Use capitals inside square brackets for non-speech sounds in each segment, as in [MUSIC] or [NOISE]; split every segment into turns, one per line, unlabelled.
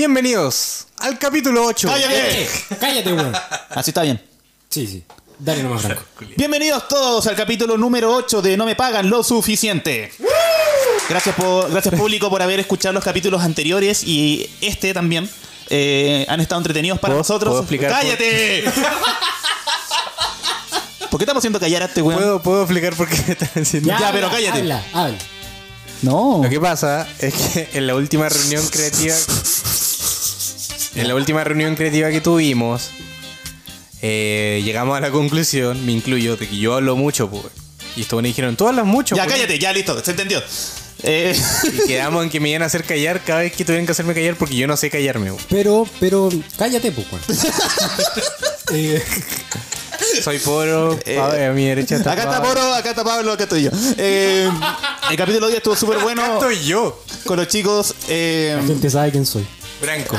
Bienvenidos al capítulo 8.
¡Cállate!
Eh, Cállate, weón.
Así está bien.
Sí, sí. Dale nomás, Franco.
Bienvenidos todos al capítulo número 8 de No me pagan lo suficiente. Gracias, por, gracias público por haber escuchado los capítulos anteriores y este también. Eh, han estado entretenidos para
¿Puedo-
nosotros.
puedo explicar por- [LAUGHS]
¡Cállate! ¿Por qué estamos haciendo callar a este weón?
¿Puedo, ¿Puedo explicar por qué me están haciendo?
Ya,
habla,
pero cállate.
Habla, habla.
No.
Lo que pasa es que en la última reunión creativa. En la última reunión creativa que tuvimos, eh, llegamos a la conclusión, me incluyo, de que yo hablo mucho, pues. Y estos me dijeron, tú hablas mucho.
Ya,
pues".
cállate, ya listo, se entendió.
[LAUGHS]
Eh,
Y quedamos en que me iban a hacer callar cada vez que tuvieran que hacerme callar porque yo no sé callarme, pues.
Pero, pero, cállate, pues, weón. Eh,
pues. Soy poro, a, ver, a mi derecha está.
Eh, acá está
Pablo.
Poro, acá está Pablo, acá estoy yo. Eh, el capítulo 10 estuvo súper
Acá
bueno
estoy yo,
con los chicos. eh,
la gente sabe quién soy.
Branco.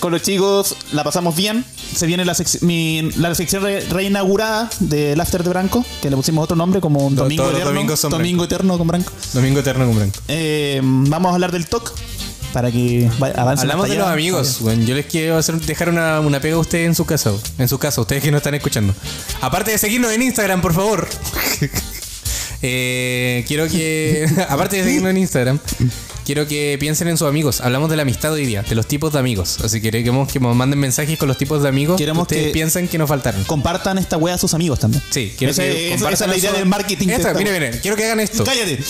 Con los chicos la pasamos bien. Se viene la, sec- mi- la sección re- reinaugurada del After de Branco, que le pusimos otro nombre como un
To-
Domingo
todos los
Eterno.
domingos son
domingo Eterno con Branco.
Domingo Eterno con Branco.
Eh, vamos a hablar del TOC para que va- avance
Hablamos
hasta
de
allá.
los amigos, weón. Yo les quiero hacer, dejar una, una pega a ustedes en su casa, weón. en su casa, ustedes que no están escuchando. Aparte de seguirnos en Instagram, por favor. [LAUGHS] Eh, quiero que, [LAUGHS] aparte de seguirnos en Instagram, quiero que piensen en sus amigos. Hablamos de la amistad hoy día, de los tipos de amigos. Así que queremos que nos manden mensajes con los tipos de amigos
Queremos
que ustedes
que-
piensan que nos faltaron.
Compartan esta wea a sus amigos también.
Sí, quiero
Ese-
que
esa- esa es
compartan
la idea
eso.
del marketing. de
Esta,
esta
miren,
wea.
miren, quiero que hagan esto.
Cállate. [LAUGHS]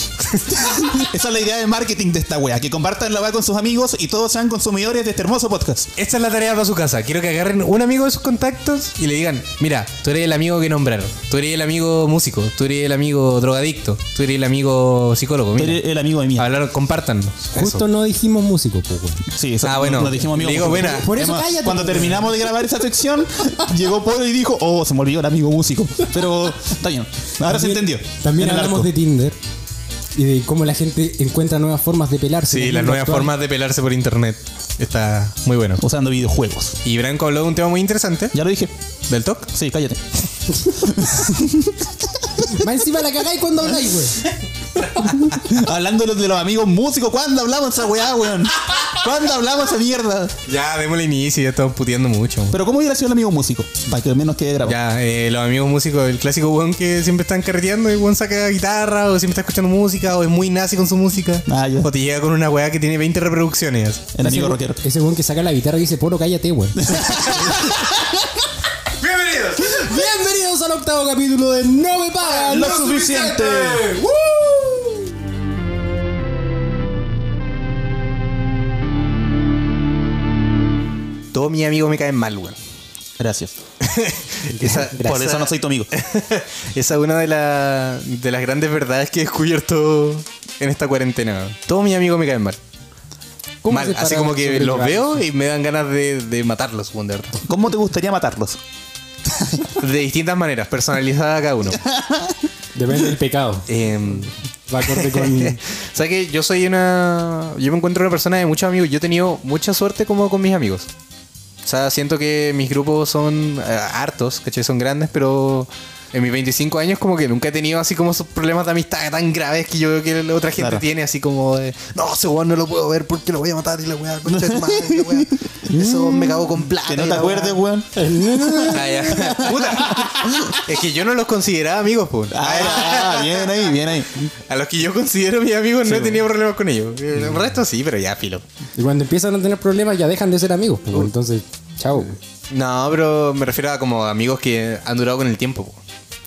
esa es la idea de marketing de esta wea. Que compartan la wea con sus amigos y todos sean consumidores de este hermoso podcast.
Esta es la tarea para su casa. Quiero que agarren un amigo de sus contactos y le digan, mira, tú eres el amigo que nombraron, tú eres el amigo músico, tú eres el amigo drogadicto, tú eres el amigo psicólogo. Mira.
Eres el amigo de mí.
Hablaron, compártanos.
Justo
Eso.
no dijimos músico, pues, weón.
Sí, eso
Ah,
no-
bueno.
no dijimos amigo.
Le digo,
porque-
buena.
Por eso
Además,
cállate,
Cuando
pues.
terminamos de grabar esa sección, llegó Polo y dijo, oh, se me olvidó el amigo músico. Pero está bien. Ahora se
También-
entendió.
También
En el
hablamos
arco.
de Tinder y de cómo la gente encuentra nuevas formas de pelarse. en
Sí,
el
las
mundo
nuevas
actual.
formas de pelarse por internet. Está muy bueno.
Usando videojuegos.
Y Branco habló de un tema muy interesante,
Ya lo dije.
del TOC.
Sí, [LAUGHS] cállate.
[LAUGHS] Más encima la cagáis cuando habláis, weón.
Hablando de los- de los amigos músicos, ¿cuándo hablamos esa weá, weón? ¿Cuándo hablamos esa mierda?
Ya, démosle inicio, ya estamos puteando mucho.
Pero ¿cómo hubiera sido el amigo músico? Para que al menos quede grabado.
Ya, eh, los amigos músicos, el clásico weón que siempre están carreteando y weón saca guitarra o siempre está escuchando música o es muy nazi con su música.
Ah, ya.
O te llega con una weá que tiene 20 reproducciones.
El
Ese
amigo
weón-
rockero.
Ese weón que saca la guitarra y dice, Polo, cállate, weón.
¡Bienvenidos!
Bienvenidos al octavo capítulo de No me pagan
Lo suficiente.
Todos mis amigos me caen mal, weón.
Gracias. [LAUGHS]
Esa-
Por eso no soy tu amigo.
[LAUGHS] Esa es una de, la- de las grandes verdades que he descubierto en esta cuarentena. weón. Todos mis amigos me caen mal.
¿Cómo
Mal,
haces
así
para
como que los
sobrellevar
veo
eso?
y me dan ganas de, de matarlos, weón, de verdad.
¿Cómo te gustaría matarlos?
De distintas maneras, personalizada a cada
[LAUGHS]
uno.
Depende del pecado.
Em,
Va
[LAUGHS]
acorde
[LAUGHS]
con.
¿Sabes que Yo soy una. Yo me encuentro una persona de muchos amigos. Yo he tenido mucha suerte como con mis amigos. O sea, siento que mis grupos son eh, hartos, ¿cachai? Son grandes, pero en mis 25 años como que nunca he tenido así como esos problemas de amistad tan graves que yo veo que la otra gente
Claro.
tiene, así como de, no, ese weón no lo puedo ver porque lo voy a matar y la weá, concha de tu madre, y la
[LAUGHS]
weá. Eso me cago con plata.
Que no
y
te
la weá".
acuerdes, weón.
Ah, ya. [LAUGHS] Puta. Es que yo no los consideraba amigos, pues.
Ah, bien ahí, bien ahí.
A los que yo considero mis amigos no he tenido problemas con ellos. El resto sí, pero ya filo.
Y cuando empiezan a tener problemas ya dejan de ser amigos, pues, weón. entonces, chao. weón.
No, pero me refiero a como amigos que han durado con el tiempo. po.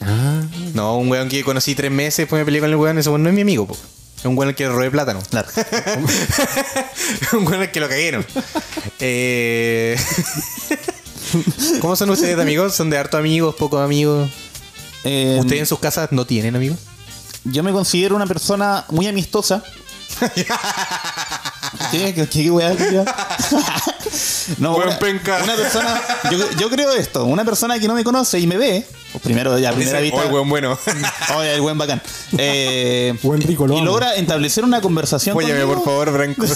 Ah.
No, un weón que conocí tres meses, después me peleé con el weón, ese weón no es mi amigo. po. Es un weón al que le robé plátano. [LAUGHS]
[LAUGHS] Claro.
un weón al que lo caguieron. eh... [LAUGHS] ¿Cómo son ustedes de amigos? ¿Son de harto amigos, pocos amigos?
Eh,
¿Ustedes en sus casas no tienen amigos?
Yo me considero una persona
[LAUGHS]
muy amistosa. ¿Qué? ¿Qué, qué
[LAUGHS]
weá, qué weá? no,
Buen
una,
penca.
una persona. Yo, yo creo esto: una persona que no me conoce y me ve, pues primero, ya a primera
Dicen,
vista.
"Oh, el weón bueno.
[LAUGHS] Oye, el buen bacán. Eh,
[LAUGHS] Buen rico, lo
y
amo.
logra establecer una conversación.
Óyeme,
conmigo.
por favor, Branco. [LAUGHS]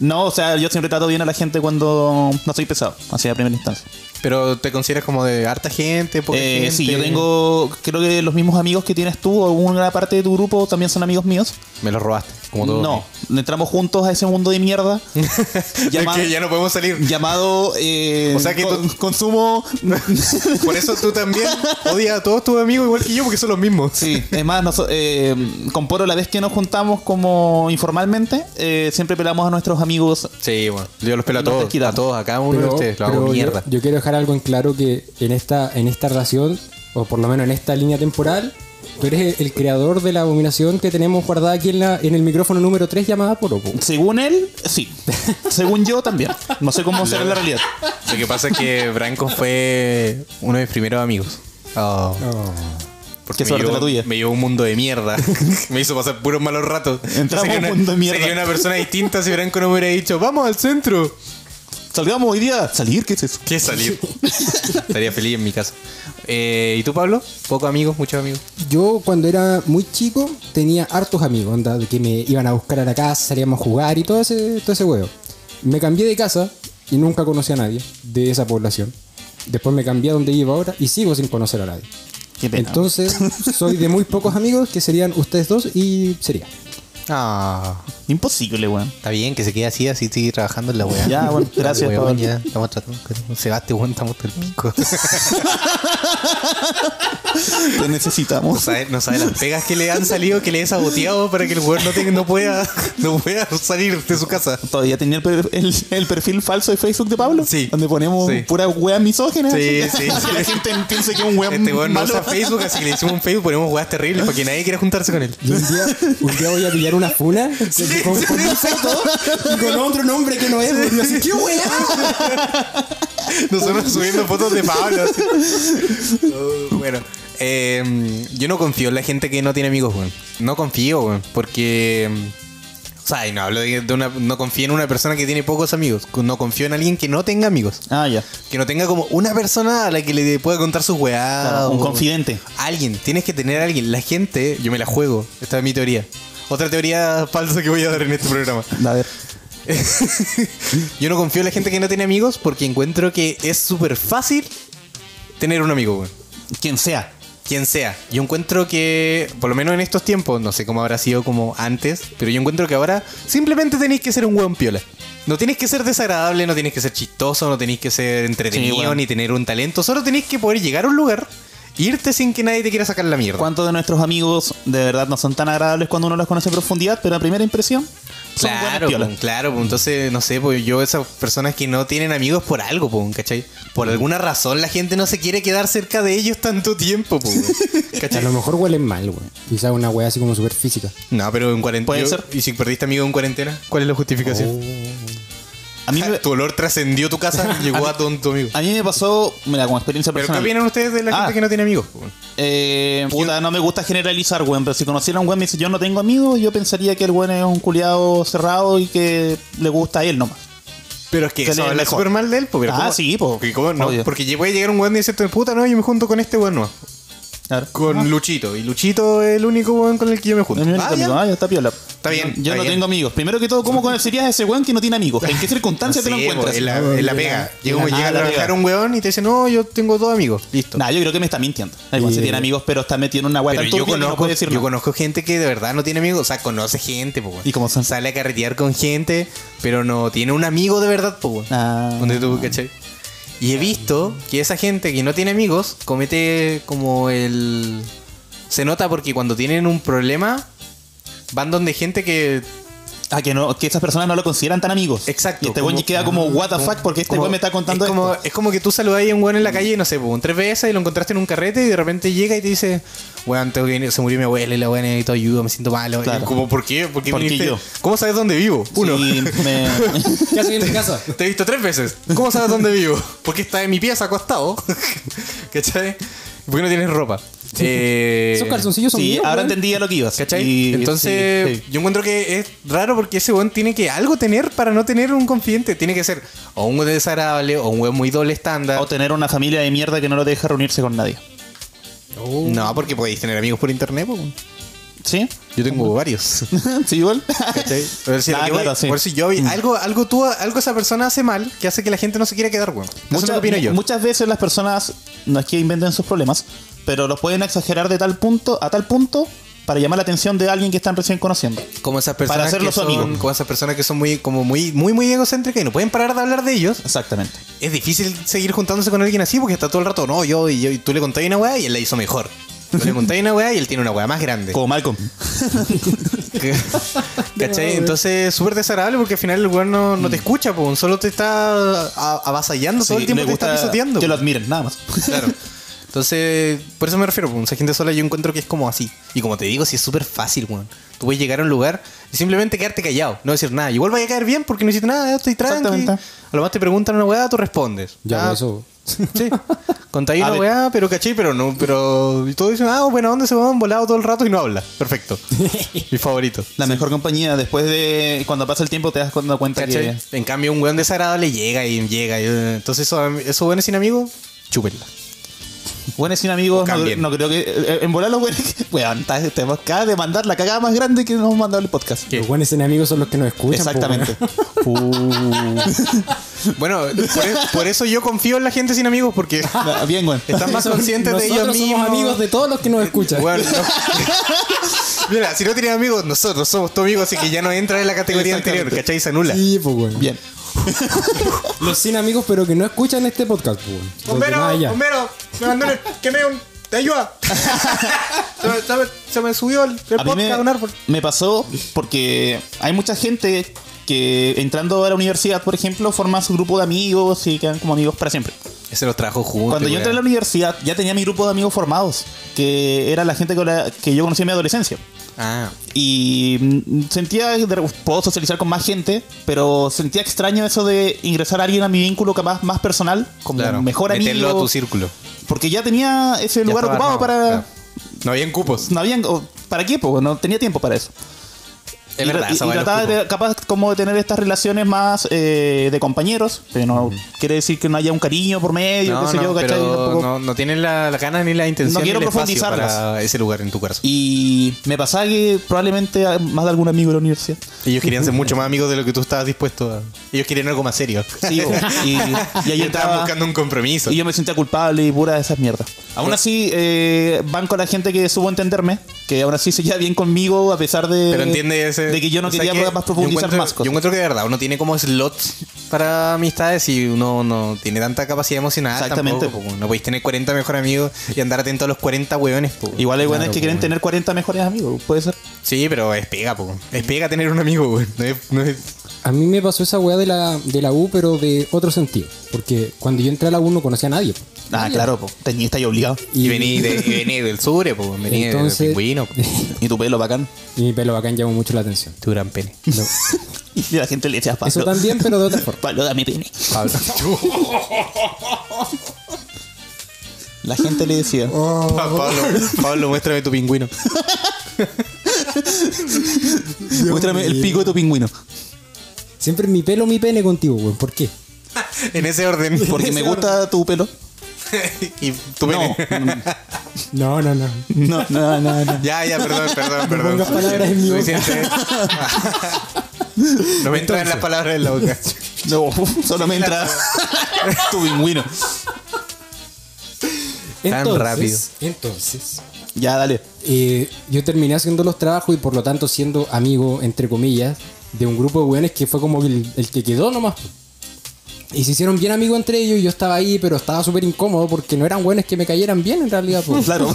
No, o sea, yo siempre trato bien a la gente cuando no soy pesado, así a primera instancia.
Pero te consideras como de harta gente, poca
Eh,
gente.
sí, yo tengo, creo que los mismos amigos que tienes tú o una parte de tu grupo también son amigos míos.
Me lo robaste, como todo.
no, entramos juntos a ese mundo de mierda Llamado-
[LAUGHS] Es que ya no podemos salir.
llamado eh,
O sea que
con-
tú-
consumo.
[LAUGHS] Por eso tú
[LAUGHS]
también odias a todos tus amigos igual que yo, porque son los mismos.
Sí, es más, noso- eh, con Poro la vez que nos juntamos como informalmente, eh, siempre pelamos a nuestros amigos.
Sí, bueno. Yo los pelo a
No te
todos.
quitas.
A todos, a cada uno de ustedes. Lo hago
pero yo,
este, mierda.
yo quiero dejar algo en claro que en esta, en esta relación, o por lo menos en esta línea temporal, tú eres el, el creador de la abominación que tenemos guardada aquí en, la, en el micrófono número 3 llamada Poro. po.
Según él, sí. Según yo también. No sé cómo será la realidad.
Lo que pasa es que Branco fue uno de mis primeros amigos. Oh. Porque
Ah, Qué
me
suerte
llevó-
la tuya.
Me llevó a un mundo de mierda. [LAUGHS] me hizo pasar puros malos ratos.
Entramos a un
una-
mundo de mierda.
Sería una persona distinta si Branco no me hubiera dicho, vamos al centro.
Salgamos hoy día. ¿Salir? ¿Qué es eso?
¿Qué salir? [LAUGHS] Estaría feliz en mi casa. Eh, ¿Y tú, Pablo? Pocos amigos, muchos amigos.
Yo cuando era muy chico tenía hartos amigos, onda, de que me iban a buscar a la casa, salíamos a jugar y todo ese, todo ese huevo. Me cambié de casa y nunca conocí a nadie de esa población. Después me cambié a donde vivo ahora y sigo sin conocer a nadie.
Qué pena.
Entonces [LAUGHS] soy de muy pocos amigos que serían ustedes dos y sería.
Ah,
Imposible, weón.
está bien que se quede así, así sigue [LAUGHS] trabajando en la weá.
Ya, bueno, gracias,
Weón,
Pablo.
ya, estamos tratando. con- Sebastián, este weón, estamos del [LAUGHS] pico.
Te
No
necesitamos.
sabe, no sabe las pegas que le han salido, que le he saboteado para que el weón no, tenga- no, pueda, [LAUGHS] no pueda salir de su casa.
Todavía tenía el, per- el- el perfil falso de Facebook de Pablo.
Sí.
Donde ponemos
Sí.
pura wea misógena. [LAUGHS]
Sí,
así.
sí.
Que la gente piense que es un wea
Este weón no
malo.
usa Facebook, así que le hicimos un Facebook, ponemos weas terribles para que nadie quiera juntarse con él.
Y un día, un día voy a pillar una [LAUGHS] funa con, con- con mi foto y con otro nombre que no es. weón. Y así, ¿qué weá?
Nosotros subiendo fotos de Pablo. así. Oh, bueno, eh, yo no confío en la gente que no tiene amigos, weón. No confío, weón, porque... O sea, y no hablo de, de una... No confío en una persona que tiene pocos amigos. No confío en alguien que no tenga amigos.
Ah, ya.
Que no tenga como una persona a la que le pueda contar sus weadas.
Claro, un
o-
confidente.
Alguien, tienes que tener a alguien. La gente, yo me la juego. Esta es mi teoría. Otra teoría falsa que voy a dar en este programa.
A ver.
[LAUGHS] Yo no confío en la gente que no tiene amigos porque encuentro que es súper fácil tener un amigo, weón.
Quien sea.
Quien sea. Yo encuentro que, por lo menos en estos tiempos, no sé cómo habrá sido como antes, pero yo encuentro que ahora simplemente tenéis que ser un weón piola. No tenéis que ser desagradable, no tenéis que ser chistoso, no tenéis que ser entretenido,
Sí, weón.
ni tener un talento. Solo tenéis que poder llegar a un lugar, irte sin que nadie te quiera sacar la mierda.
¿Cuántos de nuestros amigos de verdad no son tan agradables cuando uno los conoce a profundidad? Pero a primera impresión, son buenas
Claro,
piolas.
po, claro, po. entonces no sé, pues yo esas personas que no tienen amigos por algo, po, ¿cachai? Por alguna razón la gente no se quiere quedar cerca de ellos tanto tiempo,
[LAUGHS]
po,
A
¿cachai?
lo mejor huelen mal, weón. Quizá una weá así como súper física.
No, pero en cuarentena.
Puede ser.
¿Y si perdiste amigos en cuarentena? ¿Cuál es la justificación? [LAUGHS]
A mí, me,
tu olor trascendió tu
[LAUGHS]
casa, llegó a tu, tu amigo.
a mí me pasó, mira, como experiencia
¿Pero qué
personal.
opinan ustedes de la
Ah.
gente que no tiene amigos? po?
Eh, puta, no me gusta generalizar, weón. Pero si conociera a un weón y me dice yo no tengo amigos, yo pensaría que el weón es un culiado cerrado y que le gusta a él nomás.
Pero es que
Que
eso
le-
habla
mejor.
súper mal de él, po, pero
Ah,
¿cómo-
sí, po.
porque cómo no?
Obvio. Ah.
Porque puede llegar un weón y decirte, puta, no, yo me junto con este weón, no.
Claro.
Con Luchito. Y Luchito es el único weón con el que yo me junto.
Es mi único
Ah, ya.
amigo. Ah, ya está piola.
Está bien,
Yo
está
no
bien.
tengo amigos. Primero que todo, ¿cómo conocerías a ese weón que no tiene amigos? ¿En qué circunstancias te lo
Ah, Sí, pues,
encuentras?
po, en la, en
No,
la
de la-
pega.
de
Llega
la-
un- llega
ah,
a
la
trabajar
pega.
un weón y te dice, no, yo tengo dos amigos. Listo.
Nah, yo creo que me está mintiendo. El weón se
Eh,
tiene amigos, pero está metido en una weá
Pero
tan
yo
turbia que no
conozco,
puede decir
yo
nada.
conozco gente que de verdad no tiene amigos. O sea, conoce gente, po, weón.
¿Y cómo son?
Sale a carretear con gente, pero no tiene un amigo de verdad, po, weón.
Ah.
Ponte tú, ¿cachai? Y he visto que esa gente que no tiene amigos comete como el... Se nota porque cuando tienen un problema van donde gente que
Ah, que, no, que esas personas no lo consideran tan amigos.
Exacto,
Y este weón
como- Ah,
queda como, what the fuck, porque este
Como-
weón me está contando
es como,
esto.
es como que tú saludáis a un weón en la calle, no sé, po, un tres veces y lo encontraste en un carrete y de repente llega y te dice, weón, tengo que ir, se murió mi abuela y la weón necesito ayuda, me siento malo. Y
Claro.
Como, ¿por qué? ¿Por qué
¿Por qué
viniste?
yo?
¿Cómo sabes dónde vivo? Uno.
Sí, me-
¿Qué haces en tu casa?
[LAUGHS] Te he visto tres veces. ¿Cómo sabes dónde vivo? [LAUGHS] Porque está en mi pieza acostado. [LAUGHS] ¿Cachai? ¿Por qué no tienes ropa? Eh,
Esos calzoncillos son
sí,
míos,
ahora
weón.
entendía lo que ibas.
¿Cachai?
Y-
Entonces,
sí, sí.
yo encuentro que es raro porque ese weón tiene que algo tener para no tener un confidente. Tiene que ser o un weón desagradable o un weón muy doble estándar.
O tener una familia de mierda que no lo deja reunirse con nadie.
Oh.
No, porque podéis tener amigos por internet, po.
¿Sí? [LAUGHS]
Yo tengo varios.
¿Sí, igual?
¿cachai? A ver si a lo
Ah,
que voy-
claro, sí.
por si yo vi- algo, algo, tú, algo esa persona hace mal que hace que la gente no se quiera quedar, weón. Eso es lo
Muchas-
que opino yo.
Muchas veces las personas no es que inventen sus problemas, pero los pueden exagerar de tal punto a tal punto para llamar la atención de alguien que están recién conociendo.
Como esas personas
hacerlo
que
su
son,
amigo.
como esas personas que son muy, como muy, muy, muy egocéntricas y no pueden parar de hablar de ellos.
Exactamente.
Es difícil seguir juntándose con alguien así porque está todo el rato, no, yo y yo y tú le contáis una weá y él la hizo mejor. Tú le contáis una weá y él tiene una weá más grande.
Como [LAUGHS] Malcolm.
[LAUGHS] ¿Cachai? Entonces es súper desagradable porque al final el weón no, no te escucha, po, solo te está a- avasallando todo el
Mm. Sí,
tiempo,
le
te está
gusta
pisoteando.
Que
po.
lo admiren, nada más.
[LAUGHS] Claro. Entonces, por eso me refiero, pues, esa gente sola yo encuentro que es como así. Y como te digo, si es súper fácil, weón. Tú puedes llegar a un lugar y simplemente quedarte callado, no decir nada. Igual vaya a caer bien porque no hiciste nada, estoy tranqui.
Exactamente.
A lo más te preguntan una weá, tú respondes.
Ya,
Ah,
por eso.
Sí. Contáis
A
Ah,
una
ver.
weá, pero caché, pero no, pero. Y todos dicen, ah, bueno, ¿dónde se van volado todo el rato y no habla?
[LAUGHS]
Perfecto. Mi favorito.
La mejor compañía, después de cuando pasa el tiempo te das dando cuenta
¿Cachai? En cambio, un weón desagradable llega y llega. y, eh, entonces, eso- esos weones sin amigos, chúpenla.
que buenos sin amigos, no,
cambien.
no creo que... eh, En volar los buenos... Weón, ta- tenemos acá de mandar la cagada más grande que nos hemos mandado el podcast.
¿Qué?
Los buenos enemigos son los que nos escuchan.
[LAUGHS]
po,
Exactamente.
weón.
Bueno, por,
[LAUGHS]
es- por eso yo confío en la gente sin amigos, porque
Bien, weón.
están más conscientes de ellos
Ah, Nosotros
mismos.
somos amigos de todos los que nos escuchan.
[LAUGHS] Bueno,
[LAUGHS]
no. Mira, si no tienes amigos, nosotros somos tu amigo, así que ya no entra en la categoría anterior,
Exactamente.
¿cachai? Se anula.
Sí, pues, weón.
Bien.
Los sin amigos, pero que no escuchan este podcast, pues, weón. Los
Bombero,
demás ya.
bombero, me mandó el- que me un. ¡Te [LAUGHS] ayuda! se, me, se me- se me subió el, el
A mí me,
podcast a un árbol.
me pasó porque hay mucha gente que entrando a la universidad, por ejemplo, forma su grupo de amigos y quedan como amigos para siempre.
Ese los trajo juntos.
Cuando yo entré a la universidad ya tenía mi grupo de amigos formados, que era la gente con la que yo conocí en mi adolescencia.
Ah,
Y mm, sentía, de- puedo socializar con más gente, pero sentía extraño eso de ingresar a alguien a mi vínculo capaz más personal, como
claro.
mejor amigo.
Meterlo a tu círculo.
porque ya tenía ese
Ya
lugar
estaba
ocupado
armado,
para...
claro. No habían cupos.
No habían... o- ¿Para qué? Pues no tenía tiempo para eso.
Es
y,
verdad,
y-
esa
y
weá de los
trataba
cupos.
de, capaz como de tener estas relaciones más eh, de compañeros, pero no quiere decir que no haya un cariño por medio,
No,
qué sé
no,
yo, ¿cachai?
pero
Tampoco-
no, no tienen la, la gana ni la intención
No quiero
ni el espacio
profundizarlas.
para ese lugar en tu corazón.
Y me pasaba que probablemente a- más de algún amigo de la universidad.
Ellos querían ser mucho más amigos de lo que tú estabas dispuesto a. Ellos querían algo más serio. [LAUGHS]
Sí, po, y, [LAUGHS] y ahí
Ellos estaban
entraba-
buscando un compromiso.
y yo me sentía culpable y pura de esas mierdas. Aún así, eh, van con la gente que supo entenderme, que aún así se lleva bien conmigo a pesar de,
Pero entiende ese-
de que yo no
o sea
quería
que
más
yo
profundizar
encuentro-
más
Yo
cosas.
encuentro que de verdad uno tiene como slots para amistades y uno no tiene tanta capacidad emocional.
Exactamente.
Tampoco, po. no podéis tener 40 mejores amigos y andar atento a los 40 hueones. po.
Igual hay buenas
Claro,
que quieren
po.
tener 40 mejores amigos, puede ser.
Sí, pero es pega, po. es pega tener un amigo. weón. No es- no es-
A mí me pasó esa weá de la, de la U, pero de otro sentido. Porque cuando yo entré a la U no conocía a nadie. po.
Ah, claro, po, te- estáis obligado.
Y, vení, de- y vení del sur, po. vení
Entonces-
del pingüino. po.
Y tu pelo bacán.
[LAUGHS]
[LAUGHS]
Y mi pelo bacán llamó mucho la atención.
Tu gran pene.
No.
Y la gente le echa palo.
Eso también, pero de otra forma.
Palo, dame pene.
Pablo. [LAUGHS]
La gente le decía. [LAUGHS]
Pa- Pablo, Pablo, muéstrame tu pingüino.
Muéstrame el pico de tu pingüino.
Siempre mi pelo, mi pene contigo, weón. ¿Por qué?
En ese orden.
Porque me gusta tu pelo.
[LAUGHS] y tu
No.
pene.
No, no, no.
No, no, no,
[LAUGHS]
no.
Ya, ya, perdón, perdón, perdón.
pongas palabras en mi boca.
Suficiente. No me entran las palabras en la
[LAUGHS]
boca.
No, solo me entra [LAUGHS] tu pingüino.
Entonces,
rápido.
Entonces,
Ya, dale.
eh, yo terminé haciendo los trabajos y por lo tanto siendo amigo, entre comillas, de un grupo de weones que fue como el, el que quedó nomás. po. Y se hicieron bien amigos entre ellos y yo estaba ahí, pero estaba súper incómodo porque no eran weones que me cayeran bien en realidad. po.
[LAUGHS] Claro.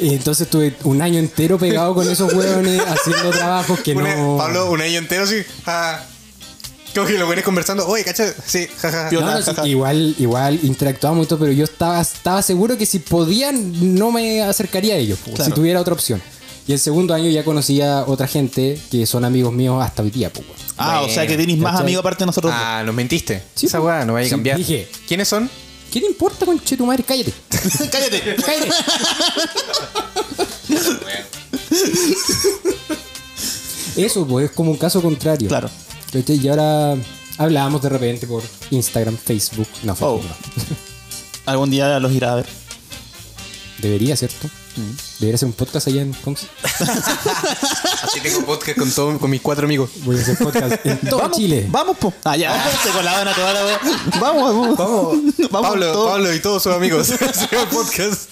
Y entonces estuve un año entero pegado con esos hueones haciendo trabajos que
Un-
no.
Pablo, un año entero, sí. ja. Creo que lo vienes conversando. Oye, cacha. Sí, jaja.
No, no, sí, igual, igual interactuábamos y todo, pero yo estaba, estaba seguro que si podían no me acercaría a ellos, po,
Claro.
si tuviera otra opción. Y el segundo año ya conocía otra gente que son amigos míos hasta hoy día, pues.
Ah, o sea que tienes más
¿Cachai?
amigos aparte de nosotros. dos.
Ah, nos mentiste.
Sí,
Esa
po.
weá no vaya a
Sí,
cambiar.
dije.
¿Quiénes son?
¿Qué te importa, conche tu madre? Cállate.
Cállate.
[LAUGHS]
[LAUGHS]
Cállate. Eso, pues, es como un caso contrario.
Claro.
¿Cachai? Y ahora hablábamos de repente por Instagram, Facebook. No,
Oh.
Facebook no.
Algún día los irá a ver.
Debería, ¿cierto?
Mm.
Debería ser un podcast allá en Conce.
Así tengo podcast con, todo- con mis cuatro amigos.
Voy a hacer
[LAUGHS]
podcast en todo
vamos,
Chile.
Vamos, po. Ah, ya. [LAUGHS] Se colaban a toda la wea. Vamos, [LAUGHS] vamos. Vamos,
Pablo,
todo.
Pablo y todos sus amigos. [LAUGHS] Se llama el podcast.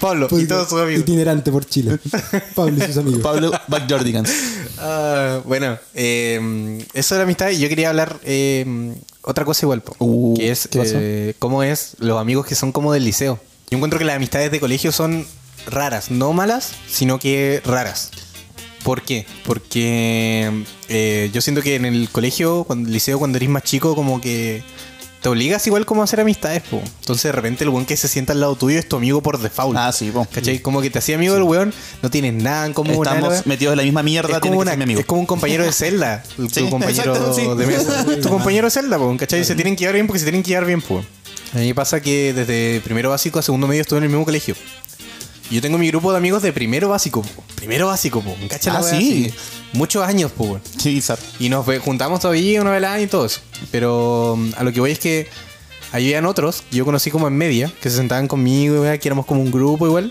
Pablo y
Podcast
todos sus amigos.
Itinerante por
[LAUGHS]
Chile. Pablo y sus amigos.
Pablo Backyardigans.
Ah, bueno, eh, eso de la amistad. Y yo quería hablar eh, otra cosa igual, po,
Uh,
que es
¿qué pasó?
eh, cómo es los amigos que son como del liceo. Yo encuentro que las amistades de colegio son raras, no malas, sino que raras. ¿Por qué? Porque eh, yo siento que en el colegio, cuando el liceo, cuando eres más chico, como que te obligas igual como a hacer amistades, po. Entonces de repente el buen que se sienta al lado tuyo es tu amigo por default.
Ah, sí, po.
¿Cachai? Como que te hacía amigo el weón, no tienes nada en común. nada,
Estamos
nada.
metidos en la misma mierda.
Es
Tiene
como,
que
una-
ser mi amigo.
es como un
[LAUGHS]
compañero de celda.
Sí,
tu compañero
exacto, sí.
de
[LAUGHS]
mesa. tu compañero de celda, po, ¿cachai? Se tienen que llevar bien porque se tienen que llevar bien, po. A mí me pasa que desde primero básico a segundo medio estuve en el mismo colegio. Y Yo tengo mi grupo de amigos de primero básico, po. Primero básico, po. ¿Cachai? la
Ah,
wea?
sí.
Muchos años, po.
Sí, zar.
Y nos ve- juntamos todavía una velada y todo eso. Pero mm, a lo que voy es que habían otros que yo conocí como en media, que se sentaban conmigo, weá, que éramos como un grupo igual.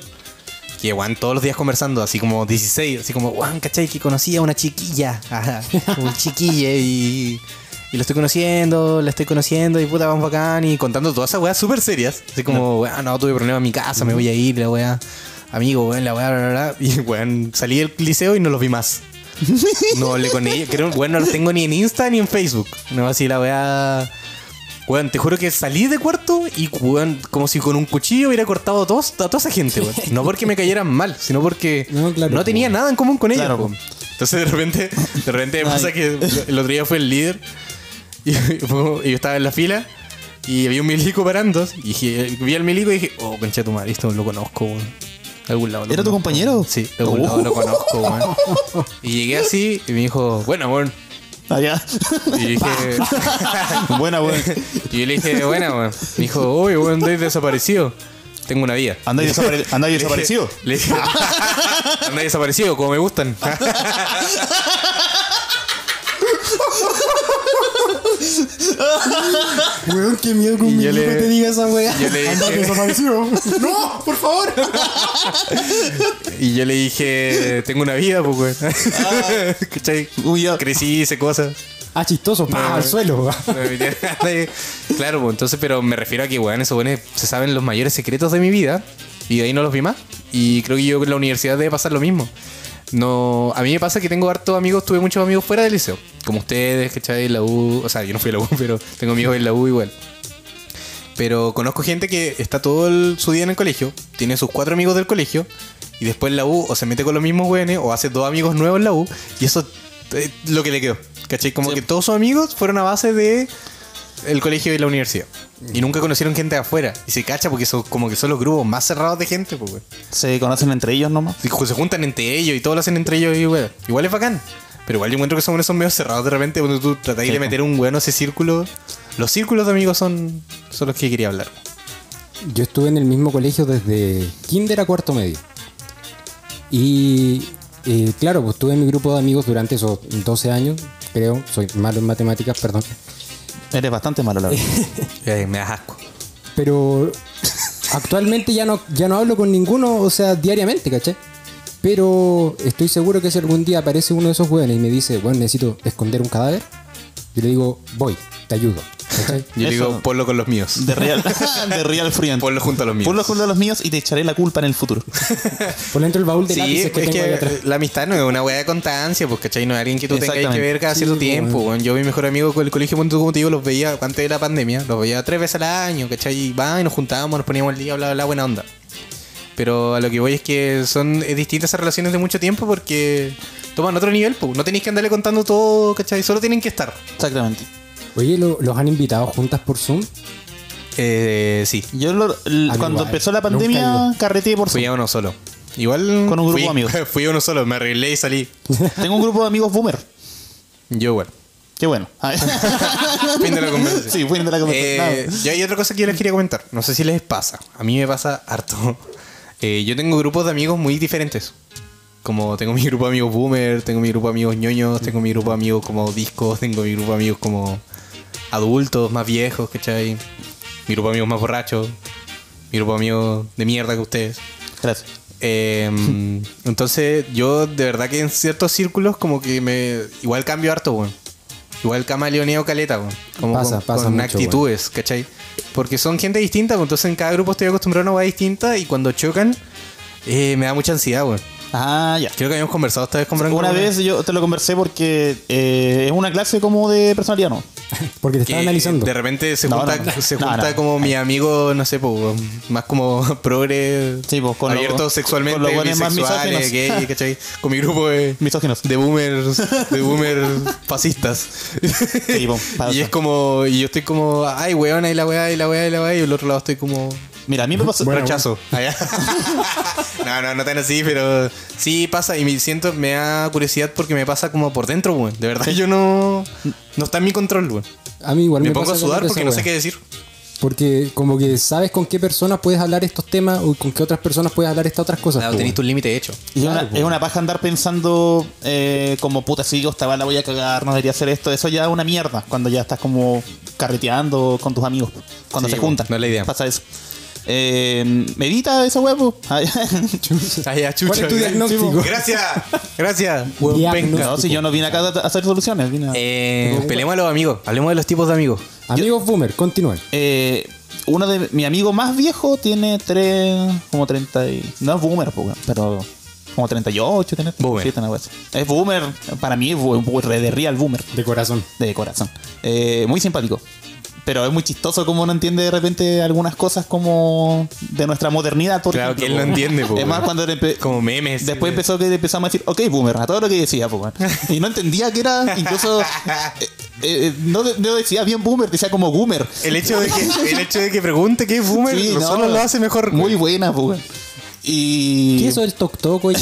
Que weón, todos los días conversando, así como 16, así como, weón, ¿cachai? Que conocía a una chiquilla, ajá, un chiquilla y, y lo estoy conociendo, la estoy conociendo y puta, vamos bacán y contando todas esas weas súper serias. Así como, weón, no, tuve problemas en mi casa, me voy a ir, la weá, amigo, weón, la weá, bla, bla, bla. Y weón, salí del liceo y no los vi más. No hablé con ella. Creo, bueno, no los tengo ni en Insta ni en Facebook. No, así la weá. Weón, te juro que salí de cuarto y weón, como si con un cuchillo hubiera cortado a, todos, a toda esa gente, weón. No porque me cayeran mal, sino porque no,
No, claro,
tenía
weón.
nada en común con ella.
Claro,
weón. Entonces de repente, de repente me pasa
Ay.
que el otro día fue el líder y, [LAUGHS] fue como- y yo estaba en la fila y había un milico parando. Y dije, vi al milico y dije, oh, concha tu madre, esto lo conozco, weón. De algún lado. lo
¿Era tu
conozco.
compañero?
Sí, de algún
Oh.
lado lo conozco,
[LAUGHS]
weón. Y llegué así y me dijo, bueno, weón. Ah,
Allá.
Y yo dije,
[LAUGHS] Buena, buena.
[LAUGHS] y yo le dije, bueno, weón. Me dijo, uy, weón, andáis desaparecido. Tengo una vida. [LAUGHS]
Andáis desapare- andáis
Le dije-
desaparecido.
Le dije, [LAUGHS] andáis desaparecido, como me gustan. [LAUGHS]
Weón, qué miedo que un
Y yo
milico
le-
te diga esa weá.
yo le dije-
Anda,
[LAUGHS]
desaparecido. ¡No! ¡Por favor!
Y yo le dije, tengo una vida, pues, weón.
Ah.
[LAUGHS] ¿Cachai?
Uy, ya.
Crecí, hice cosas.
Ah, chistoso. pa,
No.
al suelo.
[LAUGHS] Me metí a nadie. claro, pues, entonces, pero me refiero a que, weón, esos weones se saben los mayores secretos de mi vida y de ahí no los vi más. Y creo que yo en la universidad debe pasar lo mismo. No, a mí me pasa que tengo hartos amigos, tuve muchos amigos fuera del liceo, como ustedes, ¿cachai? La U, o sea, yo no fui a la U, [LAUGHS] pero tengo amigos en la U igual. Pero conozco gente que está todo el- su día en el colegio, tiene sus cuatro amigos del colegio, y después en la U o se mete con los mismos güenes o hace dos amigos nuevos en la U, y eso es lo que le quedó. ¿Cachai? Como
Sí.
que todos sus amigos fueron a base de el colegio y la universidad.
Mm.
Y nunca conocieron gente de afuera. Y se cacha porque son como que son los grupos más cerrados de gente, pues, güey.
Se conocen entre ellos nomás.
Y ju- se juntan entre ellos y todos lo hacen entre ellos y weón. Igual es bacán. Pero igual yo encuentro que son esos medios cerrados de repente cuando tú tratáis
Sí,
de
po.
meter un weón a ese círculo. Los círculos de amigos son, son los que quería hablar.
Yo estuve en el mismo colegio desde kinder a cuarto medio. Y eh, claro, pues tuve mi grupo de amigos durante esos 12 años, creo. Soy malo en matemáticas, perdón.
Eres bastante malo, la verdad.
[LAUGHS] Eh, me das asco.
Pero actualmente ya no, ya no hablo con ninguno, o sea, diariamente, ¿caché? Pero estoy seguro que si algún día aparece uno de esos hueones y me dice, bueno, necesito esconder un cadáver, yo le digo, voy, te ayudo.
[LAUGHS]
¿cachai?
Yo
Eso.
digo, ponlo con los míos.
De real. De real friend.
Ponlo junto a los míos.
Ponlo junto a los míos y te echaré la culpa en el futuro.
Por dentro del baúl de
Sí,
lápices que
es
tengo ahí
que eh,
atrás.
la amistad no es una weá de constancia, pues, ¿cachai? No es alguien que tú tengas que
Exactamente.
ver cada
Sí,
cierto
po,
tiempo.
weón.
weón. Yo, mi mejor amigo con el colegio, ponte tú, como te digo, los veía antes de la pandemia, los veía tres veces al año, ¿cachai? Y va, y nos juntábamos, nos poníamos al día, bla, bla, bla, buena onda. Pero a lo que voy es que son es distintas esas relaciones de mucho tiempo porque toman otro nivel, pues. No tenéis que andarle contando todo, ¿cachai? Solo tienen que estar.
Exactamente.
Oye, ¿lo- ¿los han invitado juntas por Zoom? [LAUGHS]
Eh, sí.
Yo lo- l-
mí
cuando
eh,
igual.
empezó la
Nunca he
pandemia carreteé por
Fui
Zoom.
a uno solo. Igual.
Con un grupo
fui-
de amigos.
[LAUGHS] Fui a uno solo, me arreglé y salí.
Tengo un grupo de amigos boomer.
Yo igual.
Qué bueno.
[LAUGHS]
[LAUGHS]
Fin de la conversación.
Sí, fin de la conversación.
Eh, yo hay otra cosa que yo les quería comentar. No sé si les pasa. A mí me pasa harto. [LAUGHS] Eh, yo tengo grupos de amigos muy diferentes. Como tengo mi grupo de amigos boomer, tengo mi grupo de amigos ñoños, tengo mi grupo de amigos como discos, tengo mi grupo de amigos como adultos, más viejos, ¿cachai? Mi grupo de amigos más borrachos, mi grupo de amigos de mierda que ustedes.
Nada. Gracias.
Eh,
[LAUGHS]
entonces, yo de verdad que en ciertos círculos, como que me. Igual cambio harto, weón. Igual camaleoneo caleta, weón. Como
Pasa,
con,
pasa
con
mucho,
actitudes, ¿cachai? Porque son gente distinta, pues, entonces en cada grupo estoy acostumbrado a una weá distinta y cuando chocan, eh, me da mucha ansiedad, weón.
Ah, ya.
Creo que habíamos conversado esta vez con Branco.
Una
weón.
vez yo te lo conversé porque eh, es una clase como de personalidad, ¿no?
Porque te
que
estaba analizando.
De repente se
No,
junta,
no, no.
se
No,
junta
no.
como mi amigo, no sé, po, más como [LAUGHS] progre,
Sí, po, con
abierto
lo-
sexualmente,
con los buenos más
bisexuales,
misóginos.
gay, ¿cachai? Con mi grupo de,
Misóginos.
de boomers, de boomers fascistas.
Sí, po,
[LAUGHS]
pasa.
y es como, y yo estoy como, ay, weón, ahí la weá, ahí la weá, ahí la weá, y el otro lado estoy como...
Mira, a mí me pasó.
Bueno,
Rechazo. Allá. [LAUGHS] no, no, no tan así, pero sí pasa y me siento, me da curiosidad porque me pasa como por dentro, weón. De verdad, yo no... No está en mi control, weón.
a mí igual
Me,
me,
pongo a
pasa con
sudar
esa
porque no
wea.
sé qué decir.
Porque como que sabes con qué personas puedes hablar estos temas o con qué otras personas puedes hablar estas otras cosas.
Claro,
po,
tenés tu [LAUGHS] límite hecho.
Y es una-
Claro, po.
es una paja andar pensando eh, como puta, si yo esta bala voy a cagar, no debería hacer esto. Eso ya es una mierda cuando ya estás como carreteando con tus amigos, cuando
Sí,
se juntan.
no es la idea.
Pasa eso. Eh, medita esa [LAUGHS] huevo.
Ay, ya, chucha.
¿Cuál es tu diagnóstico?
[LAUGHS] Gracias. Gracias. Hueón
Diagnóstico.
penca.
no, si yo no vine acá a a hacer soluciones, vine a-
Eh, peleemos a los amigos. Hablemos de los tipos de amigos.
weón. Amigos boomer, continúen.
Eh, uno de mi amigo más viejo tiene tres, como 30 y, no es boomer, po, weón, pero como 38 tiene.
Boomer.
Sí, tiene algo así. es boomer, para mí es bu- bu- re- de real boomer,
De corazón.
de corazón. Eh, muy simpático. Pero es muy chistoso como no entiende de repente algunas cosas como de nuestra modernidad, por
Claro, que
ejemplo,
él no
po, weón.
entiende, po,
Es más,
weón.
cuando le empe-
Como memes.
Después empezó que empezamos a decir, ok, boomer, a todo lo que decía, po, weón. Y no entendía que era,
[LAUGHS]
incluso, eh, eh, no, de- no decía bien boomer, decía como boomer.
El hecho de que, el hecho de que pregunte qué es boomer
Sí,
no,
no,
solo lo hace mejor.
Muy buena, po, weón. Y.
¿Qué es eso del toc
[LAUGHS]
toc, oye?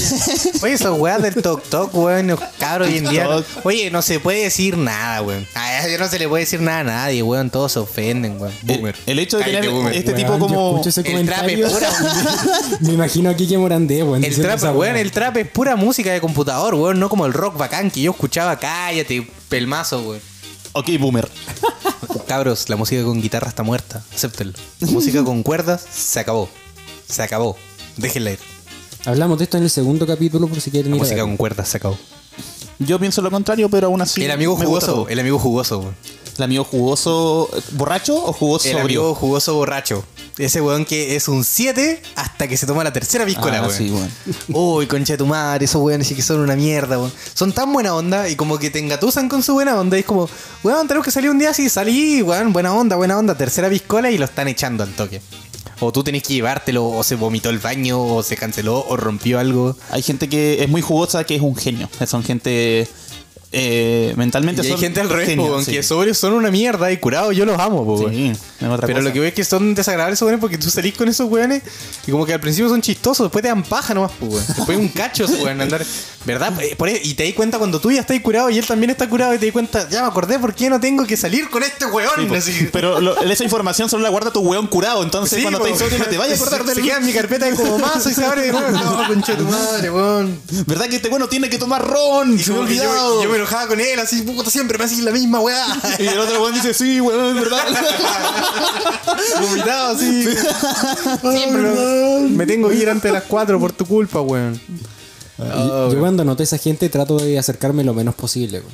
Oye, esas weas del Tok Tok, weón, los cabros hoy en día.
Tok.
Oye, no se puede decir nada, weón. Ay, no se le puede decir nada a nadie, weón. Todos se ofenden, weón.
El,
Boomer.
el hecho de
Cállate,
tener
boomer.
este
Weón,
tipo
yo
como.
escucho ese
el trap es
comentario. [LAUGHS] Me imagino aquí que Morandé, weón.
El
diciendo
trap,
esa
weón,
weá.
el trap es pura música de computador, weón, no como el rock bacán que yo escuchaba, cállate, pelmazo, weón.
Ok, boomer.
Cabros, la música con guitarra está muerta, acéptenlo. La música con cuerdas se acabó. Se acabó. Déjenla ir.
Hablamos de esto en el segundo capítulo por si quieren
La
ir a
música
verlo.
con cuerdas se acabó.
Yo pienso lo contrario, pero aún así.
el amigo
me gusta
jugoso,
todo.
el amigo jugoso, weón.
El amigo jugoso. eh, ¿Borracho o jugoso?
El
sobrio?
amigo jugoso borracho. Ese weón que es un 7 hasta que se toma la tercera piscola,
Ah,
weón.
sí, weón.
[LAUGHS] Uy, concha de tu madre, esos weones sí que son una mierda, weón. Son tan buena onda y como que te engatusan con su buena onda. Y es como, weón, tenemos que salir un día así, salí, weón, buena onda, buena onda, tercera piscola y lo están echando al toque. O tú tenés que llevártelo, o se vomitó el baño, o se canceló, o rompió algo.
Hay gente que es muy jugosa que es un genio. Son gente. eh,
Y
mentalmente
hay
son
gente al revés,
genios,
po, weón,
sí.
que sobrios son una mierda y curados yo los amo, po,
Sí,
weón.
es otra
Pero
cosa.
lo que veo es que son desagradables esos weones porque tú salís con esos weones y como que al principio son chistosos, después te dan paja nomás, pues, weón. Después un cacho ese weón andar. ¿Verdad? Eh, por ahí- y te di cuenta cuando tú ya estás curado y él también está curado y te di cuenta, ya me acordé por qué no tengo que salir con este
Sí,
weón.
po.
Así.
Pero lo- esa información solo la guarda tu weón curado. Entonces,
Sí,
cuando
po.
estás sobrio, no te vayas a
[LAUGHS]
acordar
Se-
del
Se queda en mi carpeta y como mazo y se abre de nuevo. No, concha de tu madre, weón.
¿Verdad que este bueno tiene que tomar ron?
Y
se me ha
como que yo-
olvidado.
yo, me enojaba con él, así, puta, siempre me haces la misma [LAUGHS] weá.
Y el otro weón dice, sí, weón, ¿verdad?
Vomitado así. me tengo que ir antes de las 4 por tu culpa, weón. Ah,
Yo cuando noto a esa gente trato de acercarme lo menos posible, weón.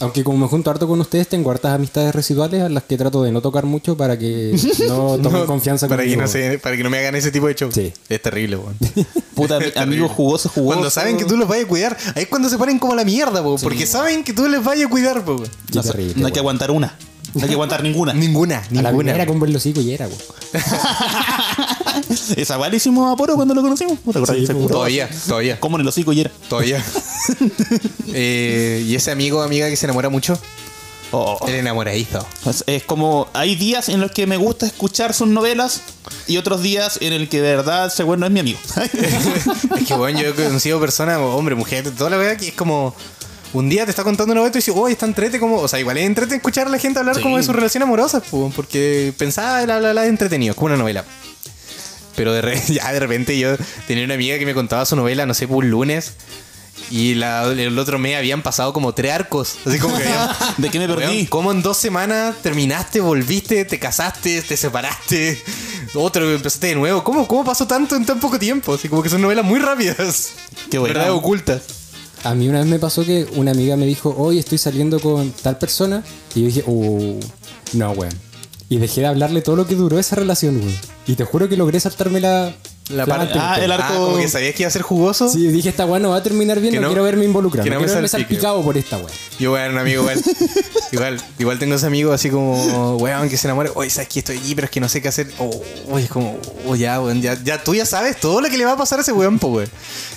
Aunque como me junto harto con ustedes, tengo hartas amistades residuales a las que trato de no tocar mucho para
[LAUGHS]
que no tomen confianza
para que
conmigo,
no
weón.
se, Para que no me hagan ese tipo de show.
Sí.
Es terrible, weón.
[LAUGHS]
[LAUGHS]
Puta,
Es
ami-
terrible.
amigo jugoso, jugoso.
Cuando saben que tú los vas a cuidar, ahí es cuando se ponen como la mierda, po, porque saben que tú les vas a cuidar, po. weón.
Qué
No, sé,
terrible,
no hay que
weón.
aguantar una. No hay que aguantar ninguna.
Ninguna,
A la primera
ninguna.
con el hocico y era, weón.
[LAUGHS] Esa weá le hicimos a Poro cuando lo conocimos. ¿Te acordás?
Sí,
Se
po.
curó.
Todavía, todavía,
Como en el hocico y era.
[LAUGHS]
todavía. Eh, y ese amigo o amiga que se enamora mucho,
Oh.
el enamoradizo.
Es, es como, hay días en los que me gusta escuchar sus novelas y otros días en el que de verdad ese weón no es mi amigo. [LAUGHS]
Es que, weón, yo he conocido personas, hombre, mujer, toda la verdad que es como. Un día te está contando una vuelta y dices, oh, está entrete como. O sea, igual es entrete escuchar a la gente hablar
Sí.
como de su relación amorosa, po, pues, weón, porque pensaba, bla, bla, bla, es entretenido, es como una novela. Pero de re- [LAUGHS] ya de repente yo tenía una amiga que me contaba su novela, no sé, por un lunes. Y la- el otro mes habían pasado como tres arcos. Así como que habían-
¿De qué me
Weón,
perdí?
¿Cómo en dos semanas terminaste, volviste, te casaste, te separaste? otro, empezaste de nuevo. ¿Cómo, ¿Cómo pasó tanto en tan poco tiempo? Así como que son novelas muy rápidas.
Qué buena.
Verdades ocultas.
A mí una vez me pasó que una amiga me dijo, hoy estoy saliendo con tal persona. Y yo dije, oh, no, weón. Y dejé de hablarle todo lo que duró esa relación, weón. Y te juro que logré saltarme la...
La parte-
anterior.
Ah, el arco-
Ah, como que sabías que iba a ser jugoso.
Sí, dije, esta weá no va a terminar bien,
Que
no,
no-
quiero verme involucrado.
que
No,
no me
quiero verme
salpique.
salpicado por esta weá.
Yo, weón, un amigo [LAUGHS] igual. igual. Igual tengo ese amigo así como, weón, que se enamora. Oye, sabes que estoy aquí, pero es que no sé qué hacer. Oh, Oye, es como, oh, ya, weón, ya, ya tú ya sabes todo lo que le va a pasar a ese weón, po, weón.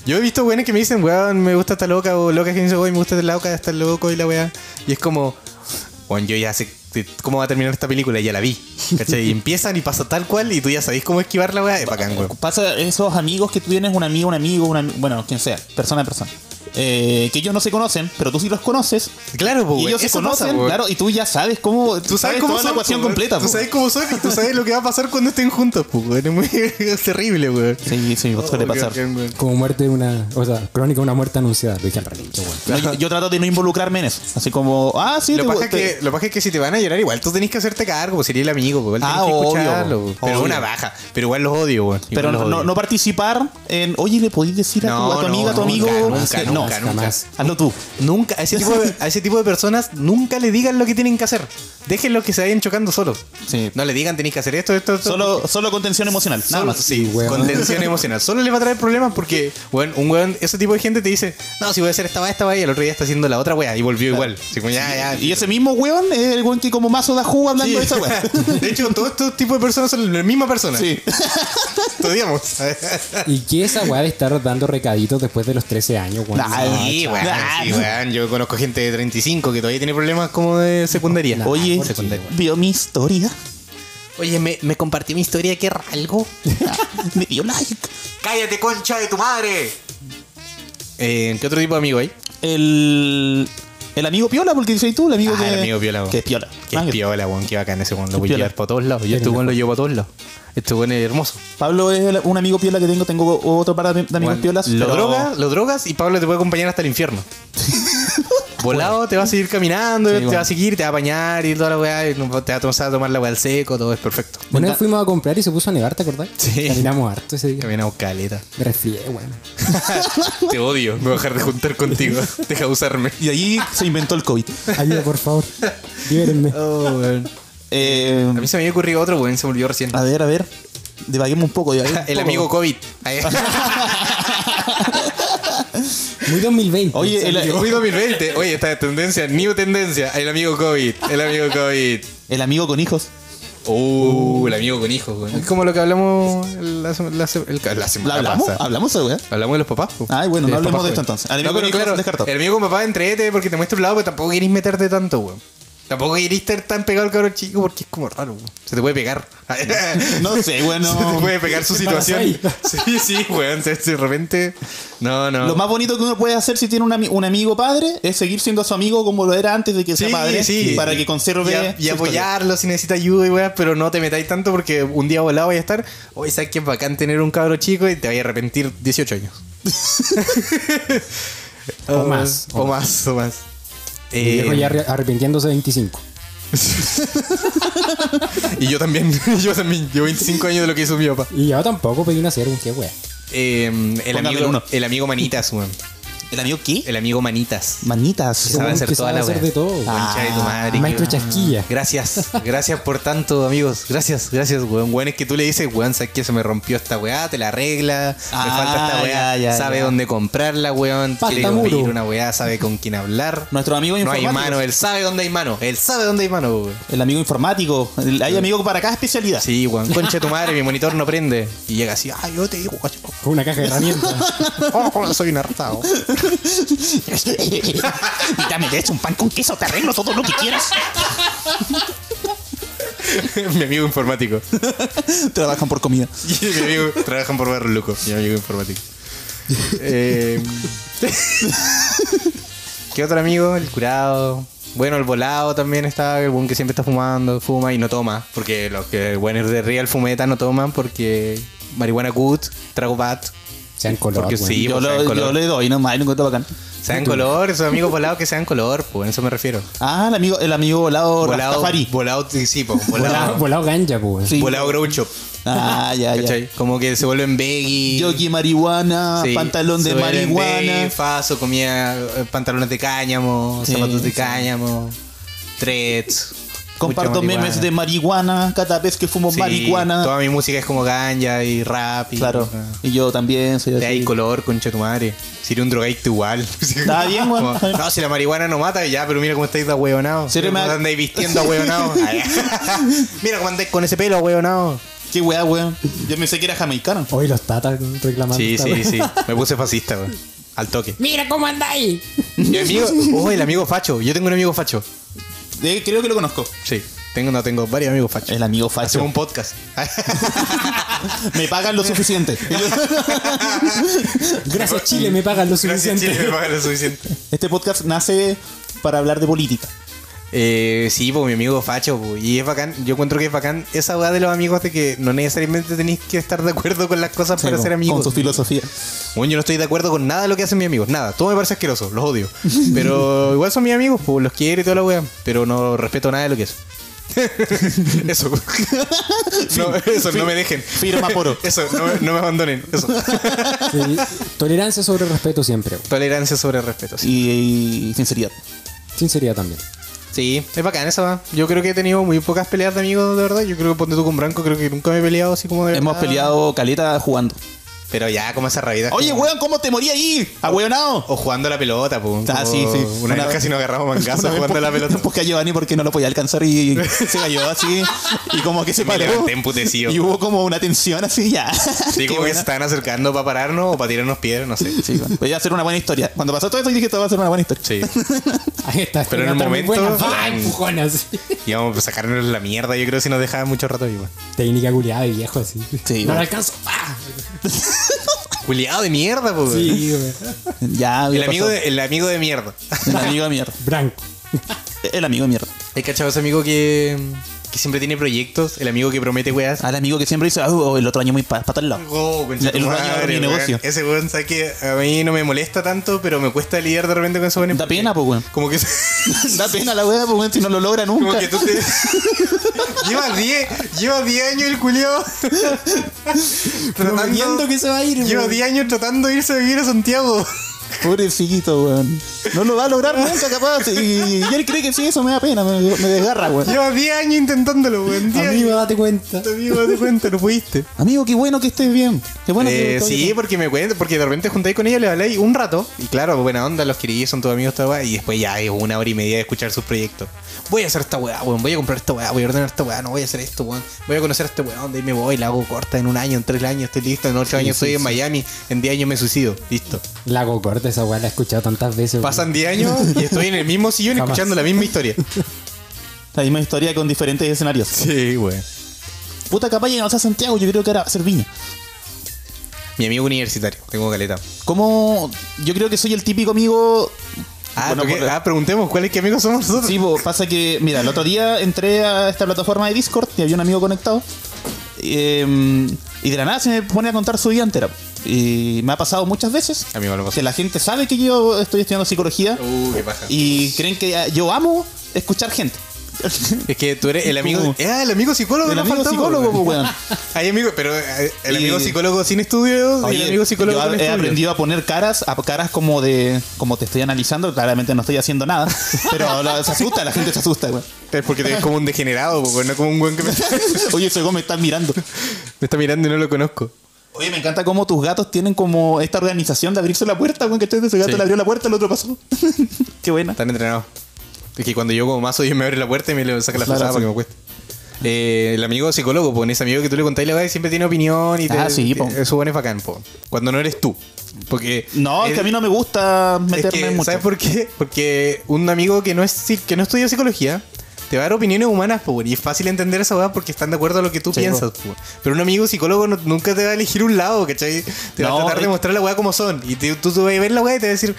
Yo he visto weones que me dicen, weón, me gusta esta loca, o locas que me dicen, oye, me gusta esta loca, está loco y la weá. Y es como, weón, yo ya sé que- cómo va a terminar esta película, ya la vi. ¿Cachai? Y empiezan y pasa tal cual, y tú ya sabés cómo esquivar la weá. Es bacán, weón.
Pasa esos amigos que tú tienes, un amigo, un amigo, un ami- bueno, quien sea, persona a persona. eh, que ellos no se conocen, pero tú sí los conoces.
Claro, po,
y
weón.
ellos se
Pues, eso
conocen,
pasa, po, weón.
claro, y tú ya sabes cómo.
Tú sabes cómo
toda
son,
la ecuación
po, weón.
completa.
Tú
pues. po.
sabes cómo son y tú sabes lo que va a pasar cuando estén juntos, pues, weón. Es, muy, [LAUGHS] es terrible, weón. Oh,
Sí, sí, suele pasar.
Como muerte de una... O sea, crónica de una muerte anunciada. Lo dije al relincho, weón.
No, yo, yo trato de no involucrarme en eso. Así como, ah, sí,
Lo
te-
que pasa es
te-
que, lo pasa es que si te van a llorar, igual tú tenés que hacerte cargo, pues sería el amigo, pues igual
Ah,
tenés que
obvio,
escucharlo, po. Pero
obvio.
una baja. Pero igual los odio, weón. Igual
Pero
los
no, no-
odio.
no participar en, oye, ¿le podéis decir a tu, a tu amiga, a tu amigo?
Nunca, nunca,
que- no,
nunca, nunca.
jamás.
hazlo tú.
Nunca, a ese, tipo de, a ese tipo de personas nunca le digan lo que tienen que hacer. Déjenlos que se vayan chocando solos.
Sí.
No le digan tenéis que hacer esto, esto, esto.
Solo, solo contención emocional, nada
Solo-
más.
Sí,
Sí, weón.
con tensión emocional. Solo le va a traer problemas porque, bueno, un weón, ese tipo de gente te dice, no, si voy a hacer esta weá, esta weá, y el otro día está haciendo la otra weá, y volvió igual. Así como, ya, ya.
Y ese mismo weón es el weón que como mazo da jugo
Sí.
hablando de esa
[LAUGHS]
weá.
De hecho, todos estos tipos de personas son la misma persona.
Sí.
Te odiamos. [LAUGHS]
Y que esa weá de estar dando recaditos después de los 13 años, weón.
Nah,
No,
Sí,
chao.
weón,
Ah,
sí,
no.
weón. Yo conozco gente de 35 que todavía tiene problemas como de secundaria.
Nah,
Oye,
por
secundaria.
vio mi historia. [LAUGHS]
Oye, me, me compartí mi historia, qué ralgo.
Me dio like.
¡Cállate, concha de tu madre! Eh, ¿Qué otro tipo de amigo hay?
El, el amigo piola, porque soy tú, el amigo
Ah,
que.
el amigo piola, weón.
Que es piola.
Qué
Ah,
piola, weón, qué bacán ese weón. Lo
Qué
voy a
piola.
llevar para todos lados. Yo este weón lo llevo para todos lados. Este weón es hermoso.
Pablo es el- un amigo piola que tengo, tengo otro par de de amigos
Weón,
piolas.
lo,
pero-
drogas, lo drogas y Pablo te puede acompañar hasta el [LAUGHS] infierno. Volado, te va a seguir caminando, te
weón.
va a seguir, te va a bañar y toda la weá, y no- te va a tomar, a tomar la weá al seco, todo es perfecto.
Una vez fuimos a comprar y se puso a nevar, ¿te acordás?
Sí.
Caminamos harto ese día.
Caminamos [LAUGHS] caleta.
Me resfrié, weón.
te odio, me voy a dejar de juntar contigo. Deja de usarme.
Y ahí se inventó el COVID.
Ayuda, por favor. Libérenme.
Oh, weón.
Eh,
A mí se me había ocurrido otro, weón, se me olvidó recién.
a ver, a ver. Divaguemos un poco. divaguemos
[LAUGHS]
un
El
poco.
amigo COVID. [LAUGHS] Ahí.
Muy 2020.
Oye, el,
Muy 2020. Oye, esta tendencia, new tendencia. El amigo COVID. El amigo COVID.
[LAUGHS] el amigo con hijos.
Uh, el amigo con hijos, güey. Es como lo que hablamos la, sem- la sem- el- la
¿La
semana
hablamos?
pasada.
¿Hablamos de weá?
Hablamos de los papás. güey.
Ay, bueno, no
los
hablemos
papás,
de esto
güey.
entonces. El amigo
No, pero
con hijos
claro,
descartado.
el amigo con papá, entrete porque te muestra un lado, pero tampoco querís meterte tanto, güey. Tampoco querís estar tan pegado al cabrón chico porque es como raro, güey. Se te puede pegar. [LAUGHS]
No sé,
Se te
bueno.
puede pegar
[LAUGHS]
su situación. Sí, sí, güey. Se- se- De repente. No, no.
Lo más bonito que uno puede hacer si tiene un, ami- un amigo padre es seguir siendo su amigo como lo era antes de que sea padre. Para que conserve.
Y a- Y,
su historia.
apoyarlo si necesita ayuda y weas, pero no te metáis tanto porque un día volado vaya a estar. Hoy sabes que es bacán tener un cabro chico y te vaya a arrepentir 18 años. Oh,
O más,
O, más, o más.
Mi viejo
Eh,
ya arre- arrepintiéndose de 25.
y yo también, [LAUGHS] yo también, yo 25 años de lo que hizo mi papá.
Y yo tampoco pedí una serum, qué wea.
Eh, el,
Póngame
amigo,
uno.
el amigo Manitas, weón.
¿El amigo qué?
El amigo Manitas.
Manitas.
sabe
Weón,
hacer
que
toda
sabe
la
hacer
wea.
de todo. weón.
Concha de tu madre.
Maestro Chasquilla.
Gracias, gracias por tanto, amigos. Gracias, gracias, weón. Weón, es que tú le dices, weón, ¿sabes qué? Se me rompió esta weá, te la arregla, me
Ah,
falta esta weá,
ya, ya,
sabe
ya.
dónde comprarla, weón,
Pasta
quiere pedir
muro.
una weá, sabe con quién hablar.
Nuestro amigo
No hay
informático.
mano, eh. él sabe dónde hay mano, él sabe dónde hay mano, weón.
El amigo informático. El- hay amigo para cada especialidad. [LAUGHS]
Sí, weón, concha tu madre, mi monitor no prende. Y llega así, ah, yo te digo,
Con una caja
[LAUGHS]
de herramientas.
oh, soy un hartado.
Dame de hecho un pan con queso, te arreglo todo lo que quieras.
[LAUGHS] [LAUGHS] mi amigo informático.
Trabajan por comida.
Y mi amigo, trabajan por barro loco, mi amigo informático. Eh, [LAUGHS] ¿Qué otro amigo? El curado. Bueno, el volado también está, el buen que siempre está fumando, fuma y no toma. Porque los que buenos de Real Fumeta no toman porque marihuana good, trago bad.
Sean color.
Porque
weón.
sí.
yo,
pues,
lo-
saben color.
yo le doy nomás, lo encuentro bacán.
Sean color, esos amigos volados que sean color, pues en eso me refiero.
Ah, el amigo, el amigo volado,
Volado,
Rastafari.
volado, sí, sí, po,
Volado,
volado.
volado ganja, pues.
Sí.
Volado Groucho.
Ah, ya, ya.
¿cachai? Como que se vuelven veggie.
Yogi marihuana,
Sí,
Ah, pantalón de
se vuelven
marihuana.
veggie, Faso comía eh, pantalones de cáñamo,
Sí,
zapatos de
sí.
cáñamo, threads.
Comparto
mucha
memes de marihuana cada vez que fumo
Sí,
marihuana.
Toda mi música es como ganja y rap. Y,
Claro.
ah.
Y yo también soy
Te hay
así.
color, concha de tu madre. Si eres un drogadicto igual. [LAUGHS]
Está bien, weón.
Como, No, si la marihuana no mata, ya, pero mira cómo estáis de ahueonado.
Sí,
Mira
me-
cómo andáis vistiendo
[LAUGHS]
ahueonado. [LAUGHS] Ay, mira cómo andáis con ese pelo ahueonado.
Qué weá, weón. Yo pensé que era jamaicano.
Hoy los tatas reclamando.
Sí,
esta
sí,
wea.
sí. Me puse fascista, weón. Al
[LAUGHS]
toque.
[LAUGHS] Mira cómo andáis.
Mi amigo, oh, el amigo facho. Yo tengo un amigo facho.
Eh, creo que lo conozco.
Sí. Tengo, no, tengo varios amigos fachos.
El amigo
Hacemos
facho.
un podcast.
Me pagan lo suficiente.
[LAUGHS] Gracias Chile, me pagan lo
Gracias,
suficiente.
Chile, me paga lo suficiente.
Este podcast nace para hablar de política.
Eh, sí, pues mi amigo Facho, po. y es bacán, yo encuentro que es bacán esa weá de los amigos de que no necesariamente tenéis que estar de acuerdo con las cosas para
pues,
Sí,
ser
con- Con
amigos.
su filosofía.
Bueno, yo no estoy de acuerdo con nada de lo que hacen mis amigos, nada, todo me parece asqueroso, los
[LAUGHS]
odio. Pero igual son mis amigos, pues los quiero y toda la weá, pero no respeto nada de lo que es. [LAUGHS]
[LAUGHS]
eso. no, eso, no me dejen.
Firma poro.
[LAUGHS] Eso, no, me- no me abandonen.
[LAUGHS]
Eso.
Sí, Tolerancia sobre respeto siempre. wea.
Tolerancia sobre respeto. Sí,
Y, y sinceridad.
Sinceridad también.
Sí, es bacán esa weá. Yo creo que he tenido muy pocas peleas de amigos, de verdad. Yo creo que ponte tú con Branco, creo que nunca me he peleado así como de
Hemos
verdad.
peleado caleta jugando.
Pero ya, como esa rabia.
Oye, weón, ¿cómo te morí ahí? Ahueonado.
O jugando a la pelota, pues.
Ah, sí, sí.
Una,
Una
vez
vez-
casi nos agarramos mangazo
Una vez
jugando a la
po-
pelota.
[LAUGHS] Porque a Giovanni porque no lo podía alcanzar
[LAUGHS]
y, y se cayó así. Y como que se
Me
paró.
levanté emputecido.
Y hubo como una tensión así ya.
[LAUGHS]
[LAUGHS]
Sí, como que
Qué
se
buena.
estaban acercando para pararnos o para tirarnos piedras, no sé.
Sí, bueno. Voy a hacer una buena historia. Cuando pasó todo esto dije que esto va a ser una buena historia.
[LAUGHS] Sí.
Ahí está.
Pero en el
está muy
momento-
buena. Va, empujonas.
Íbamos a sacarnos la mierda, yo creo que si nos dejaban mucho rato vivo.
[LAUGHS] Técnica culiada de viejo así.
Sí,
no
wea.
la alcanzo. ¡Ah!
Juliado de mierda, pues.
Sí, wea.
Ya,
El
había
amigo,
pasado.
de, el amigo de mierda.
El amigo de mierda.
Branco.
El amigo de mierda.
¿Hay cachado ese amigo que, que siempre tiene proyectos? El amigo que promete weas.
Al amigo que siempre dice, ah, oh, el otro año muy para tal lado.
Oh, concha
El
tu
dueño de
madre,
mi
weón.
negocio.
Ese weón, ¿sabes que A mí no me molesta tanto, pero me cuesta lidiar de repente con esos weones.
Da pena,
[LAUGHS]
pues, weón.
Como que.
Da pena la weá, pues, weón, si no lo logra
Como
nunca.
que tú te. [LAUGHS] lleva 10 lleva 10 años el culiao. [LAUGHS]
Prometiendo que se va a ir.
Lleva
wea.
10 años tratando de irse a vivir a Santiago. [LAUGHS]
Pobrecito, weón. No lo va a lograr nunca, capaz. Y, y él cree que sí, eso me da pena, me, me desgarra, weón.
Lleva 10 años intentándolo, weón. 10
Amigo, date cuenta.
años. Amigo, date cuenta, no pudiste.
Amigo, qué bueno que estés bien. Qué bueno que
Eh,
todo
sí,
bien.
porque me cuenta, porque de repente juntáis con ella, le habláis un rato, y claro, buena onda, los queréis, son tus amigos, esta weá, y después ya es una hora y media de escuchar sus proyectos. Voy a hacer esta weá, weón, voy a comprar esta weá, voy a ordenar esta weá, no voy a hacer esto, weón, voy a conocer a este weón, de ahí me voy, la hago corta en un año, en tres años, estoy listo, en ocho años estoy en Miami, en diez años me suicido, listo.
Lago corta, esa weá la he escuchado tantas veces. wea.
Pasan diez años y estoy en el mismo sillón
Jamás.
escuchando la misma
[LAUGHS]
historia.
La misma historia con diferentes escenarios.
Sí, weón.
Puta, capaz llegamos a Santiago, yo creo que era Serviña.
Mi amigo universitario, tengo caleta.
¿Cómo? Yo creo que soy el típico amigo.
Ah,
Bueno,
porque-
por-
ah, preguntemos, ¿cuáles que amigos somos nosotros?
Sí, po, pasa que, mira, el otro día entré a esta plataforma de Discord y había un amigo conectado. eh, y de la nada se me pone a contar su vida entera. Y me ha pasado muchas veces
A mí me lo pasó.
que la gente sabe que yo estoy estudiando psicología
Uh, qué paja.
y creen que ah, yo amo
[LAUGHS]
escuchar gente.
Es que tú eres el amigo.
¿Cómo?
Ah, el amigo psicólogo.
pues. El
no
amigo
faltó,
psicólogo,
po,
po, weón.
[LAUGHS] Hay amigos, pero eh, el
Y-
amigo psicólogo sin estudios y
Oye,
el amigo psicólogo
yo
con
he
estudios.
aprendido a poner caras, a caras como de como te estoy analizando, claramente no estoy
[LAUGHS]
haciendo nada, pero la- se asusta, la gente se asusta, güey.
Es porque te ves como un degenerado, po, no como un weón que me, [LAUGHS] me
Oye, ese güey me está mirando.
está mirando y no lo conozco.
Oye, me encanta cómo tus gatos tienen como esta organización de abrirse la puerta, güey, que ese gato
Sí.
le abrió la puerta, el otro pasó. [LAUGHS] Qué buena.
Están entrenados. Es que cuando yo como mazo, ellos me abren la puerta y me le saca la
Claro,
frazada
sí.
para que me cueste. Eh, el amigo psicólogo, pon ese amigo que tú le contáis la verdad y siempre tiene opinión y te,
Ah, sí, po.
te- eso bueno es bacán, po. Cuando no eres tú. Porque.
No, es
el-
que a mí no me gusta
Es
meterme
que,
mucho.
¿Sabes por qué? Porque un amigo que no, es, psi- que no estudia psicología te va a dar opiniones humanas, po, y es fácil entender esa weá porque están de acuerdo a lo que tú
Sí,
piensas, po. Pero un amigo psicólogo no- nunca te va a elegir un lado, ¿cachai? Te va
No,
a tratar de
es-
mostrar la weá como son. Y te- tú, tú vas a ver la weá y te va a decir,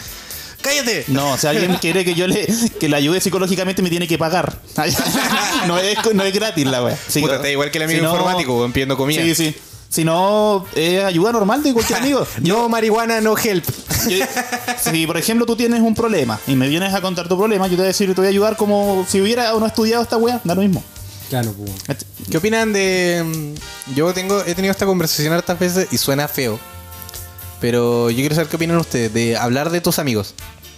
¡cállate!
No, si alguien quiere que yo le que le ayude psicológicamente me tiene que pagar. [LAUGHS] No es, no es gratis la wea. Sí,
Puta, está igual que el amigo
si no-
informático, weón, pidiendo comida. Ah,
Sí, sí. Si no, es ayuda normal
[LAUGHS]
de cualquier amigo.
No marihuana, no help.
Yo- si, por ejemplo, tú tienes un problema y me vienes a contar tu problema, yo te voy a decir, te voy a ayudar como si hubiera o no estudiado esta wea, da lo mismo. Este,
Claro, pues.
¿Qué opinan de.? mm, Yo tengo, he tenido esta conversación hartas veces y suena feo. Pero yo quiero saber qué opinan ustedes de hablar de tus amigos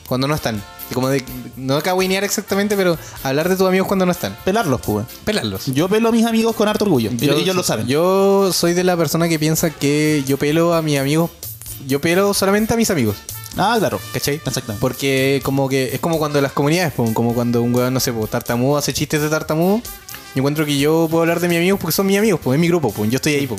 cuando no están. Como de. No cabinear exactamente, pero hablar de tus amigos cuando no están.
Pelarlos, pues.
Pelarlos.
Yo pelo a mis amigos con harto orgullo. y ellos lo saben.
Yo soy de la persona que piensa que yo pelo a mis amigos. Yo pelo solamente a mis amigos.
ah, claro.
¿Cachai?
Exactamente.
Porque como que es como cuando las comunidades, po, como cuando un weón, no sé, po, tartamudo hace chistes de tartamudo. Yo encuentro que yo puedo hablar de mis amigos porque son mis amigos, pues es mi grupo, pues yo estoy ahí, po.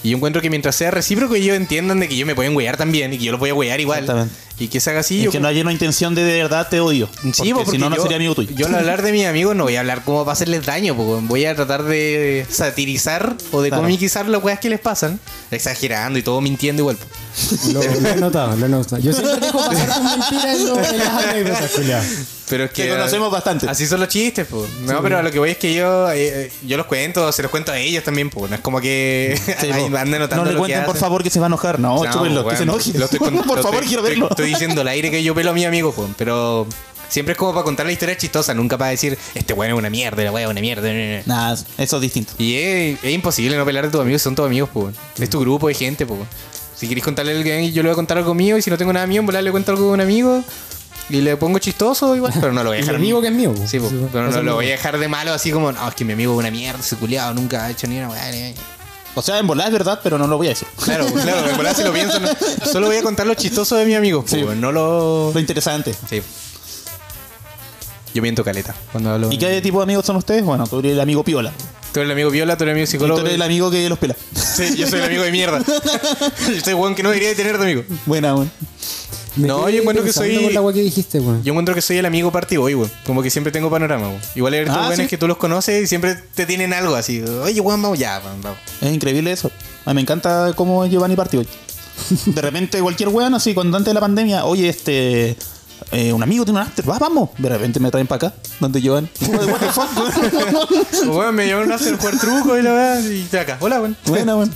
Y yo encuentro que mientras sea recíproco ellos entiendan de que yo me pueden wear también y que yo los voy a wear igual.
Exactamente.
Y que se haga así.
Es
yo
que
como-
no hay una intención de de verdad te odio.
Sí, po,
porque si no, no
yo-
sería amigo tuyo.
Yo al hablar de mis amigos no voy a hablar como para hacerles daño, po. voy a tratar de satirizar o de
Claro.
comiquizar las weas que les pasan, exagerando y todo mintiendo igual. po. [LAUGHS]
Lo, lo he notado, lo he notado. Yo siempre dejo pasar tus mentiras en, lo- en las anécdotas, culiao.
Pero es que, eh,
Te conocemos bastante.
Así son los chistes, pues. No, pero a lo que voy es que yo, eh, eh, yo los cuento, se los cuento a ellos también, pues. No es como que
Sí,
[LAUGHS] ahí
po.
anden notando
no le
lo que
cuenten, por
hacen.
favor, que se va a enojar. No,
No,
chúpenlo,
po,
que se
weón,
enoje.
lo
[LAUGHS]
estoy con-
por
lo
favor,
estoy-
quiero
estoy-
verlo.
Estoy diciendo al aire que yo pelo a mi amigo, pues. Pero siempre es como para contar la historia chistosa, nunca para decir, este weón es una mierda, la weón es una mierda.
Nada, eso es distinto.
Y es, es imposible no pelar de tus amigos, son tus amigos, pues. Es tu grupo de gente, pues. Si quieres contarle algo, a alguien, yo le voy a contar algo mío, y si no tengo nada mío, en volar le cuento algo a un amigo, y le pongo chistoso, igual, pero no lo voy a
[LAUGHS]
El
dejar.
amigo que es mío. po.
Sí, po, pero no
Eso
lo,
mismo.
voy a dejar de malo, así como, no, es que mi amigo es una mierda, ese culiado, nunca ha hecho ni una weá. ni-
O sea, en volada es verdad, pero no lo voy a decir.
Claro, claro, en verdad si lo pienso, no- solo voy a contar lo chistoso de mi amigo, po,
Sí.
no lo.
Lo interesante.
Sí. Yo miento caleta cuando hablo.
¿Y qué tipo de amigos son ustedes? Bueno, tú eres el amigo piola. Y
Tú eres el amigo viola, tú eres el amigo
Tú
psicólogo.
eres el amigo que los pela.
Sí, yo soy el amigo de [LAUGHS] mierda. yo soy weón que no debería de tener de amigo.
[LAUGHS] Buena, weón.
Me
No,
quedé
yo encuentro que
pensando
soy-
con la agua que dijiste, weón.
Yo encuentro que soy el amigo party boy, weón. Como que siempre tengo panorama, weón. Igual hay estos
Ah,
weones
sí.
que tú los conoces y siempre te tienen algo así. Oye, weón, vamos ya, weón, vamos.
Es increíble eso. A mí me encanta cómo es Giovanni [LAUGHS] Party hoy. De repente, cualquier weón, así, cuando antes de la pandemia, oye, este. eh, un amigo tiene un after, va, vamos. De repente me traen para acá, donde Giovanni. [LAUGHS] What the fuck, weón?
Weón, me llevaron a hacer jugar truco y la verdad, y estoy acá. Hola, weón.
Buena, weón.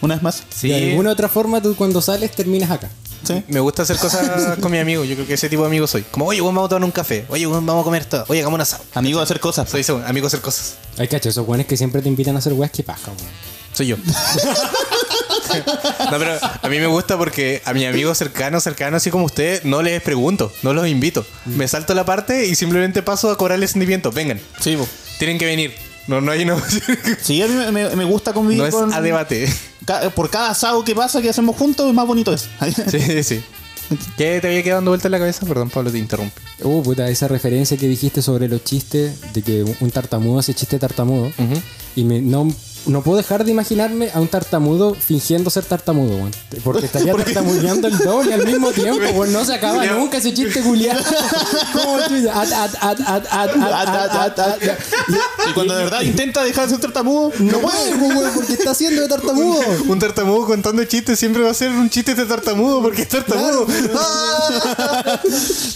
Una vez más.
Sí.
De alguna otra forma, tú cuando sales terminas acá.
Sí.
Me gusta hacer cosas con mis amigos. Yo creo que ese tipo de amigo soy. Como, oye, weón, vamos a tomar un café. Oye, weón, vamos a comer todo. Oye, hagamos un asado.
Amigo de hacer cosas.
Soy ese weón, amigo de hacer cosas.
Ay, cacho, esos weones que siempre te invitan a hacer weas, que paja, weón.
Soy [LAUGHS] yo. No, pero a mí me gusta porque a mis amigos cercanos, cercanos, así como ustedes, no les pregunto, no los invito. Me salto la parte y simplemente paso a cobrarles sentimiento. Vengan,
Sí, po.
tienen que venir. No, no hay no, [LAUGHS]
Sí, a mí me, me- me gusta convivir
no es
con.
a [LAUGHS] debate.
ca- por cada asado que pasa que hacemos juntos, más bonito [LAUGHS] es.
Sí, sí. ¿Qué te había quedado dando vuelta en la cabeza? Perdón, Pablo, te interrumpí.
Uh, puta, esa referencia que dijiste sobre los chistes, de que un- un tartamudo hace chiste tartamudo. Y me, no, no puedo dejar de imaginarme a un tartamudo fingiendo ser tartamudo, weón. Porque [LAUGHS] estaría tartamudeando el doble al mismo tiempo, weón. No se acaba
Culeado.
nunca ese chiste [LAUGHS] culiado. Como chucha, at, at, at, at, at, at, at, at, at, at.
Ah, Y cuando de verdad intenta dejar de ser tartamudo, no puede.
[LAUGHS] weón, porque está haciendo de tartamudo.
Un tartamudo contando chistes siempre va a ser un chiste de tartamudo porque es tartamudo.
pues,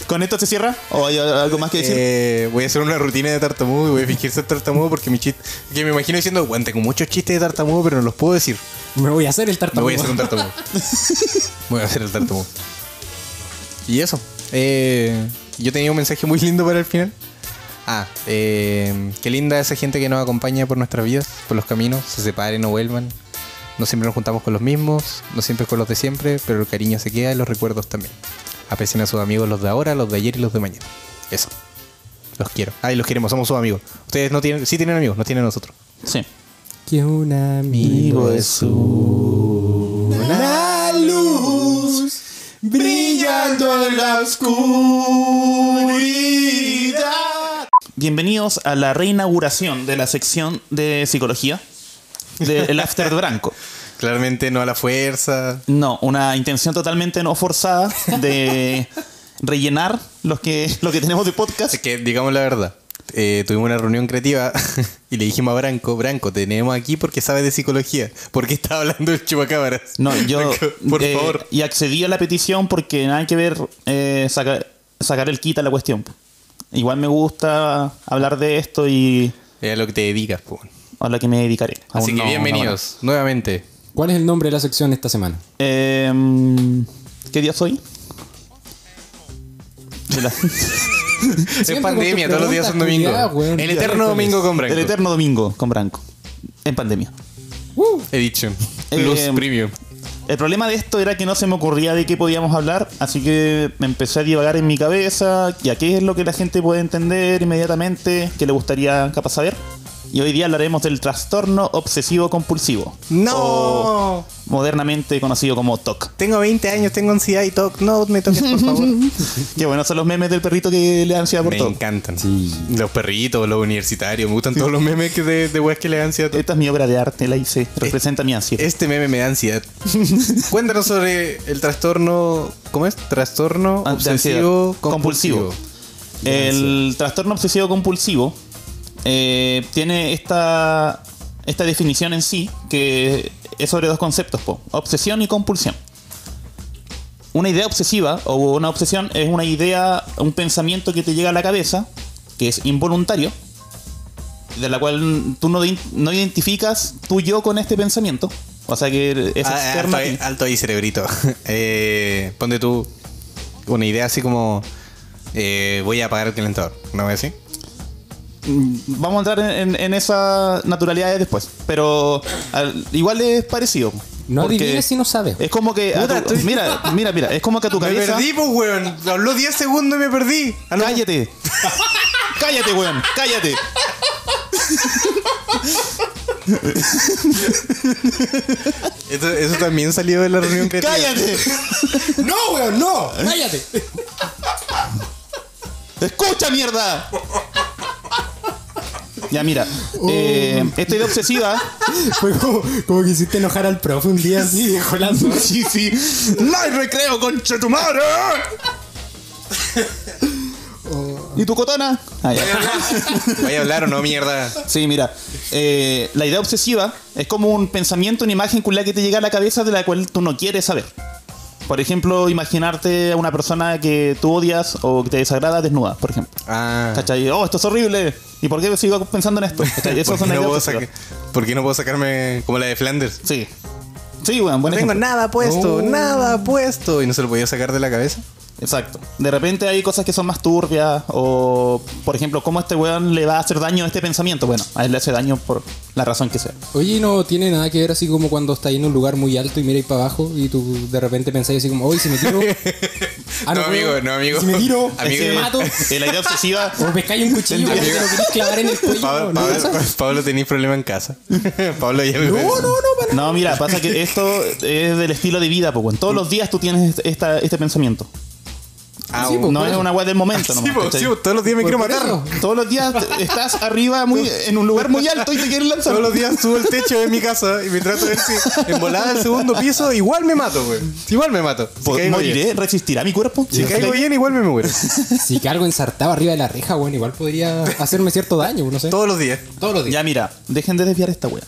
¿Con esto se cierra? ¿O hay algo más que decir?
[LAUGHS] Eh, voy a hacer una rutina de tartamudo y voy a fingir ser tartamudo porque mi chiste. Que me imagino diciendo, bueno, tengo muchos chistes de tartamudo, pero no los puedo decir.
Me voy a hacer el
Me
tartamudo.
voy a hacer un tartamudo. voy a hacer el tartamudo. Y eso. Eh, yo tenía un mensaje muy lindo para el final. Ah, eh, qué linda esa gente que nos acompaña por nuestras vidas, por los caminos, se separen o vuelvan. No siempre nos juntamos con los mismos, no siempre con los de siempre, pero el cariño se queda y los recuerdos también. Aprecien a sus amigos los de ahora, los de ayer y los de mañana. Eso. Los quiero. Ay, los queremos, somos sus amigos. Ustedes no tienen, sí tienen amigos, no tienen nosotros.
Sí.
Que un amigo es una luz brillando en la oscuridad.
Bienvenidos a la reinauguración de la sección de psicología del After Branco.
Claramente no a la fuerza.
No, una intención totalmente no forzada
[LAUGHS]
de rellenar los que, lo que tenemos de podcast.
Es que, digamos la verdad, eh, tuvimos una reunión creativa [LAUGHS] y le dijimos a Branco, Branco, te tenemos aquí porque sabes de psicología. ¿Por qué está hablando el chupacabras?
No, yo.
Branco, [LAUGHS] por
eh,
favor.
Y accedí a la petición porque nada que ver eh, saca- sacar el quita a la cuestión. Igual me gusta hablar de esto y
Es Eh, a lo que te dedicas, po.
a lo que me dedicaré.
Así
Aún
que
no- no,
bienvenidos nuevamente.
¿Cuál es el nombre de la sección esta semana?
no. Em, ¿Qué día soy? De la-
Es pandemia, todos los días son domingos. El eterno domingo con Branco.
El eterno domingo con Branco. En pandemia.
Edition. Plus
Eh,
Premium.
El problema de esto era que no se me ocurría de qué podíamos hablar, así que me empecé a divagar en mi cabeza, y a qué es lo que la gente puede entender inmediatamente, que le gustaría capaz saber. Y hoy día hablaremos del trastorno obsesivo compulsivo.
¡No! Oh.
O modernamente conocido como TOC.
Tengo 20 años, tengo ansiedad y talk. No me toques, por
[LAUGHS]
favor.
Que bueno, son los memes del perrito que le da ansiedad por
me
todo.
encantan.
Sí.
Los perritos, los universitarios. Me gustan todos los memes que de, de weas que le dan ansiedad. a todo.
Esta es mi obra de arte, la hice, representa mi ansiedad.
Este meme me da
[LAUGHS]
ansiedad. Cuéntanos sobre el trastorno. ¿Cómo es? Trastorno
Ah, de
obsesivo
ansiedad.
compulsivo.
El trastorno obsesivo compulsivo eh, tiene esta, esta definición en sí, que es sobre dos conceptos, po, obsesión y compulsión. Una idea obsesiva o una obsesión es una idea, un pensamiento que te llega a la cabeza, que es involuntario, de la cual tú no, de- no identificas tu yo con este pensamiento. O sea que es
Ah, alto,
externo a ti.
ahí, alto ahí, cerebrito. [LAUGHS] Eh, ponte tú una idea así como. eh, voy a apagar el calentador. ¿No es así?
Mm, Vamos a entrar en, en- en esas naturalidades después. Pero al- igual es parecido.
No
porque
adivines si no sabes.
Es como que. a
Puta,
tu-
estoy-
Mira, mira, mira. Es como que
[LAUGHS]
a tu cabeza.
pues, weón. Habló 10 segundos y me perdí.
Cállate. cállate, weón. Cállate.
Eso, eso también salió de la [LAUGHS] reunión creativa.
Cállate.
¡No, weón! ¡No! ¡Cállate!
¡Escucha, mierda! Ya, mira. Eh, esta idea obsesiva.
Fue como, como que hiciste enojar al profe un día así, viejo lazo.
sí, sí. ¡No hay recreo, concha tu madre! ¿Y tu cotona? Ah, ya.
Vaya a hablar o no, mierda.
Sí, mira, eh, la idea obsesiva es como un pensamiento, una imagen con la que te llega a la cabeza de la cual tú no quieres saber. Por ejemplo, imaginarte a una persona que tú odias o que te desagrada desnuda, por ejemplo.
Ah.
¿Cachai? Oh, esto es horrible. ¿Y por qué sigo pensando
[LAUGHS]
en esto? ¿Cachai? Esas
¿Por qué,
son
no
las
puedo
ideas obsesivas.
saca- por qué no puedo sacarme como la de Flanders?
Sí. Sí, bueno, buen
No tengo
ejemplo.
nada puesto,
Oh.
nada puesto. Y no se lo podía sacar de la cabeza.
Exacto. De repente hay cosas que son más turbias o, por ejemplo, cómo a este weón le va a hacer daño a este pensamiento. Bueno, a él le hace daño por la razón
[LAUGHS]
que sea.
Oye, no tiene nada que ver así como cuando estás en un lugar muy alto y miráis para abajo y tú de repente pensáis así como, oye, si
[LAUGHS]
me tiro. Ah,
No, amigo,
puedo.
no, amigo.
Si me tiro,
[LAUGHS] Amigo.
si me mato.
Eh, la idea obsesiva
O pescáis un cuchillo y
Amigo.
te lo querés clavar en el cuello.
Pablo,
¿no?
Pablo, [LAUGHS] Pablo, tenéis problema en casa. [LAUGHS] Pablo ya me
No, no, no, para
No, mira, pasa que esto es del estilo de vida, pues, Todos los días tú tienes esta, este pensamiento.
Ah,
Sí,
un-
po.
No es una weá del momento,
Ah, Sí,
nomás,
po,
¿cachai?
sí, po, todos los días me
Por
quiero
eso.
matar.
Todos los días estás arriba, muy, en un lugar muy alto y te quieren lanzar.
Todos los días subo el techo de mi casa y me trato de ver si en volada al segundo piso igual me mato, güey. Igual me mato. Si
Pues,
Po-
caigo bien.
¿Moriré? ¿Resistirá mi cuerpo?
Si caigo bien, igual me
[LAUGHS]
muero.
Si que algo ensartado arriba de la reja, bueno, igual podría hacerme cierto daño, no sé.
Todos los días.
Todos los días.
Ya, mira, dejen de desviar esta weá.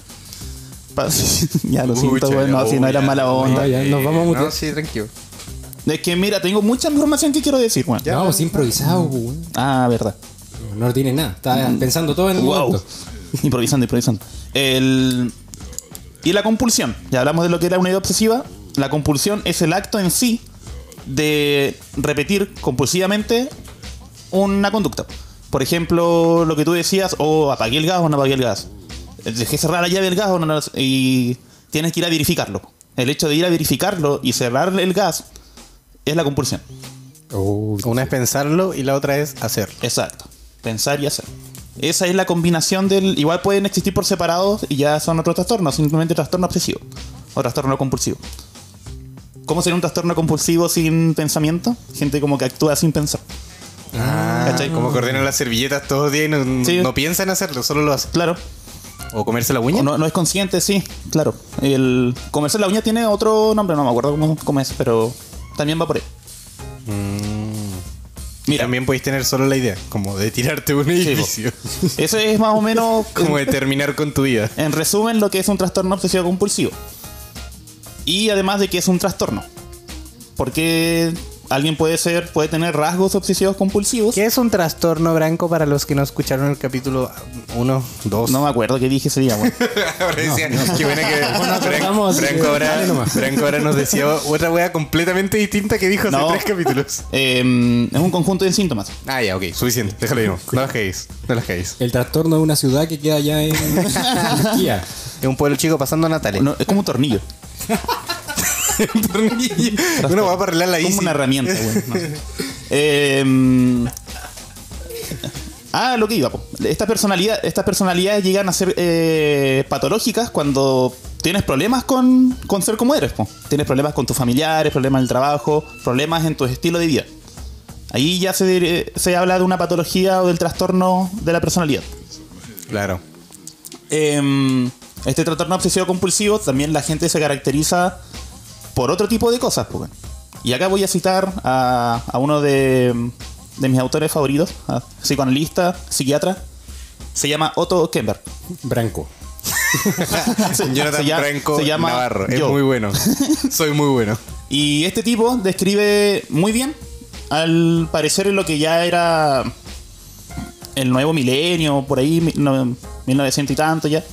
Pa- [LAUGHS] ya lo siento,
Pucha,
weón, no, si no
uy,
era
ya,
mala
uy,
onda.
ya, nos vamos a mutear.
No, sí, tranquilo.
Es que mira, tengo mucha información que quiero decir, weón.
ya.
no, pues improvisado, weón.
Ah, verdad.
No, no tiene nada. Estaba
Mm.
pensando todo en el
Wow.
momento.
improvisando, improvisando. El... Y la compulsión. Ya hablamos de lo que era una idea obsesiva. La compulsión es el acto en sí de repetir compulsivamente una conducta. Por ejemplo, lo que tú decías, oh, apagué el gas o no apagué el gas. Dejé cerrar la llave del gas o no la- Y tienes que ir a verificarlo. El hecho de ir a verificarlo y cerrar el gas es la compulsión.
Oh,
Una es pensarlo y la otra es hacerlo.
Exacto. Pensar y hacer. Esa es la combinación del. Igual pueden existir por separados y ya son otros trastornos, simplemente trastorno obsesivo o trastorno compulsivo. ¿Cómo sería un trastorno compulsivo sin pensamiento? Gente como que actúa sin pensar.
Ah.
¿Cachai?
Como que ordenan las servilletas todos los días y no,
Sí.
no piensan hacerlo, solo lo hacen.
Claro.
O comerse la
O
uña.
no, no es consciente, sí, claro. El comerse la uña tiene otro nombre, no me acuerdo cómo, cómo es, pero también va por ahí. Mira,
También podéis tener solo la idea, como de tirarte un edificio. [LAUGHS]
ese es más o menos
como de terminar con tu vida.
En resumen, lo que es un trastorno obsesivo compulsivo. Y además de que es un trastorno. ¿Por qué Alguien puede ser, puede tener rasgos obsesivos compulsivos.
¿Qué es un trastorno branco para los que no escucharon el capítulo 1, [LAUGHS] 2?
No me acuerdo qué dije ese día, weón.
Ahora decía, qué buena que Franco,
tratamos,
Franco
eh,
ahora,
dale nomás.
Franco ahora nos decía otra wea completamente distinta que dijo hace
No.
tres capítulos.
Eh, es un conjunto de síntomas.
Ah, ya, ok, suficiente, déjalo mismo. No las caéis, no las caéis.
El trastorno de una ciudad que queda allá en Turquía.
Es un pueblo chico pasando a Natales. [LAUGHS]
No, es como un tornillo.
Uno va a arreglar la
como
bici.
una herramienta, weón. no. Eh, ah, lo que iba, po. Estas personalidades, estas personalidades llegan a ser eh, patológicas cuando tienes problemas con, con ser como eres, po. Tienes problemas con tus familiares, problemas en el trabajo, problemas en tu estilo de vida. Ahí ya se, se habla de una patología o del trastorno de la personalidad.
Claro.
Eh, este trastorno obsesivo compulsivo también la gente se caracteriza por otro tipo de cosas. pues, weón. Y acá voy a citar a, a uno de, de mis autores favoritos, a- psicoanalista, psiquiatra. Se llama Otto Kemper. [LAUGHS]
Branco.
Se-
Jonathan
se lla-
Franco
se llama
Navarro. Es
yo.
muy [LAUGHS] bueno. Soy muy bueno.
Y este tipo describe muy bien, al parecer, en lo que ya era el nuevo milenio, por ahí, mi- no- 1900 y tanto ya,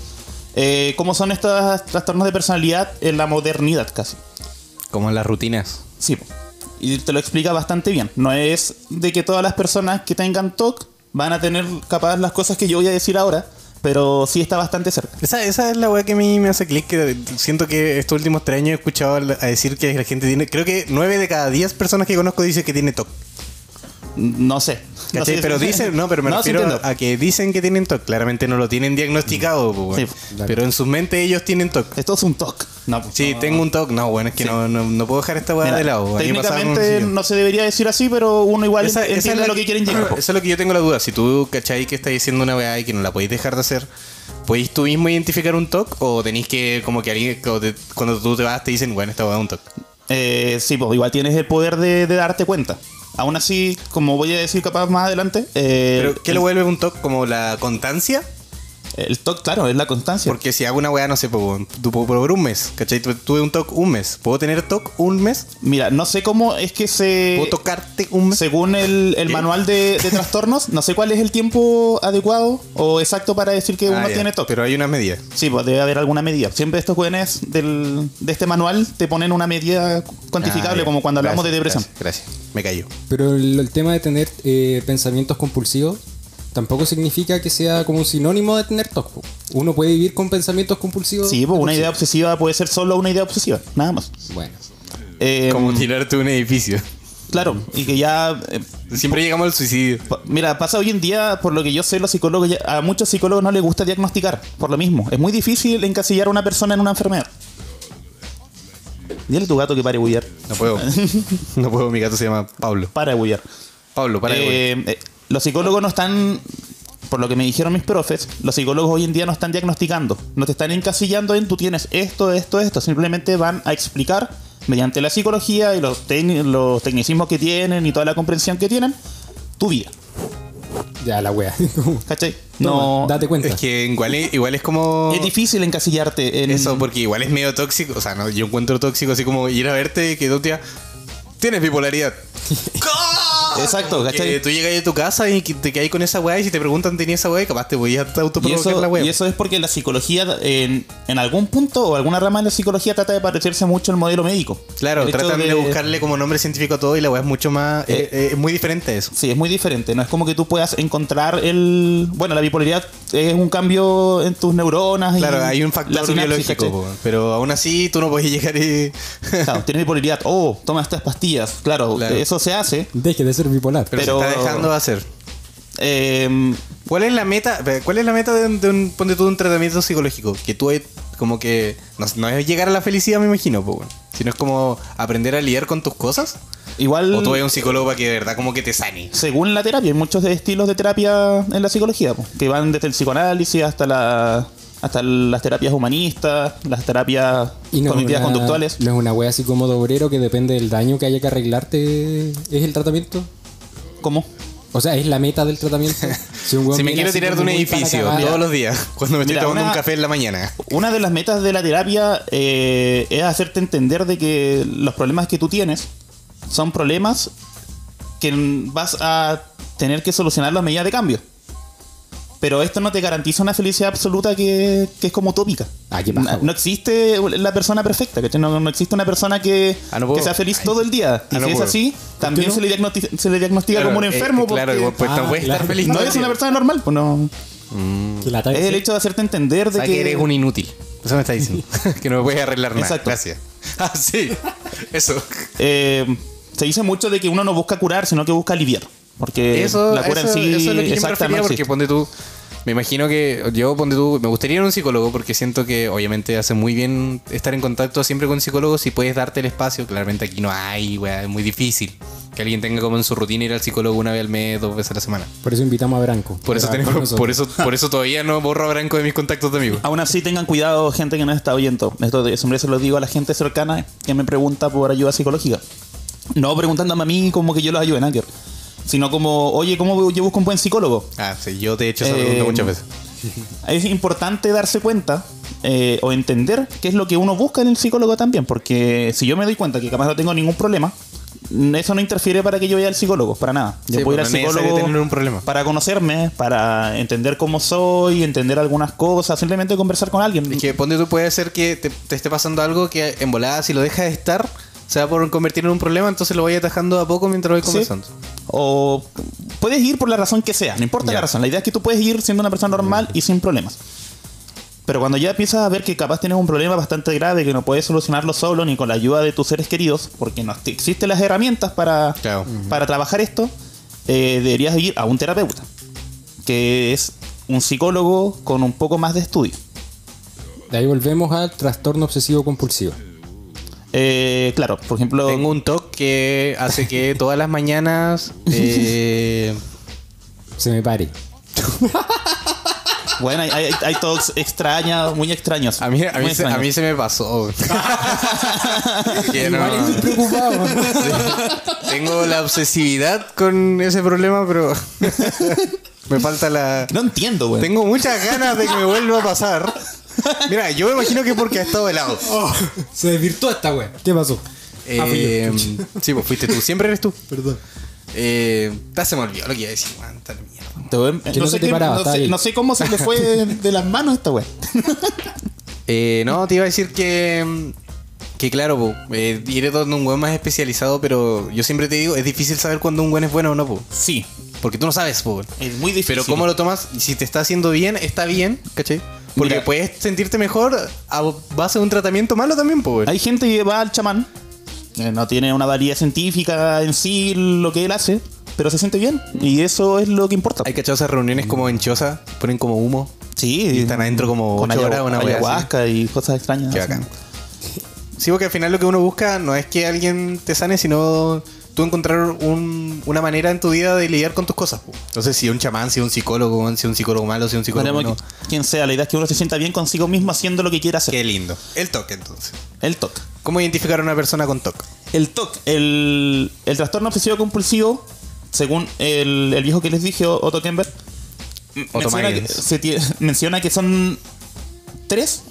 eh, cómo son estos trastornos de personalidad en la modernidad casi.
Como las rutinas.
Sí, po. y te lo explica bastante bien. No es de que todas las personas que tengan TOC van a tener capaz las cosas que yo voy a decir ahora, pero sí está bastante cerca.
Esa, esa es la weá que a mí me hace clic, que siento que estos últimos tres años he escuchado al- a decir que la gente tiene, creo que nueve de cada diez personas que conozco dice que tiene TOC.
No sé. No
¿Cachai?
sé-
pero dicen, no, pero me
No, sí
refiero a-
entiendo.
a que dicen que tienen TOC. Claramente no lo tienen diagnosticado, pues, bueno.
Sí,
claro.
pero en sus mentes ellos tienen TOC.
Esto es un TOC. No, pues,
Sí,
no.
tengo un TOC. No, bueno, es que
Sí.
no, no, no puedo dejar esta weá
Mira,
de lado. A mí me pasaba con un
técnicamente
sillón.
no se debería decir así, pero uno igual
Esa- esa
entiende
es la-
lo que quieren
[LAUGHS]
llegar. po.
Eso es lo que yo tengo la duda. Si tú, ¿cachai? Que estás diciendo una weá y que no la podéis dejar de hacer, ¿podéis tú mismo identificar un TOC? ¿O tenéis que, como que alguien, como te- cuando tú te vas, te dicen, bueno, esta weá es un TOC?
Eh, sí, pues igual tienes el poder de, de darte cuenta. Aún así, como voy a decir capaz más adelante, eh,
¿Pero qué
el,
lo vuelve un TOC? ¿Como la constancia?
el TOC, claro, es la constancia.
Porque si hago una weá, no sé, po, weón, tu- po- por un mes, ¿cachai? Tu- Tuve un TOC un mes. ¿Puedo tener TOC un mes?
Mira, no sé cómo es que se...
¿Puedo tocarte un mes?
Según el, el
¿Qué?
manual de, de trastornos, no sé cuál es el tiempo adecuado o exacto para decir que
Ah,
uno
ya.
tiene TOC.
Pero hay unas medidas.
Sí, pues debe haber alguna medida. Siempre estos jóvenes del, de este manual te ponen una medida cuantificable,
Ah, ya.
como cuando hablamos
Gracias,
de depresión.
Gracias, gracias. me cayó.
Pero el, el tema de tener eh, pensamientos compulsivos tampoco significa que sea como un sinónimo de tener TOC. po. Uno puede vivir con pensamientos compulsivos.
Sí, pues una idea obsesiva puede ser solo una idea obsesiva, nada más.
Bueno.
Eh,
Como tirarte de un edificio.
claro, y que ya... eh,
Siempre llegamos al suicidio.
pa- Mira, pasa hoy en día, por lo que yo sé, los psicólogos ya- a muchos psicólogos no les gusta diagnosticar, por lo mismo. Es muy difícil encasillar a una persona en una enfermedad. Dile a tu gato que pare de bullar.
No puedo. No puedo, mi gato se llama Pablo.
Para de bullar.
Pablo, para de
Eh, eh, los psicólogos no están, por lo que me dijeron mis profes, los psicólogos hoy en día no están diagnosticando, no te están encasillando en tú tienes esto, esto, esto, simplemente van a explicar mediante la psicología y los, tecni- los tecnicismos que tienen y toda la comprensión que tienen, tu vida.
Ya, la wea. [LAUGHS] Como,
¿Cachai?
toma,
No,
Date cuenta.
Es que igual es, igual es como.
es difícil encasillarte en...
Eso, porque igual es medio tóxico. O sea, no, yo encuentro tóxico así como ir a verte y que tú te. Tienes
[LAUGHS]
bipolaridad.
Exacto,
Que
Eh, ¿cachai?
tú llegas ahí a tu casa y que te quedas con esa weá y si te preguntan tenías esa weá y capaz te voy a
Y
autoprovocar la
eso,
weá.
y eso es porque la psicología, en, en algún punto o alguna rama de la psicología, trata de parecerse mucho al modelo médico.
Claro,
El hecho
tratan de... buscarle como nombre científico a todo y la weá es mucho más.
Eh,
eh, eh, es muy diferente a eso.
Sí, es muy diferente. No es como que tú puedas encontrar el. Bueno, la bipolaridad es un cambio en tus neuronas. y
Claro, hay un
la
factor
sinapsis,
biológico,
¿cachai?
po, pero aún así tú no puedes llegar y.
[LAUGHS] Claro, tienes bipolaridad. Oh, toma estas pastillas. Claro,
Claro.
eso se hace.
Deje de ser bipolar.
Pero,
Pero-
se está dejando de hacer.
Eh,
¿Cuál es la meta? ¿Cuál es la meta de un, de un- ponte tú de un tratamiento psicológico? Que tú hay- como que no, no es llegar a la felicidad, me imagino, po, weón. sino es como aprender a lidiar con tus cosas.
igual.
O tú hay un psicólogo para que de verdad como que te sane.
Según la terapia, hay muchos de- estilos de terapia en la psicología, po, que van desde el psicoanálisis hasta la. Hasta las terapias humanistas, las terapias
es
cognitivas
una-
conductuales.
No es una wea así como de obrero que depende del daño que haya que arreglarte. ¿Es el tratamiento?
¿Cómo?
O sea, es la meta
[LAUGHS]
del tratamiento. Si, un weón
Si me quiero
viene así
tirar de
como
un
muy para la
edificio
cagada,
todos los días, [LAUGHS] cuando me estoy
Mira,
tomando
una-
un café en la mañana.
Una de las metas de la terapia eh, es hacerte entender de que los problemas que tú tienes son problemas que vas a tener que solucionarlos a medida de cambio. Pero esto no te garantiza una felicidad absoluta que, que es como utópica.
Ah, qué paja,
no, no existe la persona perfecta, ¿cachai? No, no existe una persona que,
Ah, no puedo.
que sea feliz todo el día. Y
Ah,
si
no
es
puedo.
así, también
no?
se le, diagnosti- se le diagnostica
Claro,
como un
eh,
enfermo.
claro,
porque-
igual, pues
Ah,
tampoco es estar
claro.
feliz.
no
todo el
eres
día.
una persona normal, pues no.
Que la
Es el hecho de hacerte entender de
O sea, que eres un inútil. Eso me está diciendo. [LAUGHS] que no me puedes arreglar nada.
Exacto.
Gracias. [LAUGHS] Ah, sí. Eso.
Eh, se dice mucho de que uno no busca curar, sino que busca aliviar. Porque
Eso,
la cura
eso-
en sí
eso es lo que yo me
exacta no
refería porque
existe.
ponte tú. Me imagino que yo ponte tú. Me gustaría ir a un psicólogo porque siento que obviamente hace muy bien estar en contacto siempre con psicólogos y puedes darte el espacio. Claramente aquí no hay, weá, es muy difícil. Que alguien tenga como en su rutina ir al psicólogo una vez al mes, dos veces a la semana.
Por eso invitamos a Branco.
Por eso,
Para-
tenemos-
con nosotros.
por eso, por eso todavía no borro a Branco de mis contactos de amigos.
Aún así, tengan cuidado, gente que nos está oyendo. Esto de- siempre se lo digo a la gente cercana que me pregunta por ayuda psicológica. No preguntándome a mí como que yo los ayude, nada que ver. Sino como, oye, ¿cómo yo busco un buen psicólogo?
Ah, sí, yo te he hecho esa
Eh,
pregunta muchas veces.
Es importante darse cuenta eh, o entender qué es lo que uno busca en el psicólogo también, porque si yo me doy cuenta que capaz no tengo ningún problema, mm, eso no interfiere para que yo vaya al psicólogo, para nada. Yo
Sí,
puedo ir al
pues no es necesario
psicólogo
tener un problema.
para conocerme, para entender cómo soy, entender algunas cosas, simplemente conversar con alguien.
Es que ponte tú, puede ser que te, te esté pasando algo que en volada, si lo dejas de estar, se va por convertir en un problema, entonces lo voy atajando a poco mientras voy
Sí.
conversando.
O puedes ir por la razón que sea, no importa
Ya.
la razón. La idea es que tú puedes ir siendo una persona normal y sin problemas. Pero cuando ya empiezas a ver que capaz tienes un problema bastante grave que no puedes solucionarlo solo ni con la ayuda de tus seres queridos, porque no te- existen las herramientas para,
Claro.
para trabajar esto, eh, deberías ir a un terapeuta, que es un psicólogo con un poco más de estudio.
De ahí volvemos al trastorno obsesivo compulsivo.
Eh, claro, por ejemplo,
Tengo un toque que hace que todas las mañanas. eh,
Se me pare.
bueno, hay, hay, hay talks extraños, muy extraños.
a, mí, a,
muy Ah,
mí se, a
extraños.
mí se me pasó.
[LAUGHS]
Que no.
Igual es muy
[LAUGHS]
preocupado.
Tengo la obsesividad con ese problema, pero. [LAUGHS] me falta la.
No entiendo, güey.
Tengo muchas ganas de que me vuelva a pasar. Mira, yo me imagino que porque ha estado helado.
se desvirtuó esta wea. ¿Qué pasó? Ah,
Eh, sí, pues fuiste tú. Siempre eres tú.
Perdón.
Eh, ta, se me olvidó lo que iba a decir. man, ta la mierda.
Te voy-
Que no
sé
se te
qué-
paraba,
no
estaba
sé-
ahí.
no sé cómo se le
[LAUGHS]
fue de, de las manos esta wea.
Eh, no, te iba a decir que. mm, Que claro, po, eh, iré donde un buen más especializado, pero yo siempre te digo, es difícil saber cuando un buen es bueno o no, po,
Sí,
porque tú no sabes, po.
es muy difícil.
Pero cómo lo tomas, si te está haciendo bien, está bien, ¿cachai? Porque
Mira.
puedes sentirte mejor a base de un tratamiento malo también, po.
Hay gente que va al chamán, que no tiene una valía científica en sí lo que él hace, pero se siente bien. Y eso es lo que importa.
Hay cachado esas reuniones como en Choza, ponen como humo.
sí,
y están adentro como
con
ocho
ayahu-
horas, una wea
ayahuasca y cosas extrañas.
Qué
así.
bacán. Sí, porque al final lo que uno busca no es que alguien te sane, sino tú encontrar un- una manera en tu vida de lidiar con tus cosas. po. Entonces, si un chamán, si un psicólogo, weón, si un psicólogo malo, si un psicólogo bueno.
Veremos que- quien sea, la idea es que uno se sienta bien consigo mismo haciendo lo que quiera hacer.
Qué lindo. El TOC, entonces.
El toque.
¿Cómo identificar a una persona con TOC?
El TOC, el, el trastorno obsesivo compulsivo, según el, el viejo que les dije, Otto Kemper, m-
Otto
menciona que,
Magens.
se tie- [LAUGHS] menciona que son tres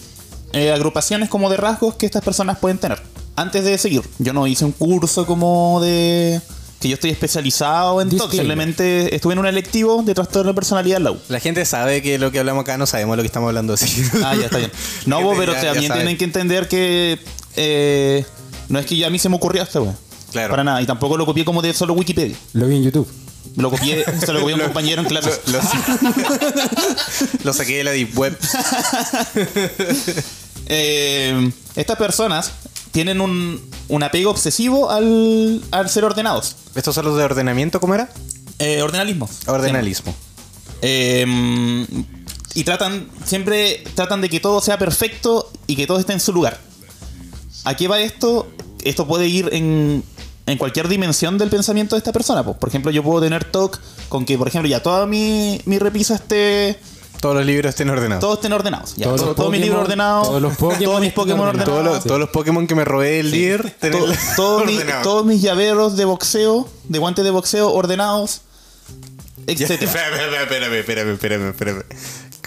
eh, agrupaciones como de rasgos que estas personas pueden tener. Antes de seguir, yo no hice un curso como de... que yo estoy especializado en TOC,
Disclaimer.
simplemente estuve en un electivo de trastorno de personalidad en la U.
La gente sabe que lo que hablamos acá no sabemos lo que estamos hablando así.
[LAUGHS] Ah, ya
[LAUGHS]
está bien. No,
Gente,
pero
ya- ya
también
sabe.
tienen que entender que eh, no es que ya a mí se me ocurrió esta weá.
Claro.
Para nada. Y tampoco lo copié como de solo Wikipedia.
Lo vi en YouTube.
Lo
[LAUGHS]
copié, se lo copié a un compañero en clase.
[LAUGHS] Lo,
[LAUGHS]
lo saqué de la Deep Web.
Eh, estas personas tienen un, un apego obsesivo al, al ser ordenados.
¿Estos son los de ordenamiento? ¿Cómo era?
Eh, ordenalismo.
Ordenalismo.
Eh, y tratan, siempre tratan de que todo sea perfecto y que todo esté en su lugar. ¿A qué va esto? Esto puede ir en, en cualquier dimensión del pensamiento de esta persona. po. Por ejemplo, yo puedo tener TOC con que, por ejemplo, ya toda mi, mi repisa esté.
Todos los libros estén ordenados.
Todos estén ordenados. Ya,
Todos
todo,
los
todo mi
Pokémon-
libro ordenado.
todos los Pokémon
todos mis
estén
Pokémon
ordenados.
ordenados.
Todos los- todos los Pokémon que me robé del líder.
To-
tenerlos
[LAUGHS] todos, mis,
ordenados.
todos mis llaveros de boxeo, de guantes de boxeo ordenados, [LAUGHS]
Ya,
etcétera.
[LAUGHS] Espérame, espérame, espérame, espérame, espérame.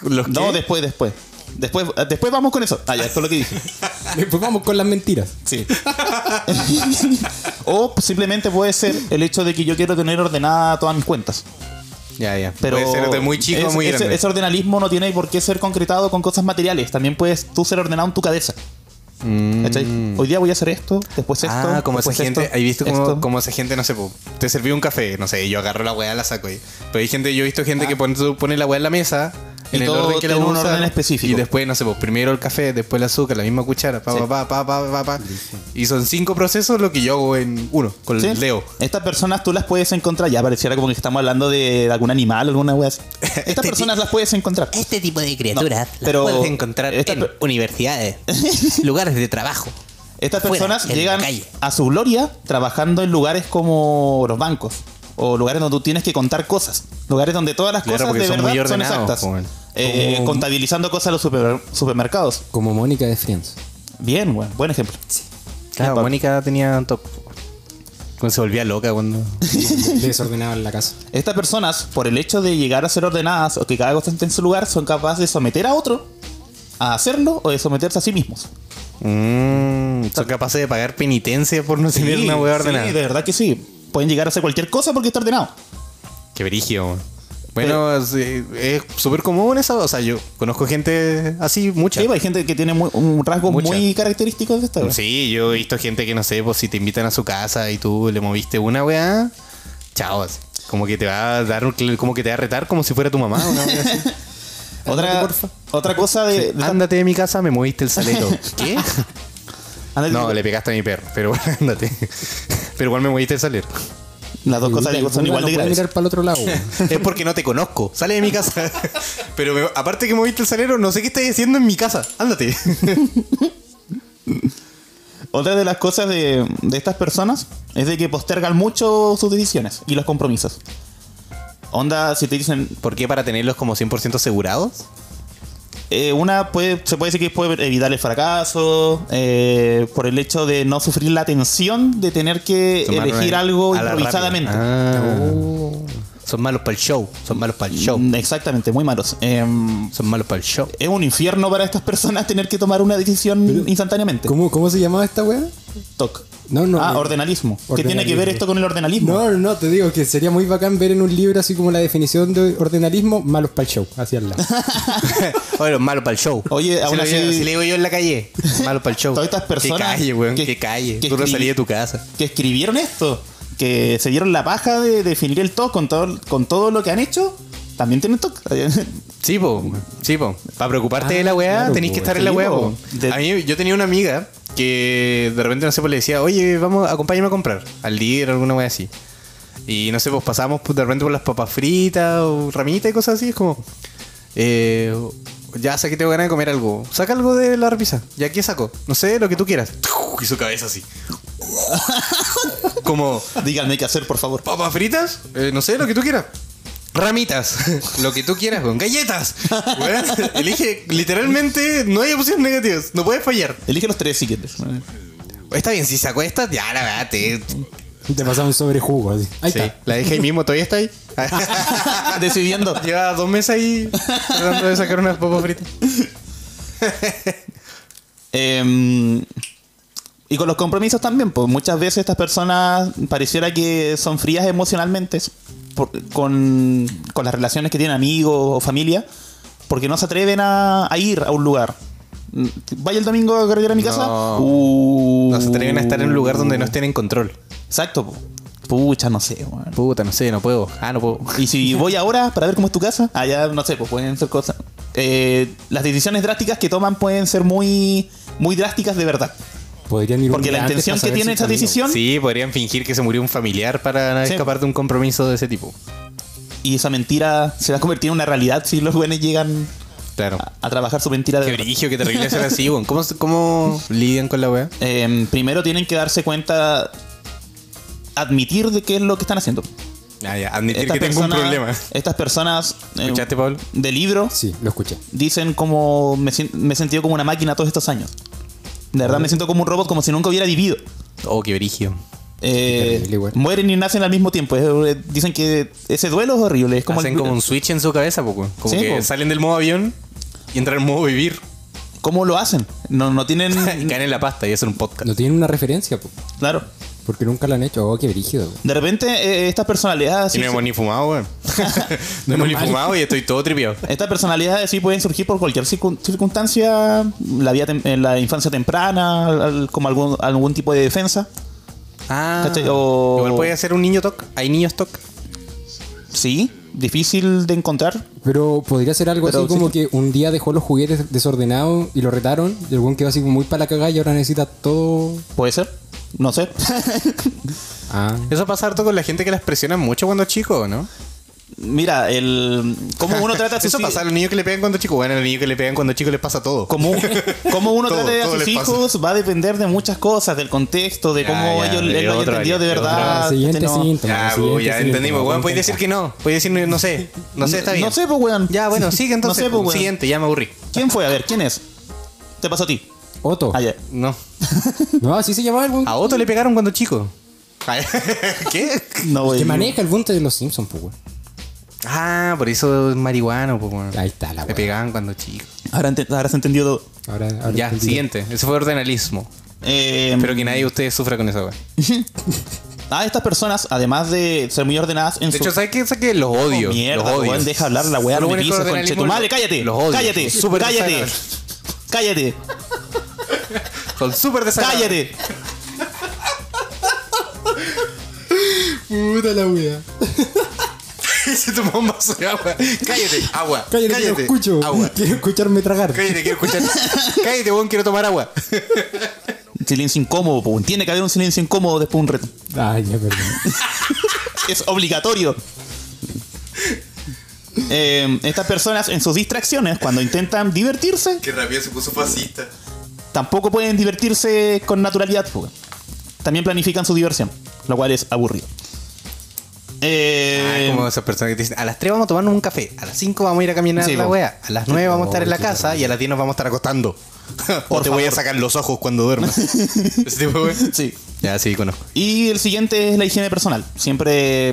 ¿Los
No,
qué? [LAUGHS]
después, después. Después, después vamos con eso. Ah, ya, Ah, esto es lo que dije. [LAUGHS]
Después vamos con las mentiras.
Sí. o simplemente puede ser el hecho de que yo quiero tener ordenada todas mis cuentas.
Ya, ya.
Pero
Puede ser de muy chico a
es-
muy
ese-
grande.
Ese ordenalismo no tiene por qué ser concretado con cosas materiales. También puedes tú ser ordenado en tu cabeza. ¿Cachai? Hoy día voy a hacer esto, después esto.
Mm. ah, como esa
después
gente.
esto,
¿Has visto cómo,
esto.
cómo esa gente, no sé, po, te serví un café? No sé, yo agarro la weá, la saco ahí. Pero hay gente, yo he visto gente que pone, tú pones la weá en la mesa.
Ah. Y
En el
todo
orden que la
tiene un
usa,
orden específico.
Y después, no sé, po, primero el café, después el azúcar, la misma cuchara, pa,
Sí.
pa, pa, pa, pa, pa, pa. Y son cinco procesos lo que yo hago en uno, con
¿Sí?
el Leo.
Estas personas tú las puedes encontrar. Ya pareciera como que estamos hablando de, algún animal, alguna
[LAUGHS]
wea así.
Este
Estas personas las puedes encontrar.
Este tipo de criaturas las
pero
puedes encontrar
esta
en
per-
universidades, [LAUGHS] lugares de trabajo.
Estas
Fuera,
personas
en la
llegan
calle.
a su gloria trabajando en lugares como los bancos o lugares donde tú tienes que contar cosas, lugares donde todas las
Claro,
cosas
porque
de
son
verdad
muy
son
ordenados,
exactas.
joven.
Eh,
Como-
contabilizando cosas en los super- supermercados.
Como Mónica
[LAUGHS]
de Friends.
Bien, bueno, buen ejemplo.
Claro,
pa-
Ah, Mónica tenía top. Cuando se volvía loca [LAUGHS] cuando.
Desordenado en la casa.
Estas personas, por el hecho de llegar a ser ordenadas o que cada cosa esté en su lugar, son capaces de someter a otro a hacerlo o de someterse a sí mismos.
Mm, son capaces de pagar penitencia por no tener
Sí,
una hueá ordenada.
Sí, de verdad que sí. Pueden llegar a hacer cualquier cosa porque está ordenado.
Qué brigio. weón. Bueno, sí, es súper común esa. O sea, yo conozco gente así, mucha.
Sí, pues, hay gente que tiene muy- un rasgo
Mucha.
muy característico de esta. ¿verdad?
pues, Sí, yo he visto gente que no sé, pues si te invitan a su casa y tú le moviste una weá, chao. así. Como que te va a dar, un- como que te va a retar como si fuera tu mamá. Una weá así.
Otra, otra cosa de, de esta-
[LAUGHS] ándate de mi casa, me moviste el salero. [LAUGHS] ¿Qué?
ándate-
No, le pegaste a mi perro, pero [LAUGHS] bueno, ándate. Pero igual me moviste el salero.
las dos cosas son igual de
no puede
graves.
mirar para el otro lado. weón.
Es porque no te conozco. Sale de mi casa. Pero me- aparte que moviste el salero, no sé qué estás haciendo en mi casa. Ándate.
Otra de las cosas de, de estas personas es de que postergan mucho sus decisiones y los compromisos. Onda, si te dicen,
¿Por qué? Para tenerlos como 100% asegurados.
eh, una puede, se puede decir que puede evitar el fracaso eh, por el hecho de no sufrir la tensión de tener que
Tomar
elegir
una-
algo
a la rápida.
improvisadamente.
Ah. Son malos para el show. Son malos para el show.
Mm, Exactamente, muy malos. Em,
Son malos para el show.
es un infierno para estas personas tener que tomar una decisión instantáneamente.
¿Cómo, ¿Cómo se llamaba esta weá?
TOC.
No, no,
ah,
no.
ordenalismo. ¿Qué tiene que
Ordenalismo.
ver esto con el ordenalismo?
No, no, te digo que sería muy bacán ver en un libro así como la definición de ordenalismo, malos para el show,
[LAUGHS]
hacia el lado.
Oye, los malos para el show.
Oye,
Si
aún
lo-
así-
si le digo yo en la calle. Malos para el show.
Todas estas personas
Que calle, weón.
que-
Que, calle.
que
Tú no
escribí-
salí de tu casa.
que escribieron esto, que se dieron la paja de definir el TOC con todo, con todo lo que han hecho, también tienen TOC. [LAUGHS]
Sí, po. Sí, po. Para preocuparte de la weá,
claro,
tenés
po,
que estar
sí,
en la weá,
Ah, po.
po.
De-
A mí, yo tenía una amiga que de repente, no sé, pues le decía, oye, vamos, acompáñame a comprar. Al líder, alguna weá así. Y no sé, pues pasábamos pues, de repente por las papas fritas o ramitas y cosas así. Es como, eh, ya sé que tengo ganas de comer algo. Saca algo de la repisa. ¿Y aquí saco? No sé, lo que tú quieras. Y su cabeza así. Como,
Díganme qué hacer, por favor.
¿Papas fritas? Eh, no sé, lo que tú quieras. Ramitas, [LAUGHS] lo que tú quieras, con galletas. Weón, [LAUGHS] elige, literalmente, no hay opciones negativas, no puedes fallar.
Elige los tres siguientes.
Está bien, si se acuesta, ya la verdad, te.
Te pasaba un sobrejugo así. Ahí
Sí,
está.
la dejé ahí mismo, todavía está [LAUGHS] ahí.
Decidiendo.
Lleva dos meses ahí tratando de sacar unas papas fritas.
Em, y con los compromisos también, pues muchas veces estas personas pareciera que son frías emocionalmente por- con, con las relaciones que tienen amigos o familia, porque no se atreven a, a ir a un lugar. Mm, Vaya el domingo a carretera a mi casa.
No.
Uh.
No se atreven a estar en un lugar donde no estén en control.
Exacto. po. Pucha, no sé, weón.
Puta, no sé, no puedo. Ah, no puedo.
Y si voy ahora para ver cómo es tu casa, allá no sé, pues pueden ser cosas. Eh, las decisiones drásticas que toman pueden ser muy, muy drásticas de verdad.
Podrían ir un
Porque la
día antes
intención
para
que
saber
tiene
si
esa
están vivos.
decisión
Sí, podrían fingir que se murió un familiar para
Sí.
escapar de un compromiso de ese tipo.
y esa mentira se va a convertir en una realidad si los buenos llegan
Claro.
a, a trabajar su mentira de
Qué
verdad.
brillo, qué terrible ser así, weón. ¿Cómo, ¿Cómo lidian con la weá?
Eh, primero tienen que darse cuenta, admitir de qué es lo que están haciendo.
Ah, ya, admitir
Estas
que tengo un
personas-
problema.
Estas personas eh,
¿Escuchaste, Pablo?
de libro
Sí, lo escuché.
dicen como me, sien- me he sentido como una máquina todos estos años. De verdad me siento como un robot, como si nunca hubiera vivido.
Oh, qué brillo.
Eh,
Qué terrible, güey.
mueren y nacen al mismo tiempo. Eh, Dicen que ese duelo es horrible. Es como
Hacen
el-
como un switch en su cabeza, poco. Como
Sí,
que
po.
salen del modo avión y entran en modo vivir.
¿Cómo lo hacen? No,
[LAUGHS]
no tienen.
Y caen en la pasta y hacen un podcast.
No tienen una referencia, po,
claro.
porque nunca la han hecho. Oh, qué brígido.
De repente, eh, estas personalidades
y
así.
no hemos ni fumado,
[LAUGHS]
weón. no hemos ni
Normal.
fumado y estoy todo tripiado.
Estas personalidades sí pueden surgir por cualquier circun- circunstancia, la vida tem- en la infancia temprana, al- al- como algún, algún tipo de defensa.
Ah.
¿Cachai? O-
Igual puede ser un niño TOC. Hay niños TOC.
Sí, difícil de encontrar.
Pero podría ser algo
Pero
así como que un día dejó los juguetes desordenados y lo retaron. Y el weón quedó así como muy para la cagada y ahora necesita todo.
Puede ser,
[LAUGHS]
no sé.
Ah.
Eso pasa harto con la gente que las presiona mucho cuando es chico, ¿no?
Mira, el cómo uno trata a sus
Eso
hijos.
pasa a los niños que le pegan cuando chico. Bueno, a los niños que le pegan cuando chico les pasa todo.
Cómo, cómo
[LAUGHS]
uno
Todo,
trata a
todo
sus
les pasa.
hijos va a depender de muchas cosas, del contexto, de
Ya,
cómo
ya,
ellos él
de
lo haya
otro,
entendido de
de otro.
verdad.
Ah, siguiente
este, no-
síntoma.
Ya,
siguiente
bu, ya
síntoma,
entendimos, weón. Podéis decir
contenta.
que no. Podéis decir, no sé. No sé, está bien.
No sé, pues, weón.
Ya, bueno, sigue entonces.
[LAUGHS] No sé, pues, weón.
Siguiente, ya me aburrí.
¿Quién fue? A ver, ¿quién es? Te pasó a ti.
Otto.
Ayer.
No.
No, así se llamaba el weón.
Ah,
A Otto le pegaron cuando chico. [LAUGHS] Ay, ¿Qué?
No,
Que
weón.
maneja el bunte de los Simpsons, pues, weón.
Ah, por eso es marihuano, pues, weón.
Ahí está la
Le
weá.
pegaban cuando chico.
Ahora ente- habrás entendido todo.
Ahora, ahora
Ya,
entendí.
siguiente. Ese fue ordenalismo.
Eh,
Espero que nadie de ustedes sufra con esa weá.
a estas personas, además de ser muy ordenadas en
De
su.
hecho, ¿sabes qué? ¿Sabes qué? Los odio.
Oh, mierda,
los odio.
weón, deja hablar la weá,
Lo
no me
único
dices,
ordenalismo-
conchetumare, cállate,
Los odio.
cállate,
Son súper
cállate.
desagradables.
Cállate,
Son súper desagradables. [LAUGHS]
cállate.
Puta la wea.
Se tomó un vaso de agua. Cállate, agua.
Cállate, que lo escucho.
Agua.
[LAUGHS] Quiero escucharme tragar.
Cállate, quiero escuchar. Cállate, weón, quiero tomar agua.
Silencio incómodo, po, weón. Tiene que haber un silencio incómodo después de un reto.
Ay, ya perdón.
Es obligatorio. Eh, estas personas en sus distracciones, cuando intentan divertirse,
Qué rabia se puso fascista.
tampoco pueden divertirse con naturalidad. po, weón. También planifican su diversión, lo cual es aburrido.
Ah,
Eh,
como esas personas que te dicen, a las 3 vamos a tomarnos un café, a las 5 vamos a ir a caminar
Sí,
a la
po.
wea, a las 9 vamos a estar en la
qué
casa y a las 10 nos vamos a estar acostando. o
Por
te voy a
favor.
sacar los ojos cuando
[LAUGHS]
duermas. Ese tipo de wea.
sí.
Ya, sí, conozco.
Y el siguiente es la higiene personal. Siempre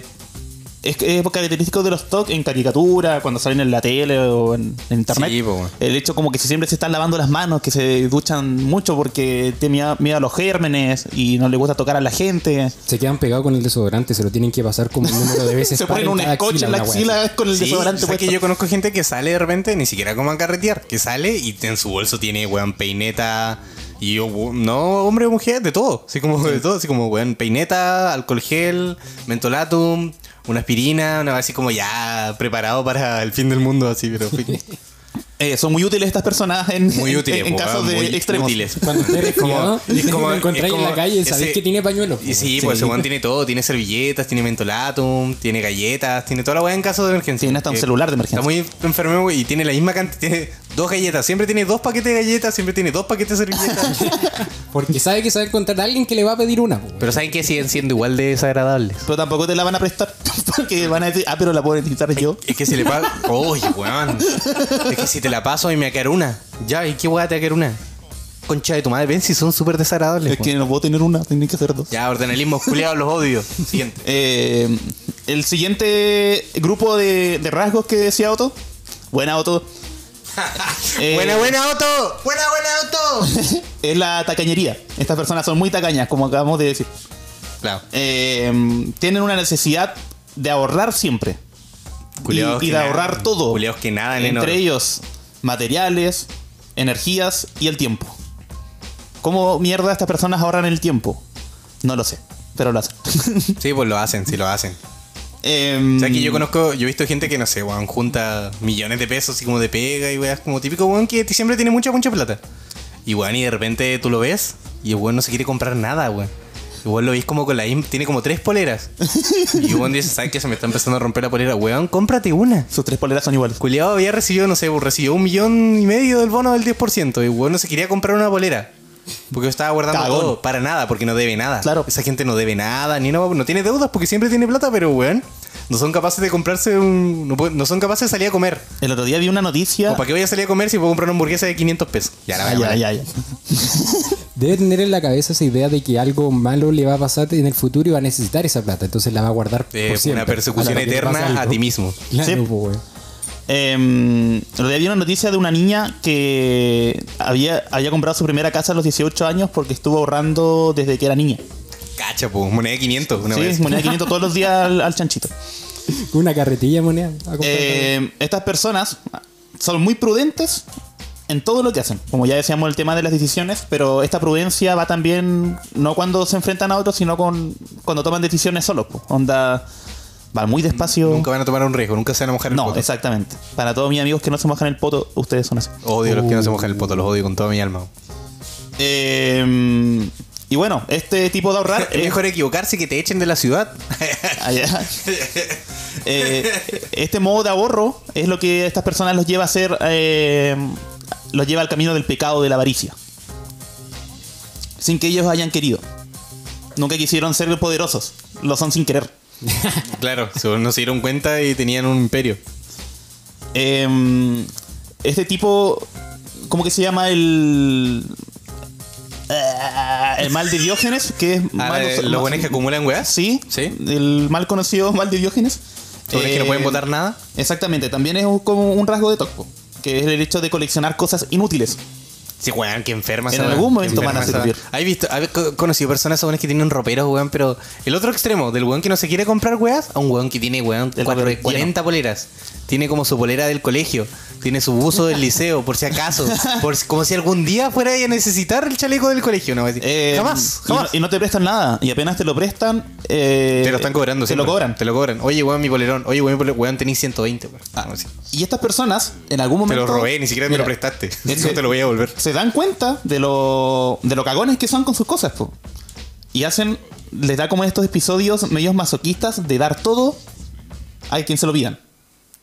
es, es característico de los TOC en caricatura, cuando salen en la tele o en, en internet.
Sí, po, weón.
el hecho como que se- siempre se están lavando las manos, que se duchan mucho porque tienen miedo, miedo a los gérmenes y no les gusta tocar a la gente.
Se quedan pegados con el desodorante, se lo tienen que pasar como un número de
[LAUGHS]
veces.
Se ponen
par
un
en cada
scotch en la
una wea
axila con el
Sí,
desodorante
¿sabes que
puesto.
yo conozco gente que sale de repente, ni siquiera como a carretear, que sale y en su bolso tiene, weón, peineta. Y yo, weón, no, hombre o mujer, de todo. Así como, de todo. Así como, weón, peineta, alcohol gel, mentolatum, una aspirina, una así como ya preparado para el fin del mundo, así, pero.
[LAUGHS] Eh, son muy útiles estas personas en,
Muy
en-
útiles,
en,
po,
casos
weón,
de
muy
extremos. [LAUGHS]
útiles. [LAUGHS]
Cuando estés resfriado,
y es
lo
es
encontráis en
como
la calle, sabéis
ese-
que tiene pañuelo.
Y sí,
Sí.
pues ese weón tiene todo. Tiene servilletas, tiene mentolatum, tiene galletas, tiene toda la weá en caso de emergencia. Eh,
Tiene hasta un
Que
celular de emergencia.
Está muy enfermo güey, y tiene la misma cantidad. Tiene dos galletas. Siempre tiene dos paquetes de galletas, siempre tiene dos paquetes de servilletas.
Porque sabe que se va a encontrar a alguien que le va a pedir una. pues,
[LAUGHS]
po.
Pero ¿saben que Siguen siendo igual de desagradables.
Pero tampoco te la van a prestar [LAUGHS] porque van a decir, ah, pero la puedo necesitar yo.
Es que si le [LAUGHS] pago. Oye, weón. Es que si te la paso y me va a quedar una. Ya, ¿y qué weá te va a quedar una? Concha de tu madre, ven si son súper desagradables.
Es
weón.
que no puedo tener una, tienen que hacer dos.
Ya, ordenalismo culiados, los odio. [LAUGHS] Siguiente.
Eh, el siguiente grupo de, de rasgos que decía Otto. Buena Otto.
[LAUGHS]
Eh,
Buena, buena, Otto. Buena, buena, Otto.
Es la tacañería. Estas personas son muy tacañas, como acabamos de decir.
Claro.
Eh, tienen una necesidad de ahorrar siempre.
Culeados
y y
que
de
nada.
ahorrar todo.
Culeados que nada en
Entre
oro.
ellos, materiales, energías y el tiempo. ¿Cómo mierda estas personas ahorran el tiempo? No lo sé, pero
[LAUGHS]
lo hacen.
Sí, pues lo hacen, sí lo hacen.
Em,
O sea, que yo conozco, yo he visto gente que, no sé, weón, junta millones de pesos así como de pega y weas, como típico weón que siempre tiene mucha, mucha plata. Y weón, y de repente tú lo ves y el weón no se quiere comprar nada, weón. Y weón lo ves como con la im- tiene como tres poleras. Y weón dice, ¿sabes qué? Se me está empezando a romper la polera. Weón, cómprate una.
Sus tres poleras son iguales.
Culeado había recibido, no sé, pues, recibió un millón y medio del bono del 10%. Y weón no se quería comprar una polera. Porque estaba guardando
Cagón.
todo, para nada, porque no debe nada.
Claro.
Esa gente no debe nada, ni no, no tiene deudas porque siempre tiene plata, pero weón, no son capaces de comprarse un. No, puede- no son capaces de salir a comer.
El otro día vi una noticia.
¿O para qué voy a salir a comer si puedo comprar una hamburguesa de 500 pesos? Ya la
Ah,
voy a
ya,
poner.
ya, ya.
Debe tener en la cabeza esa idea de que algo malo le va a pasar en el futuro y va a necesitar esa plata. Entonces la va a guardar
Eh,
por siempre.
una persecución
Hasta que le pase
eterna a
algo.
ti mismo.
Claro,
Sí.
po, weón.
Eh, lo había una noticia de una niña que había, había comprado su primera casa a los 18 años porque estuvo ahorrando desde que era niña.
Cacha, pues, moneda de 500 una
sí,
vez.
moneda de 500 todos los días al, al chanchito.
Una carretilla de moneda. a comprar
Eh, estas personas son muy prudentes en todo lo que hacen. Como ya decíamos el tema de las decisiones, pero esta prudencia va también no cuando se enfrentan a otros, sino con cuando toman decisiones solos. po. Onda, va muy despacio.
Nunca van a tomar un riesgo, nunca se van a mojar el
no,
poto.
exactamente. Para todos mis amigos que no se mojan el poto, ustedes son así.
Odio a los
Uh.
que no se mojan el poto, los odio con toda mi alma.
Eh, y bueno, este tipo
[LAUGHS]
de ahorrar
Es
es-
mejor equivocarse que te echen de la
[LAUGHS]
ciudad.
Allá. Eh, este modo de ahorro es lo que a estas personas los lleva a hacer. eh, los lleva al camino del pecado de la avaricia. Sin que ellos hayan querido. Nunca quisieron ser poderosos. Lo son sin querer.
claro, según no se dieron cuenta y tenían un imperio.
Eh, este tipo. ¿Cómo que se llama el. Ah, el mal de Diógenes? Que es
Ah,
mal-
eh, los buenos que acumulan weas.
Sí,
Sí.
El mal conocido mal de Diógenes.
Los buenos que no
Eh,
pueden votar nada.
Exactamente, también es un- como un rasgo de Tocpo, que es el hecho de coleccionar cosas inútiles.
Sí, weón, que enferma
En
esa weá,
algún
que
momento
enferma
van a
esa weá.
servir.
¿Hay visto, ¿Has co- conocido personas weón, que tienen roperos, weón? Pero el otro extremo, del weón que no se quiere comprar weas, a un weón que tiene, weón,
El
cuatro-
ropero
40 poleras. Tiene como su polera del colegio, tiene su buzo del liceo, por si acaso. por si- como si algún día fuera a necesitar el chaleco del colegio, ¿no? Así,
Eh,
jamás,
y no-
jamás.
Y, no te prestan nada, y apenas te lo prestan... eh,
te lo están cobrando,
Te lo
siempre.
cobran.
Te lo cobran. Oye, weón, mi polerón. Oye, weón, mi polerón. Weón, tenés 120, weón.
Ah,
Así.
Y estas personas, en
Te
algún momento...
lo robé, ni siquiera me
Mira,
lo prestaste.
es
no
que-
te lo voy a devolver.
Se dan cuenta de lo, de lo cagones que son con sus cosas, po. Y hacen... Les da como estos episodios medios masoquistas de dar todo a quien se lo pidan.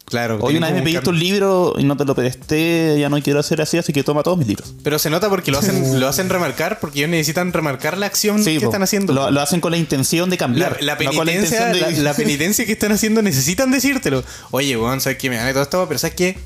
Claro.
Hoy
tenés
una
como
vez me
un
pediste
cambio.
un libro y no te lo presté, ya no quiero hacer así, así que toma todos mis libros.
Pero se nota porque lo
[LAUGHS]
hacen, lo hacen remarcar, porque ellos necesitan remarcar la acción
Sí,
que
po.
están haciendo.
Lo, lo hacen con la intención de
la,
cambiar.
la
no con
penitencia, la,
intención de- [LAUGHS]
la penitencia que están haciendo necesitan decírtelo. Oye, weón, sabes que me gané todo esto, pero sabes qué?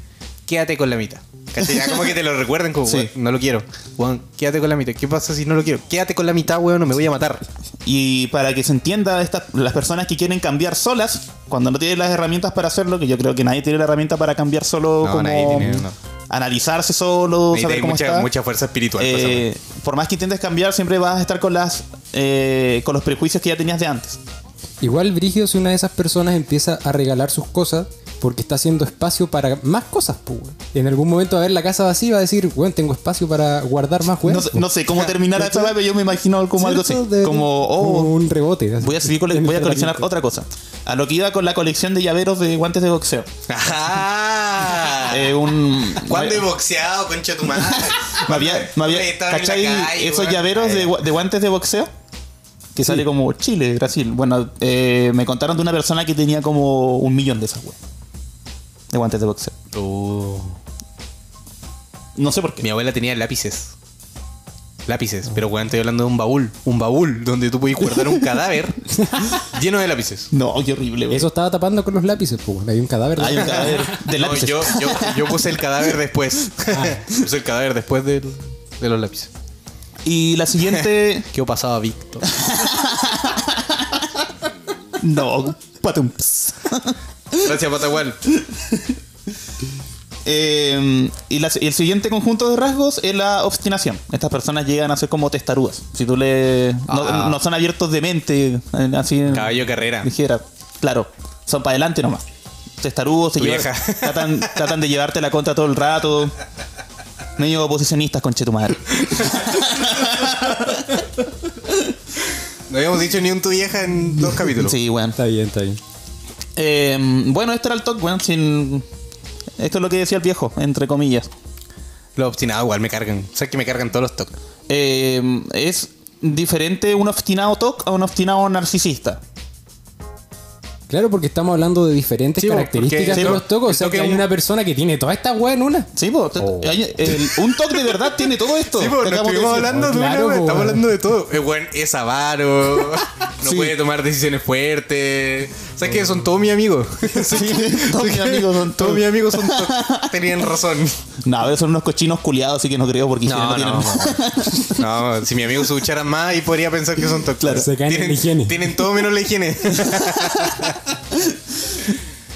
Quédate con la mitad. ¿Cachai? Ya como que te lo recuerden como,
[LAUGHS] Sí.
"Weón, no lo quiero. Weón, quédate con la mitad. ¿Qué pasa si no lo quiero? Quédate con la mitad, weón, no me voy a matar.
Y para que se entienda, estas las personas que quieren cambiar solas, cuando no tienen las herramientas para hacerlo, que yo creo que nadie tiene la herramienta para cambiar solo,
No,
como
nadie tiene, no.
analizarse solo, saber
Necesitas
cómo
mucha,
está.
mucha fuerza espiritual. para esa
Eh,
weón.
por más que intentes cambiar, siempre vas a estar con las eh, con los prejuicios que ya tenías de antes.
Igual Brigio si una de esas personas empieza a regalar sus cosas porque está haciendo espacio para más cosas, pues. weón. En algún momento a ver la casa vacía va a decir, bueno, tengo espacio para guardar más
no,
weón.
sé, no sé cómo terminar esta weá, pero yo me imagino como algo así. Como, oh,
un rebote. así.
voy a, seguir cole-
En el
voy a coleccionar
tratamiento.
otra cosa. A lo que iba con la colección de llaveros de guantes de boxeo.
[LAUGHS] ¡Ajá!
Eh, un,
¡Ah! ¿Cuándo he boxeado, concha de tu
[LAUGHS]
madre?
Me había, me había-
Oye, estaban en la
¿cachai?
calle,
esos
weón. Eh.
llaveros de, gua- de guantes de boxeo que sale como Chile, Brasil. Bueno, eh, me contaron de una persona que tenía como un millón de esas weas. De guantes de boxeo. Oh.
Uh.
No sé por
Mi
qué.
abuela tenía lápices. Lápices, pero weón, estoy hablando de un baúl. Un baúl donde tú podías guardar un
[LAUGHS]
cadáver lleno de lápices.
No, qué horrible. weón.
Eso estaba tapando con los lápices, pues. weón. Hay un cadáver.
Hay
[LAUGHS]
un
[LAUGHS]
cadáver de
No,
lápices. Ah.
yo, yo, yo puse el cadáver después. puse el cadáver después del- de los lápices.
Y
[LAUGHS]
la siguiente.
¿Qué pasaba, Víctor?
no, patum. ps.
Gracias, Patagual.
Eh, y, la- y el siguiente conjunto de rasgos es la obstinación. Estas personas llegan a ser como testarudas. Si tú le. no-
Ah.
No, son abiertos de mente. eh, Así.
Caballo de carrera.
dijera, claro, son para adelante nomás. Testarudos, te
Tu
llevan-
vieja.
[LAUGHS] tratan, tratan de llevarte la contra todo el rato. Medio oposicionistas, conche tu madre.
No habíamos dicho ni un tu vieja en dos capítulos.
Sí, weón.
Está bien, está bien.
Eh, bueno, esto era el top, weón. Sin... Esto es lo que decía el viejo, entre comillas.
Los obstinados igual me cargan. Sabes que me cargan todos los toques.
Eh, es diferente un obstinado TOC a un obstinado narcisista.
Claro, porque estamos hablando de diferentes
Sí, porque-
características
sí,
de
bo.
los tocos. O sea,
El toque
que hay
es un-
una persona que tiene toda esta weá en una.
Sí, po, te-
Oh.
hay- el- un TOC de verdad tiene todo esto.
[LAUGHS] Sí, pues,
Te
no
acabo de
estuvimos
decir.
hablando de una,
Claro,
weón,
po,
estamos
weón.
hablando de todo. El weón es avaro, no puede tomar decisiones fuertes. ¿Sabes qué? Son todos mis [LAUGHS] amigos.
todos mis amigos son
todos
todos.
mis amigos son to- [LAUGHS] Tenían razón.
No, a ver, son unos cochinos culiados, así que no creo porque hicieron- tienen- [LAUGHS]
[LAUGHS] no, si mis amigos se ducharan más y podría pensar que son tóxicos.
Claro, se caen en
tienen,
la higiene.
[LAUGHS] Tienen todo menos la higiene.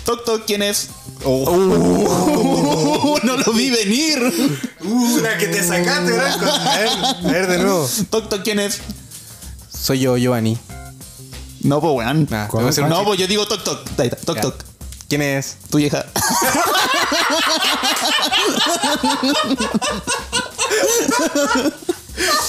Toc Toc, ¿quién es?
Oh. Uh.
[LAUGHS] no lo vi venir.
Una Uh, que te sacaste, Branco. A ver, a ver de nuevo.
Toc Toc, ¿quién es?
Soy yo, Giovanni.
No, pues, weón.
Ah, te voy a hacer un
no,
chiste.
pues yo digo Toc Toc. Ahí está, Toc
Ya.
Toc.
¿Quién es? [LAUGHS]
Tu vieja.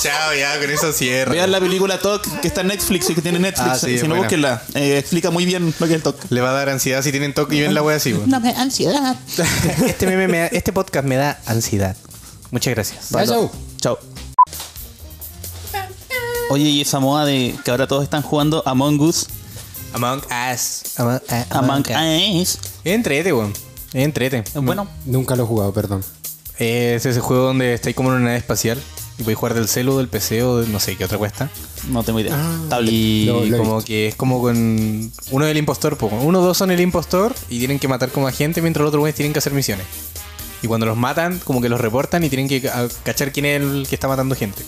Chao, ya, con eso cierro.
Vean la película Toc que está en Netflix y que tiene Netflix.
Ah, sí,
si no,
buena.
búsquenla. Eh, explica muy bien lo que es el Toc.
Le va a dar ansiedad si tienen toque y ven la wea así, weón.
No me ansiedad.
Este, meme me da- este podcast me da ansiedad. Muchas gracias.
Ya, chao.
Chao. Oye, y esa moda de que ahora todos están jugando Among Us.
Among eh, Us.
Among,
Ah,
Among Us.
Entrete, weón. Entrete.
Es bueno.
Nunca lo he jugado, perdón.
Es ese juego donde estáis como en una nave espacial y podéis jugar del celu, del PC o de no sé qué otra cuesta.
No tengo idea. Tablet.
Y
Lo- lo he
como
visto.
que es como con uno es el impostor, po. uno o dos son el impostor y tienen que matar como a gente mientras los otros güeyes tienen que hacer misiones. Y cuando los matan, como que los reportan y tienen que ca- cachar quién es el que está matando gente.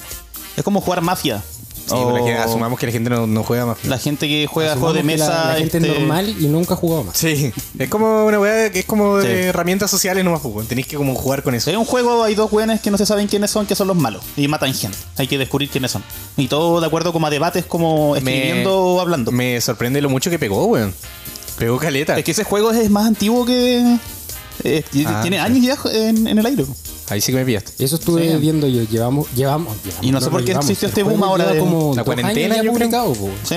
Es como jugar mafia.
Sí,
O
pero que asumamos que la gente no, no juega más.
La gente que juega juegos
Asumamos
de
que la-
mesa.
La, gente
este,
normal y nunca ha jugado más.
Sí, es como una weá que es como de
Sí.
herramientas sociales nomás, po, weón. tenéis que como jugar con eso.
Hay un juego, hay dos güenes que no se saben quiénes son, que son los malos. Y matan gente. Hay que descubrir quiénes son. Y todo de acuerdo como a debates, como pues, escribiendo o hablando.
Me sorprende lo mucho que pegó, weón. Pegó caleta.
Es que ese juego es más antiguo que... eh, y-
Ah,
tiene
sí.
años ya en, en el aire.
Ahí sí que me pillaste.
Eso estuve
Sí.
viendo yo. Llevamos, llevamos, llevamos-
Y no sé por qué
llevamos.
existe
El
este
juego
boom ahora
lleva
de-
como
La
dos años
cuarentena,
ya
yo creo.
publicado, po.
Sí,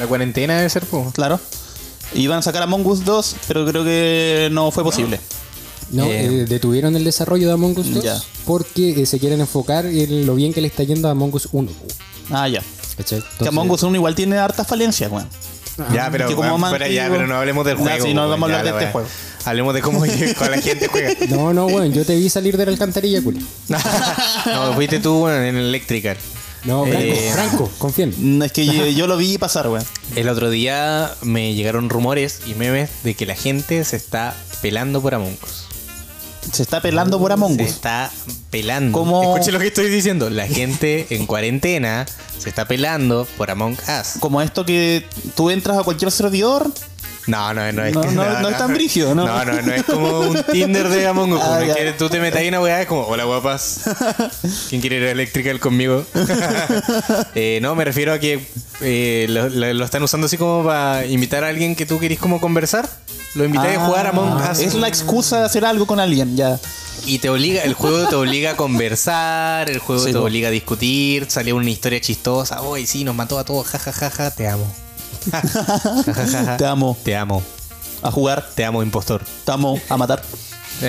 La cuarentena debe ser, pues. po.
claro. Iban a sacar Among Us 2, pero creo que no fue posible.
No,
Eh.
eh, detuvieron el desarrollo de Among Us 2
Ya.
porque eh, se quieren enfocar en lo bien que le está yendo a Among Us 1. po.
Ah, ya.
¿Cachai? Entonces,
que Among Us 1 igual tiene hartas falencias, weón.
Ya, pero,
Ah, que como
vamos
más
fuera ya,
antiguo-
pero no hablemos del
Ya,
juego.
sí, no
weón,
vamos a
ya,
hablar de
la
este
weá.
juego.
Hablemos de
[LAUGHS]
cómo con la gente juega.
No, no, bueno, yo te vi salir de la alcantarilla, culo.
no, fuiste tú weón, en el Electrical.
No, Franco,
Eh.
Franco, confía en mí.
Mm, Es
[LAUGHS]
que yo, yo lo vi pasar, weón.
El otro día me llegaron rumores y memes de que la gente se está pelando por Among Us.
Se está pelando por Among
Se
Us.
está pelando.
¿Cómo?
Escuchen lo que estoy diciendo. La gente en cuarentena se está pelando por Among Us.
Como esto que tú entras a cualquier servidor.
No, no, no es
No, no, no es tan brígido, ¿no?
No, no, no es como un Tinder de Among Us.
Ah,
no es
ya.
que tú te metas ahí en una weá, es como, hola guapas. ¿Quién quiere ir a Electrical conmigo? [LAUGHS] Eh, no, me refiero a que eh, lo, lo- lo están usando así como para invitar a alguien que tú querís como conversar. Lo invitáis a jugar a Among
Ah,
Us.
Es la excusa de hacer algo con alguien, ya.
Y te obliga, el juego te obliga a conversar, el juego
Sí,
te
po.
obliga a discutir, salió una historia chistosa, hoy sí, nos mató a todos, jajajaja, te amo. Ja, ja, ja, ja.
[LAUGHS] Te amo.
Te amo,
A jugar,
te amo, impostor.
te amo, a matar.
[LAUGHS]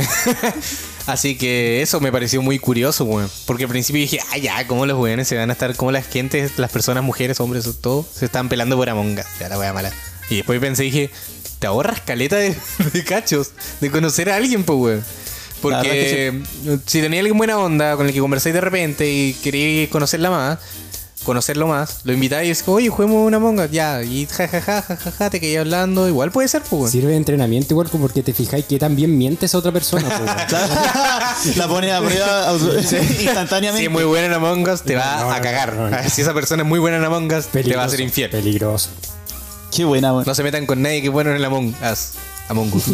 Así que eso me pareció muy curioso, weón. Porque al principio dije, ah, ya, cómo los weones se van a estar, cómo las gentes, las personas, mujeres, hombres, todo, se están pelando por Among Us, ya la wea mala. Y después pensé, dije, te ahorras caleta de, [LAUGHS] de cachos, de conocer a alguien, pues, weón.
La verdad
Porque
es
si tenía alguien buena onda con el que conversáis de repente y queréis conocerla más, conocerlo más, lo invitáis y es como, oye, juguemos una Among Us, ya, y jajaja, jajaja, te quedé hablando, igual puede ser, pues, weón.
Sirve de entrenamiento igual como porque te fijáis que tan bien mientes a otra persona.
[LAUGHS]
po,
[LAUGHS]
weón.
la pone a prueba au- instantáneamente.
Si es muy buena en Among Us, te va
No, no,
a cagar.
no, no.
Si esa persona es muy buena en Among Us, te va a hacer infiel.
Peligroso.
Qué buena, weón.
No se metan con nadie que es bueno en el Among Us. Among Us.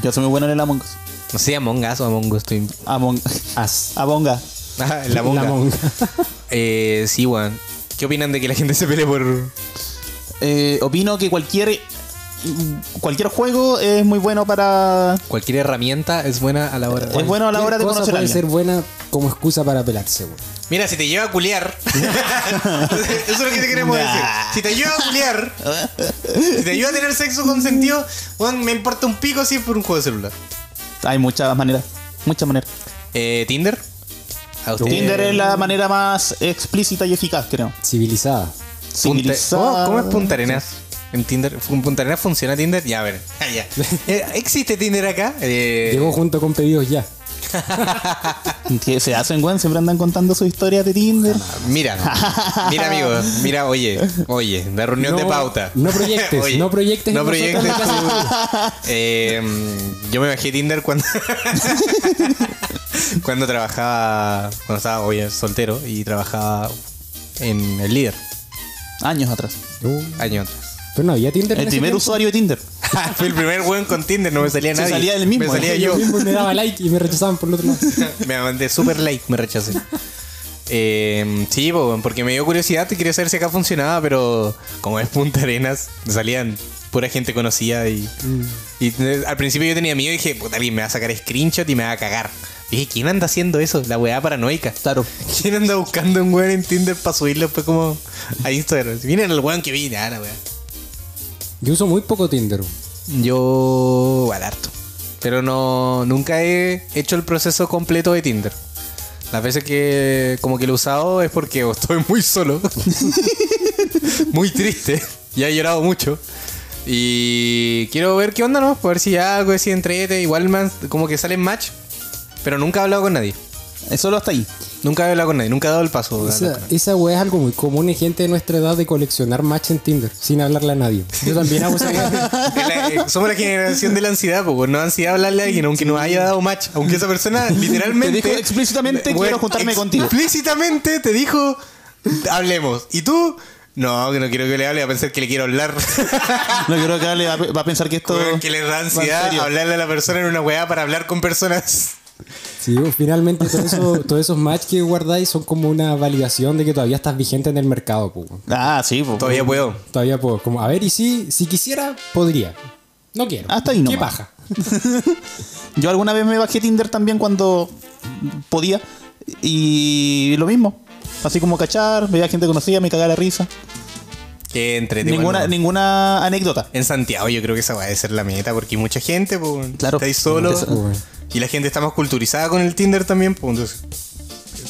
Yo soy muy bueno en el Among Us.
no sé, Among Us o Among Us. Estoy...
Among. [LAUGHS]
As.
Abonga.
[LAUGHS] Ah, el Among Us. Eh, sí, weón. ¿Qué opinan de que la gente se pelee por...?
Eh, opino que cualquier cualquier juego es muy bueno para.
Cualquier herramienta es buena a la hora
Es
de...
bueno a la hora de
Cualquier cosa
conocer a
puede
alguien.
ser buena como excusa para pelarse, weón.
Mira, si te lleva a
[LAUGHS]
culiar... [LAUGHS] eso es lo que te queremos
Nah.
decir. Si te ayuda a culiar... si te ayuda a tener sexo consentido... Weón, me importa un pico si es por un juego de celular.
Hay muchas maneras. Muchas maneras.
Eh, ¿Tinder? ¿A usted?
Tinder es la manera más explícita y eficaz, creo.
Civilizada.
Punta-
Civilizada.
Oh, ¿Cómo, cómo es Punta Arenas? En Tinder, ¿En Punta Arenas funciona Tinder? Ya, a ver. Ah, ya. [LAUGHS] Eh, ¿Existe Tinder acá? Eh,
Llegó junto con pedidos ya.
Que se hacen, weón, siempre andan contando sus historias de Tinder.
mira, mira, amigo. Mira, oye, oye, la reunión
No-
de pauta.
no
[LAUGHS]
proyectes, no proyectes
No
en nosotros
proyectes.
la
tú. Eh, mm, yo me bajé Tinder cuando. [LAUGHS] cuando trabajaba. Cuando estaba, oye, soltero y trabajaba en el líder. Ah.
Años atrás.
Año atrás.
Pero no había Tinder. en
El
ese
primer
tiempo.
usuario de Tinder.
[LAUGHS] Fui el primer weón con Tinder, no me salía
Se
nadie.
salía él mismo,
Me salía
¿eh?
yo.
Yo mismo me daba like y me rechazaban por el otro lado.
[LAUGHS] me mandé super like, me rechacé. Eh, sí, po, weón, porque me dio curiosidad y quería saber si acá funcionaba, pero como es Punta Arenas, salían pura gente conocida y, y te- al principio yo tenía miedo y dije, puta, alguien me va a sacar screenshot y me va a cagar. Y dije, ¿quién anda haciendo eso? La weá paranoica. Claro. [LAUGHS] ¿Quién anda buscando un weón en Tinder para subirlo después como a Instagram? Miren el weón que vi, ah, la weá.
Yo uso muy poco Tinder.
Yo igual harto. Pero no nunca he hecho el proceso completo de Tinder. Las veces que como que lo he usado es porque [LAUGHS] o estoy muy solo, muy triste, ya he llorado mucho. Y quiero ver qué onda, ¿no? Para ver si algo, si entrete, igual me han- como que sale en match. Pero nunca he hablado con nadie.
Eh, Solo hasta ahí.
Nunca he hablado con nadie, nunca he dado el paso. de hablar
Esa,
con nadie.
esa weá es algo muy común en gente de nuestra edad de coleccionar match en Tinder sin hablarle a nadie. Yo también hago esa weá.
Es la- eh, somos la generación de la ansiedad, pues no ansiedad hablarle a alguien, aunque nos haya dado match, aunque esa persona literalmente.
[LAUGHS] Te dijo explícitamente,
Bueno,
"Quiero juntarme contigo".
Explícitamente te dijo, hablemos. Y tú, no, que no quiero que le hable, va a pensar que le quiero
[LAUGHS]
hablar.
No quiero que Ale va, va a pensar Ah. que esto.
que le da
va en
ansiedad
serio.
hablarle a la persona en una weá para hablar con personas.
[LAUGHS] Sí, pues, finalmente todo eso- todos esos match que guardáis son como una validación de que todavía estás vigente en el mercado. pues.
Ah, sí, po.
Todavía puedo.
Todavía puedo. Como, a ver, y si, si quisiera, podría. No quiero.
Hasta Ah, ahí
¿Qué
nomás.
paja?
Yo alguna vez me bajé Tinder también cuando podía. Y lo mismo. Así como cachar, veía gente conocida, me cagaba la risa.
Que entre
Ninguna, ninguna anécdota.
En Santiago yo creo que esa va a ser la meta porque hay mucha gente, pues,
Claro.
estáis solo
Esa-
y la gente está más culturizada con el Tinder también, pues, entonces...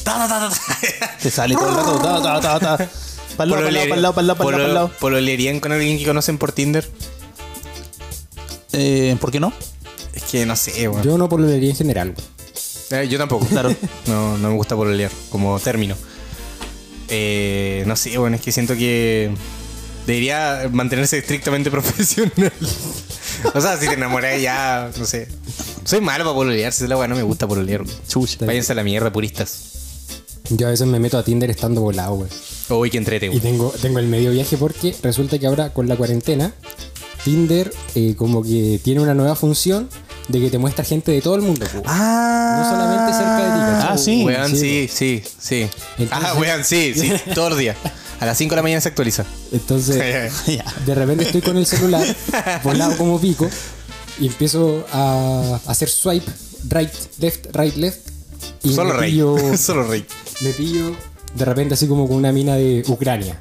Ta, ta, ta, ta.
[LAUGHS] Te sale todo el rato. Ta, ta, ta, ta. [LAUGHS] Pa'l lado, pa'l lado, pa'l lado, pa'l lado, pa'l lado, pa'l lado.
Polo- ¿Pololearían con alguien que conocen por Tinder?
Eh, ¿Por qué no?
Es que no sé, weón.
Yo no pololearía en general, güey.
Eh, yo tampoco.
Claro.
[LAUGHS] No, no me gusta pololear como término. Eh, no sé, bueno, es que siento que debería mantenerse estrictamente [LAUGHS] profesional. o sea, si te enamoras ya, no sé. Soy malo para pololear, si es la weá, no me gusta pololear.
Chucha.
Váyanse a la mierda, puristas.
Yo a veces me meto a Tinder estando volado, güey.
Uy, que entrete,
Y
weón.
tengo, tengo el medio viaje porque resulta que ahora con la cuarentena, Tinder eh, como que tiene una nueva función de que te muestra gente de todo el mundo. po.
Ah,
No solamente cerca de ti, ¿cachai?
Ah, sí.
Weón, sí, sí, sí.
Entonces-
ah, weón, sí,
[LAUGHS]
sí. Todo el día. A las 5 de la mañana se actualiza.
Entonces,
[LAUGHS] Ya.
de repente estoy con
[LAUGHS]
el celular, volado como pico, y empiezo a hacer swipe, right, left, right, left. Y
Solo
me
rey.
[LAUGHS]
[LAUGHS]
pillo-
Solo rey.
me pillo de repente así como con una mina de Ucrania.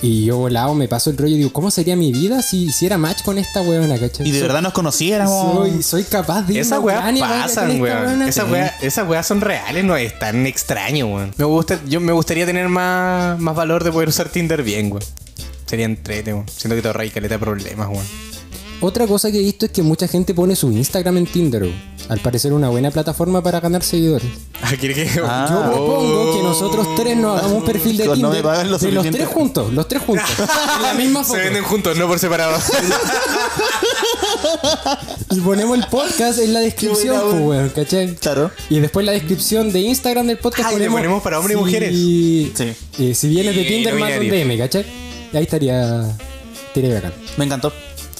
Y yo volado me paso el rollo y digo, ¿cómo sería mi vida si hiciera match con esta weona, cachai?
Y de verdad nos conociéramos.
Soy, soy capaz de ir
Esas
a
weas
Ucrania, vaya, con
pasan,
esta
weón.
weona.
Esas weas, esas weas son reales, no es tan extraño, weón. Me gusta, yo me gustaría tener más, más valor de poder usar Tinder bien, weón. Sería entrete, weón. Siento que te ahorra y caleta de problemas, weón. [LAUGHS]
Otra cosa que he visto es que mucha gente pone su Instagram en Tinder. weón. Al parecer una buena plataforma para ganar seguidores.
Ah, Oh. ¿quiere que.?
Ah.
Yo propongo que nosotros tres nos hagamos un perfil de
No me
Tinder.
pagan lo
de los
suficiente.
tres juntos, los tres
[LAUGHS]
juntos. en la misma foto.
Se venden juntos, no por separado.
[LAUGHS] Y ponemos el podcast en la descripción,
buena,
pues,
weón.
weón, ¿cachai?
Claro.
Y después en la descripción de Instagram del podcast
Ah, y le ponemos para hombres y mujeres.
Sí.
Sí.
Eh, si vienes de
Y
Tinder,
no
más un
binario.
DM, ¿cachai? Y ahí estaría. Estaría bacán.
Me encantó.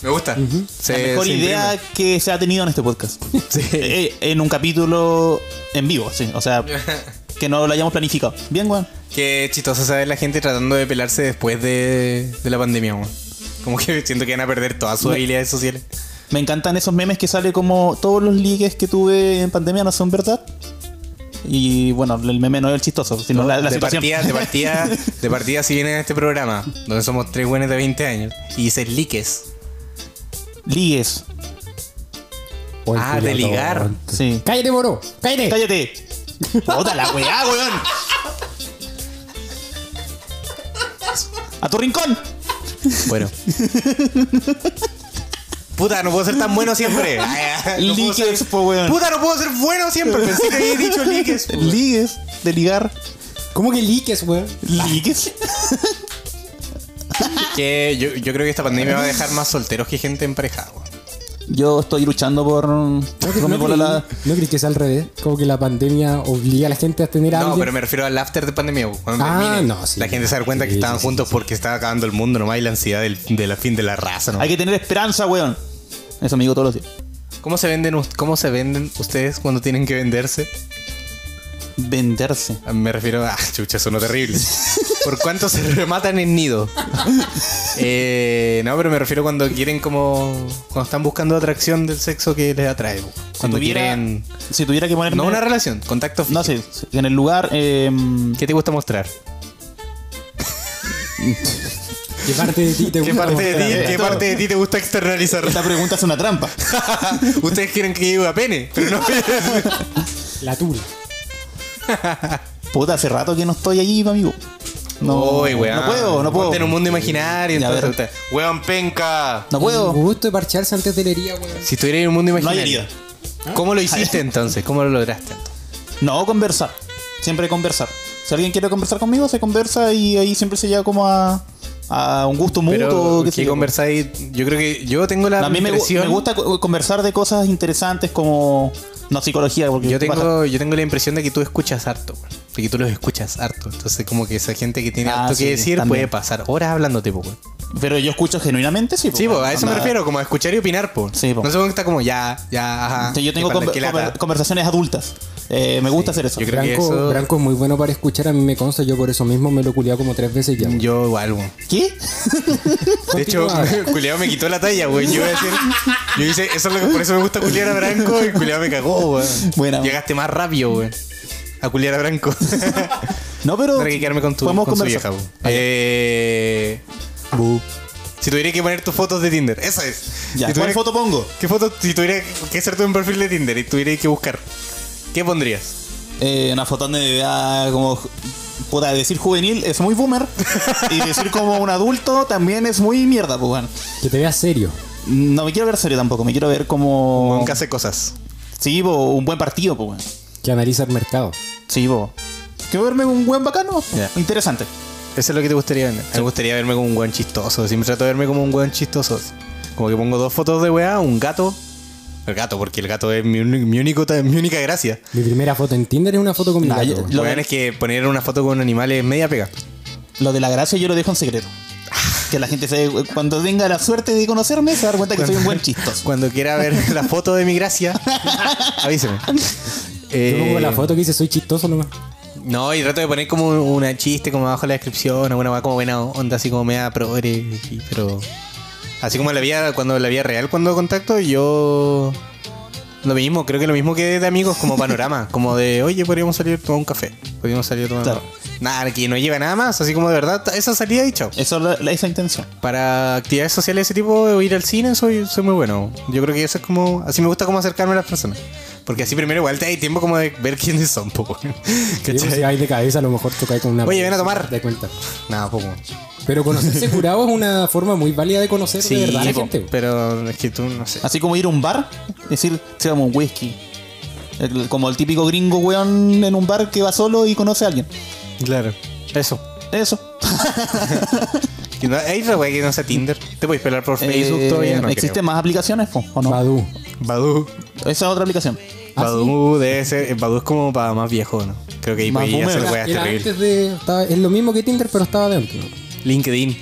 me gusta.
la mejor
se
idea
imprime.
que se ha tenido en este podcast. Eh, en un capítulo en vivo, sí. O [LAUGHS] sea, que no lo hayamos planificado. Bien, weón.
Qué chistoso saber la gente tratando de pelarse después de, de la pandemia, weón. Como que siento que van a perder todas sus habilidades sociales.
Me encantan esos memes que sale como todos los ligues que tuve en pandemia no son verdad. Y bueno, el meme no es el chistoso, sino la, la
de,
situación.
partida, de
[LAUGHS]
partida, de partida, si vienen a este programa, donde somos tres buenos de 20 años, y dices liques.
Ligues.
O el
Ah, de
culiao,
ligar.
weón.
[LAUGHS] Sí.
Cállate, moro. Cállate.
Cállate. Puta la weá, weón. A tu rincón. [LAUGHS]
Bueno. Puta, no puedo ser tan bueno
[LAUGHS]
siempre. Ay, no puedo ser-
Ligues, po, weón.
Puta, no puedo ser bueno siempre. Pensé que había dicho
[LAUGHS]
liques. po.
Ligues de ligar.
¿Cómo que liques, weón?
Ligues.
Que yo, yo creo que esta pandemia va a dejar más solteros que gente emparejada. weón.
Yo estoy luchando por.
¿No,
por
cre-
mi
no, creí-
polola.
no creí que sea al revés? Como que la pandemia obliga a la gente a tener algo.
No, pero me refiero al after de pandemia. Cuando
Ah,
termine,
no, sí.
La gente se da cuenta que
Sí,
estaban
sí, sí,
juntos porque estaba acabando el mundo nomás y la ansiedad del, de la fin de la raza. nomás.
Hay que tener esperanza, weón. Eso me digo todos los días.
¿Cómo, se venden, us- ¿Cómo se venden ustedes cuando tienen que venderse?
Venderse.
Ah, Me refiero a. [LAUGHS] Chucha, sonó terrible. ¿Por cuánto se rematan en [LAUGHS] nido? Eh, no, pero me refiero cuando quieren como. Cuando están buscando atracción del sexo que les atrae. Cuando
si tuviera,
quieren.
Si tuviera que ponerme.
No una relación, contacto físico.
No sé, en el lugar. eh,
[LAUGHS] ¿Qué te gusta mostrar?
¿Qué parte
[LAUGHS]
de ti te
¿Qué
gusta
parte de
mostrar? [LAUGHS]
ti, qué parte de ti te gusta externalizar?
esta pregunta es una trampa.
[LAUGHS] Ustedes quieren que llegue a pene, pero no.
La tula.
Puta, hace rato que no estoy allí, amigo. No,
Uy, weón.
no puedo, no puedo.
Ponte en un mundo imaginario.
Ya, a
Entonces,
ver.
usted, weón, penca.
No puedo.
Un gusto de parcharse antes de la herida, weón.
Si estuviera en un mundo
No hay
imaginario.
herida.
¿Cómo lo hiciste entonces? ¿Cómo lo lograste?
No, conversar. Siempre conversar. Si alguien quiere conversar conmigo, se conversa y ahí siempre se llega como a, a un gusto mutuo.
Pero
qué sé
que
yo.
conversáis. Yo creo que yo tengo la
A mí me, gu-
impresión.
me gusta co- conversar de cosas interesantes como. No, psicología, porque.
Yo
¿qué pasa?
tengo, yo tengo la impresión de que tú escuchas harto, weón. de que tú los escuchas harto. Entonces, como que esa gente que tiene
Ah,
harto
sí,
que decir
también.
puede pasar horas hablándote, po, weón.
Pero yo escucho genuinamente, sí.
Sí, po,
pues,
a eso me
onda.
refiero, como a escuchar y opinar, po.
Sí, po.
No sé cómo está como ya, ya, ajá.
Entonces, yo tengo
qué falta,
conver-
qué lata.
conver- conversaciones adultas. Eh, me gusta hacer eso.
yo creo que
Branco,
eso-
Branco es muy bueno para escuchar, a mí me consta, yo por eso mismo me lo he culiado como tres veces ya. weón.
Yo igual, weón.
¿Qué?
De hecho, [LAUGHS]
Continúa.
Culeado me quitó la talla, güey. Yo iba a decir, yo hice, eso es lo que por eso me gusta culiar a Branco y Culeado me cagó, güey.
Buena,
Llegaste más rápido, güey. A culiar a
[LAUGHS]
Branco.
No, pero.
Tendré que quedarme con tu,
podemos
con su
conversar.
vieja, pues. güey. Eh,
Bu.
si tuviera que poner tus fotos de Tinder, esa es.
Ya,
Si tuviera-
¿cuál foto pongo?
¿Qué foto? Si tuviera que hacerte un perfil de Tinder y tuviera que buscar, ¿qué pondrías?
Eh, una foto donde me vea como. Puta, decir juvenil es muy boomer. y decir como un adulto también es muy mierda, pues bueno.
Que te veas serio.
No me quiero ver serio tampoco, me quiero ver como.
Nunca hace cosas.
Sí, po, un buen partido, pues bueno.
Que analiza el mercado.
Sí, po. Quiero verme un buen bacano.
Ya.
Interesante.
Eso es lo que te gustaría vender. Me gustaría verme como un weón chistoso. Siempre trato de verme como un weón chistoso. Como que pongo dos fotos de weá, un gato. El gato, porque el gato es mi, uni- mi único, mi única gracia.
Mi primera foto en Tinder es una foto con mi
Nah,
gato,
yo-
weón.
Lo
Lo weón
que-
es que poner una foto con animales es media pega.
Lo de la gracia yo lo dejo en secreto. Que la gente se, cuando tenga la suerte de conocerme se va a dar cuenta que soy un buen chistoso.
Cuando quiera ver [LAUGHS] la foto de mi gracia, [LAUGHS] avíseme.
Yo pongo
Eh,
la foto que dice soy chistoso nomás.
No, y trato de poner como una chiste como abajo en la descripción, alguna weá como buena onda, así como media progre, y- pero... Así como la vida, cuando la vida real, cuando contacto, yo... Lo mismo, creo que lo mismo que de amigos, como panorama, [LAUGHS] como de, oye, podríamos salir a tomar un café, podríamos salir a tomar...
Claro.
Nada, que no lleva nada más, así como de verdad, esa salida y chao.
Eso es la- la- esa intención.
Para actividades sociales de ese tipo, o ir al cine, soy, soy muy bueno. Yo creo que eso es como. Así me gusta como acercarme a las personas. Porque así primero igual te hay tiempo como de ver quiénes son, poco.
Yo, Si hay de cabeza, a lo mejor tocáis con una.
Oye, ven a tomar.
De cuenta.
Nada, poco.
[LAUGHS]
Pero conocerse curado es una forma muy válida de conocer de verdad a la
po,
gente. weón.
pero es que tú no sé.
Así como ir a un bar, decir, tiramos un whisky. El- como el típico gringo weón en un bar que va solo y conoce a alguien.
Claro. Eso.
Eso.
Y no- hay otra wea que no sea Tinder. Te puedes pelar por Facebook
Eh,
todavía. No
¿Existen
creo.
más Ah, aplicaciones po, o no?
Badoo.
Badoo.
Esa es otra aplicación.
Badoo debe ser. Badoo es como para más viejo, ¿no? Creo que ahí
Más
podía hacer
boomer.
weas
Era
terribles.
antes de. estaba- es lo mismo que Tinder, pero estaba dentro.
LinkedIn.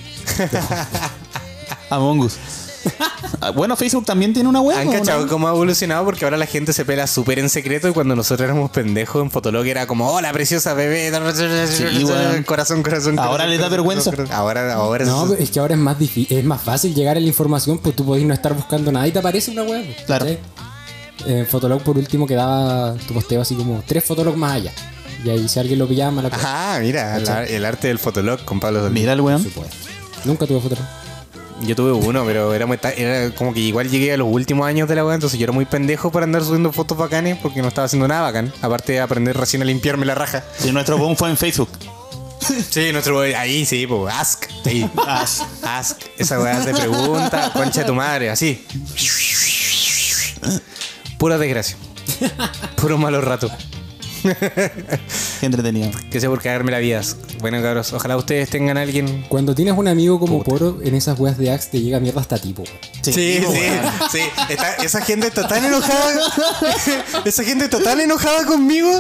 Among Us. [LAUGHS] Ah, bueno, Facebook también tiene una web.
Han cachado cómo ha evolucionado porque ahora la gente se pela súper en secreto y cuando nosotros éramos pendejos en Fotolog era como, hola preciosa bebé,
weón.
corazón, corazón.
Ahora
corazón,
les da
corazón,
vergüenza.
corazón. Ahora, ahora
No,
eso-
pero es que ahora es más difí- es más fácil llegar a la información, pues tú podés no estar buscando nada y te aparece una web.
Claro.
¿cachai? En Fotolog por último quedaba tu posteo así como tres Fotolog más allá. Y ahí si alguien lo pillaba, mala cosa.
Ajá, mira, la- el arte del Fotolog con Pablo Solís.
Mira el
Por
weón.
supuesto. Nunca tuve Fotolog.
Yo tuve uno, pero era, muy ta- era como que igual llegué a los últimos años de la web, entonces yo era muy pendejo para andar subiendo fotos bacanes porque no estaba haciendo nada bacán. Aparte de aprender recién a limpiarme la raja.
Si nuestro boom fue en Facebook.
Sí, nuestro ahí sí, po, ask. ahí.
Ask.
Ask. Esa weá te pregunta, concha de tu madre, así. Pura desgracia. Puro malo rato.
Qué entretenido.
Que sea por cagarme la vida. Bueno, cabros, ojalá ustedes tengan a alguien.
Cuando tienes un amigo como Poro, en esas weas de Axe te llega mierda hasta
[LAUGHS]
tipo.
po, weón.
sí. Está- esa gente está tan enojada. [LAUGHS] esa gente está tan enojada conmigo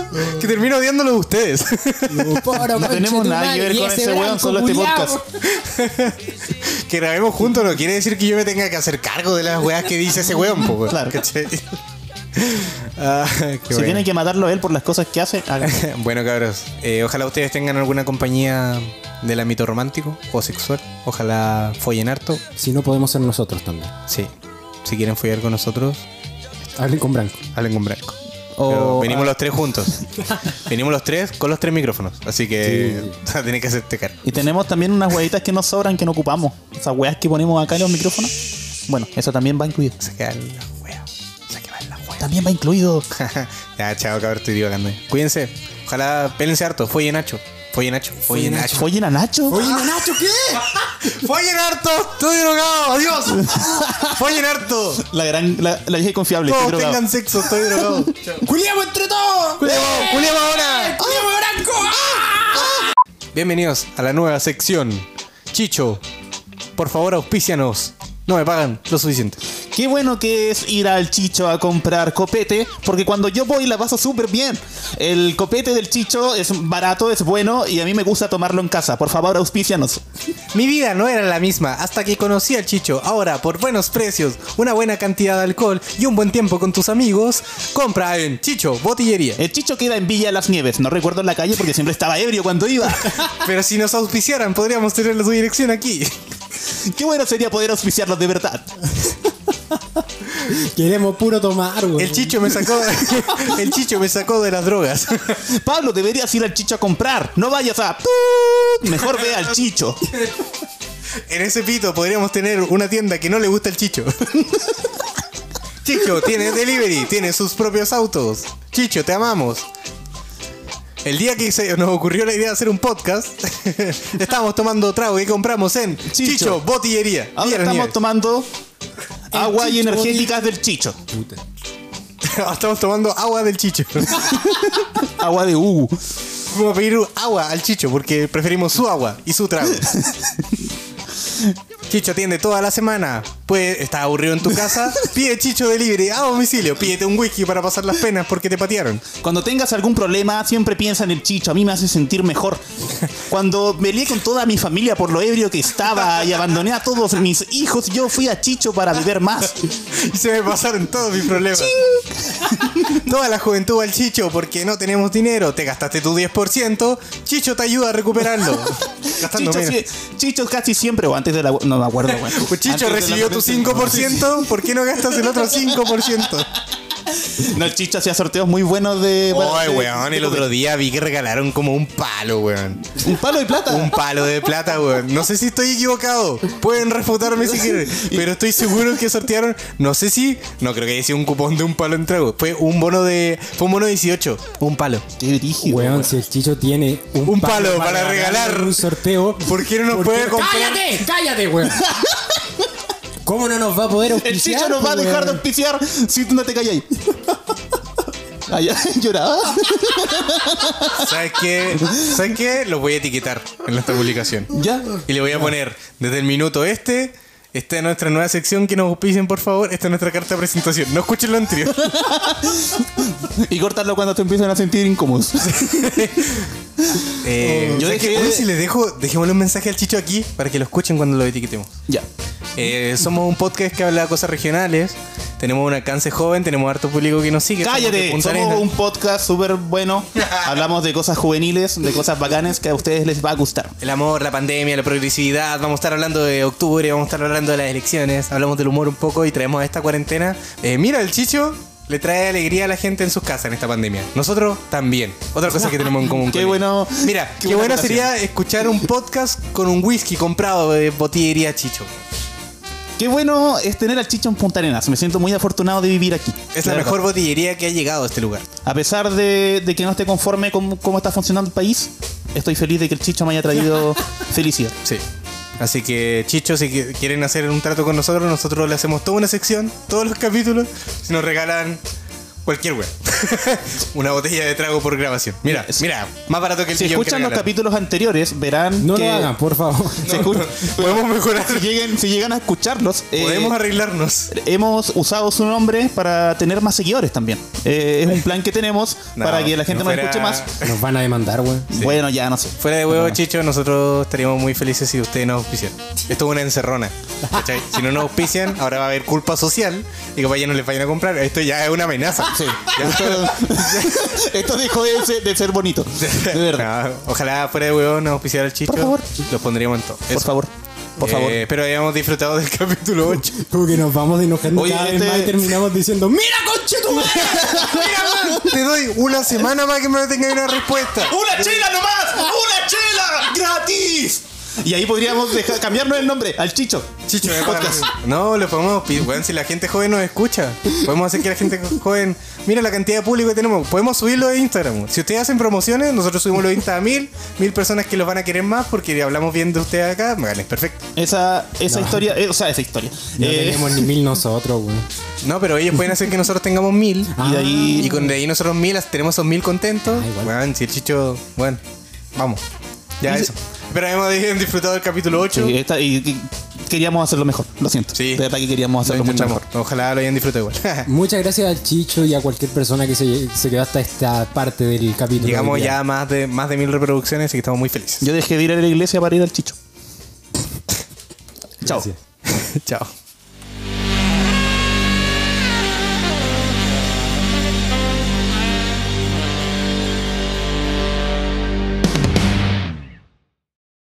que termino odiándolos a ustedes. [LAUGHS]
No, Poro,
No tenemos nada que ver con ese weón, solo este podcast.
que grabemos juntos no quiere decir que yo me tenga que hacer cargo de las weas que dice ese weón, po, weón.
Claro.
¿Cachai? [LAUGHS] Ah, qué
Si
bueno.
tiene que matarlo él por las cosas que hace, háganlo.
Bueno, cabros, eh, ojalá ustedes tengan alguna compañía del ámbito romántico o sexual. Ojalá follen harto.
Si no podemos ser nosotros también.
Sí. Si quieren follar con nosotros,
Hablen con Branco.
hablen con Branco. [LAUGHS]
O- ah,
Pero venimos los tres juntos. [LAUGHS] venimos los tres con los tres micrófonos. Así que tenés que hacerte cargo.
Y tenemos también unas huevitas que nos sobran, que no ocupamos. Esas hueas que ponemos acá en los micrófonos. Bueno, eso también va incluido.
Se quedan las weas. Se quedan las weas.
También va incluido.
[LAUGHS] ya, chao, cabrón, estoy divagando. Cuídense. Ojalá pélense harto. Follen Nacho. Follen Nacho. Follen Nacho.
Follen a Nacho.
Oye, Nacho, ¿qué?
Follen harto. Estoy drogado. [LAUGHS] Adiós. Follen harto.
La gran, la, la vieja y confiable.
Todos
estoy drogado.
tengan sexo. Estoy drogado. [LAUGHS] Oh,
¡Juliamos entre todos!
Culeamos, culeamos ahora.
¡Juliamos Branco!
Bienvenidos a la nueva sección. Chicho, por favor, auspícianos. No me pagan lo suficiente.
Qué bueno que es ir al Chicho a comprar copete, porque cuando yo voy la paso súper bien. El copete del Chicho es barato, es bueno y a mí me gusta tomarlo en casa. Por favor, auspícianos.
Mi vida no era la misma hasta que conocí al Chicho. Ahora, por buenos precios, una buena cantidad de alcohol y un buen tiempo con tus amigos, compra en Chicho Botillería.
El Chicho queda en Villa Las Nieves. No recuerdo la calle porque siempre estaba ebrio cuando iba. [LAUGHS]
Pero si nos auspiciaran, podríamos tener su dirección aquí.
Qué bueno sería poder auspiciarlos de verdad.
Queremos puro tomar, weón.
El Chicho me sacó, [LAUGHS] el Chicho me sacó de las drogas.
Pablo, deberías ir al Chicho a comprar. No vayas a... Mejor ve al Chicho.
En ese pito podríamos tener una tienda que no le gusta el Chicho. [LAUGHS] Chicho tiene delivery, tiene sus propios autos. Chicho, te amamos. El día que se nos ocurrió la idea de hacer un podcast, [LAUGHS] estábamos tomando trago y compramos en Chicho,
Chicho
Botillería. Villa
Ahora
Las
estamos
Nieves.
tomando agua y
Chicho,
energéticas del Chicho.
Puta.
Ahora [LAUGHS] estamos tomando agua del Chicho.
Agua de uh. Hugo.
Vamos a pedir agua al Chicho porque preferimos su agua y su
[LAUGHS]
trago. Chicho atiende toda la semana. Pues estás aburrido en tu casa. Pide Chicho delivery a domicilio. Pídete un whisky para pasar las penas porque te patearon.
Cuando tengas algún problema, siempre piensa en el chicho. A mí me hace sentir mejor. Cuando me lié con toda mi familia por lo ebrio que estaba y abandoné a todos mis hijos, yo fui a Chicho para beber más.
Y se me pasaron todos mis problemas. Toda la juventud al Chicho porque no tenemos dinero. Te gastaste tu 10%. Chicho te ayuda a
[LAUGHS]
recuperarlo. Gastando
Chicho,
menos.
sí- Chicho casi siempre, o antes de la. No me acuerdo, güey.
Pues Chicho
Antes de la
recibió tu
violencia.
5%. ¿Por qué no gastas el otro 5%?
No, el Chicho hacía sorteos muy buenos de.
Oye,
de-
weón,
de-
el otro día vi que regalaron como un palo, weón.
Un palo de plata.
Un palo de plata, weón. No sé si estoy equivocado. Pueden refutarme si quieren. Pero estoy seguro que sortearon. No sé si. No creo que haya sido un cupón de un palo en trago. Fue un bono de. Fue un bono de 18. Un palo.
Qué brígido,
Weón, si el Chicho tiene un,
Un palo para regalar.
en un sorteo.
¿Por qué no nos puede comprar?
¡Cállate! ¡Cállate, weón! ¿Cómo no nos va a poder
El
auspiciar?
Chicho nos va a
weón?
dejar de auspiciar si tú no te callas ahí. [LAUGHS] Ay, ay, lloraba.
¿Sabes qué? ¿Sabes qué? Los voy a etiquetar en esta publicación.
Ya.
Y le voy a poner desde el minuto este. Esta es nuestra nueva sección que nos auspicien, por favor. Esta es nuestra carta de presentación. No escuchen lo anterior.
Y cortarlo cuando te empiezan a sentir incómodos.
Eh, yo
yo dejé-
si les dejo, dejémosle un mensaje al Chicho aquí para que lo escuchen cuando lo etiquetemos.
[LAUGHS] Ya.
Eh,
Mm.
somos un podcast que habla de cosas regionales. Tenemos un alcance joven, tenemos harto público que nos sigue.
Cállate,
Somos de Punta
somos
Arenas.
un podcast súper bueno.
[LAUGHS]
Hablamos de cosas juveniles, de cosas bacanes que a ustedes les va a gustar.
El amor, la pandemia, la progresividad. Vamos a estar hablando de octubre, vamos a estar hablando de las elecciones. Hablamos del humor un poco y traemos a esta cuarentena. Eh, mira, el Chicho le trae alegría a la gente en sus casas en esta pandemia. Nosotros también. Otra cosa que
[LAUGHS]
tenemos en común.
Qué
con él.
bueno-
Mira,
qué
qué,
buena
bueno sería escuchar un podcast con un whisky comprado de botillería Chicho.
Qué bueno es tener al Chicho en Punta Arenas. Me siento muy afortunado de vivir aquí.
Es la,
verdad.
mejor botillería que ha llegado a este lugar.
A pesar de, de que no esté conforme con cómo está funcionando el país, estoy feliz de que el Chicho me
[LAUGHS]
haya traído felicidad.
Sí. Así que, Chicho, si qui- quieren hacer un trato con nosotros, nosotros le hacemos toda una sección, todos los capítulos, si nos regalan cualquier web. [LAUGHS] Una botella de trago por grabación. Mira,
Sí.
mira, más barato que el
Si
sillón que
escuchan los
regalaron.
capítulos anteriores, verán
No
que
lo hagan, por favor.
se escu-
Podemos mejorar.
si, lleguen, si llegan a escucharlos, eh,
Podemos arreglarnos.
hemos usado su nombre para tener más seguidores también. Eh, es un plan que tenemos
No,
para que la gente
no
nos
fuera-
escuche más.
Nos van a demandar, weón.
Bueno, ya no sé.
Fuera de huevo, Chicho, nosotros estaríamos muy felices si ustedes nos auspician. Esto es una encerrona. ¿cachai? Si no nos auspician, ahora va a haber culpa social y que vayan no les vayan a comprar. Esto ya es una amenaza.
Sí. Esto,
[LAUGHS]
esto dejó de ser, de ser bonito. De verdad.
No, ojalá fuera de huevo nos auspiciara el Chicho.
Por favor.
Los pondríamos en todo.
Por favor.
Eh,
Por favor.
Espero hayamos disfrutado del [LAUGHS] capítulo 8.
Como que nos vamos enojando
Oye,
cada vez
este-
más y terminamos diciendo ¡Mira, conche tu madre!
[LAUGHS] Te doy una semana más que me tenga una [LAUGHS] respuesta.
¡Una chela nomás! ¡Una chela! ¡Gratis! Y ahí podríamos dejar, cambiarnos el nombre al Chicho.
Chicho, me
Podcast.
No, lo podemos pedir, weón, si la gente joven nos escucha. Podemos hacer que la gente joven. Mira la cantidad de público que tenemos. Podemos subirlo de Instagram. Si ustedes hacen promociones, nosotros subimos los Insta a mil. Mil personas que los van a querer más porque hablamos bien de ustedes acá. Vale, perfecto.
Esa, esa historia, eh, o sea, esa historia.
No
Eh,
tenemos ni mil nosotros, weón.
No, pero ellos pueden hacer que nosotros tengamos mil.
[LAUGHS] y de ahí.
Y con de ahí nosotros mil, tenemos esos mil contentos.
Ah, igual.
Weón, si el chicho. Bueno, vamos. Ya eso. Pero hemos disfrutado del capítulo 8.
Sí, esta- y- y queríamos hacerlo mejor, lo siento.
Sí.
De verdad que queríamos hacerlo mucho mejor.
Ojalá lo hayan disfrutado igual. [LAUGHS]
Muchas gracias al Chicho y a cualquier persona que se, se quedó hasta esta parte del capítulo.
Llegamos
del día.
ya a más de, más de mil reproducciones y estamos muy
[LAUGHS]
felices.
Yo dejé de ir a la iglesia para ir al Chicho. Chao.
Gracias.
Chao.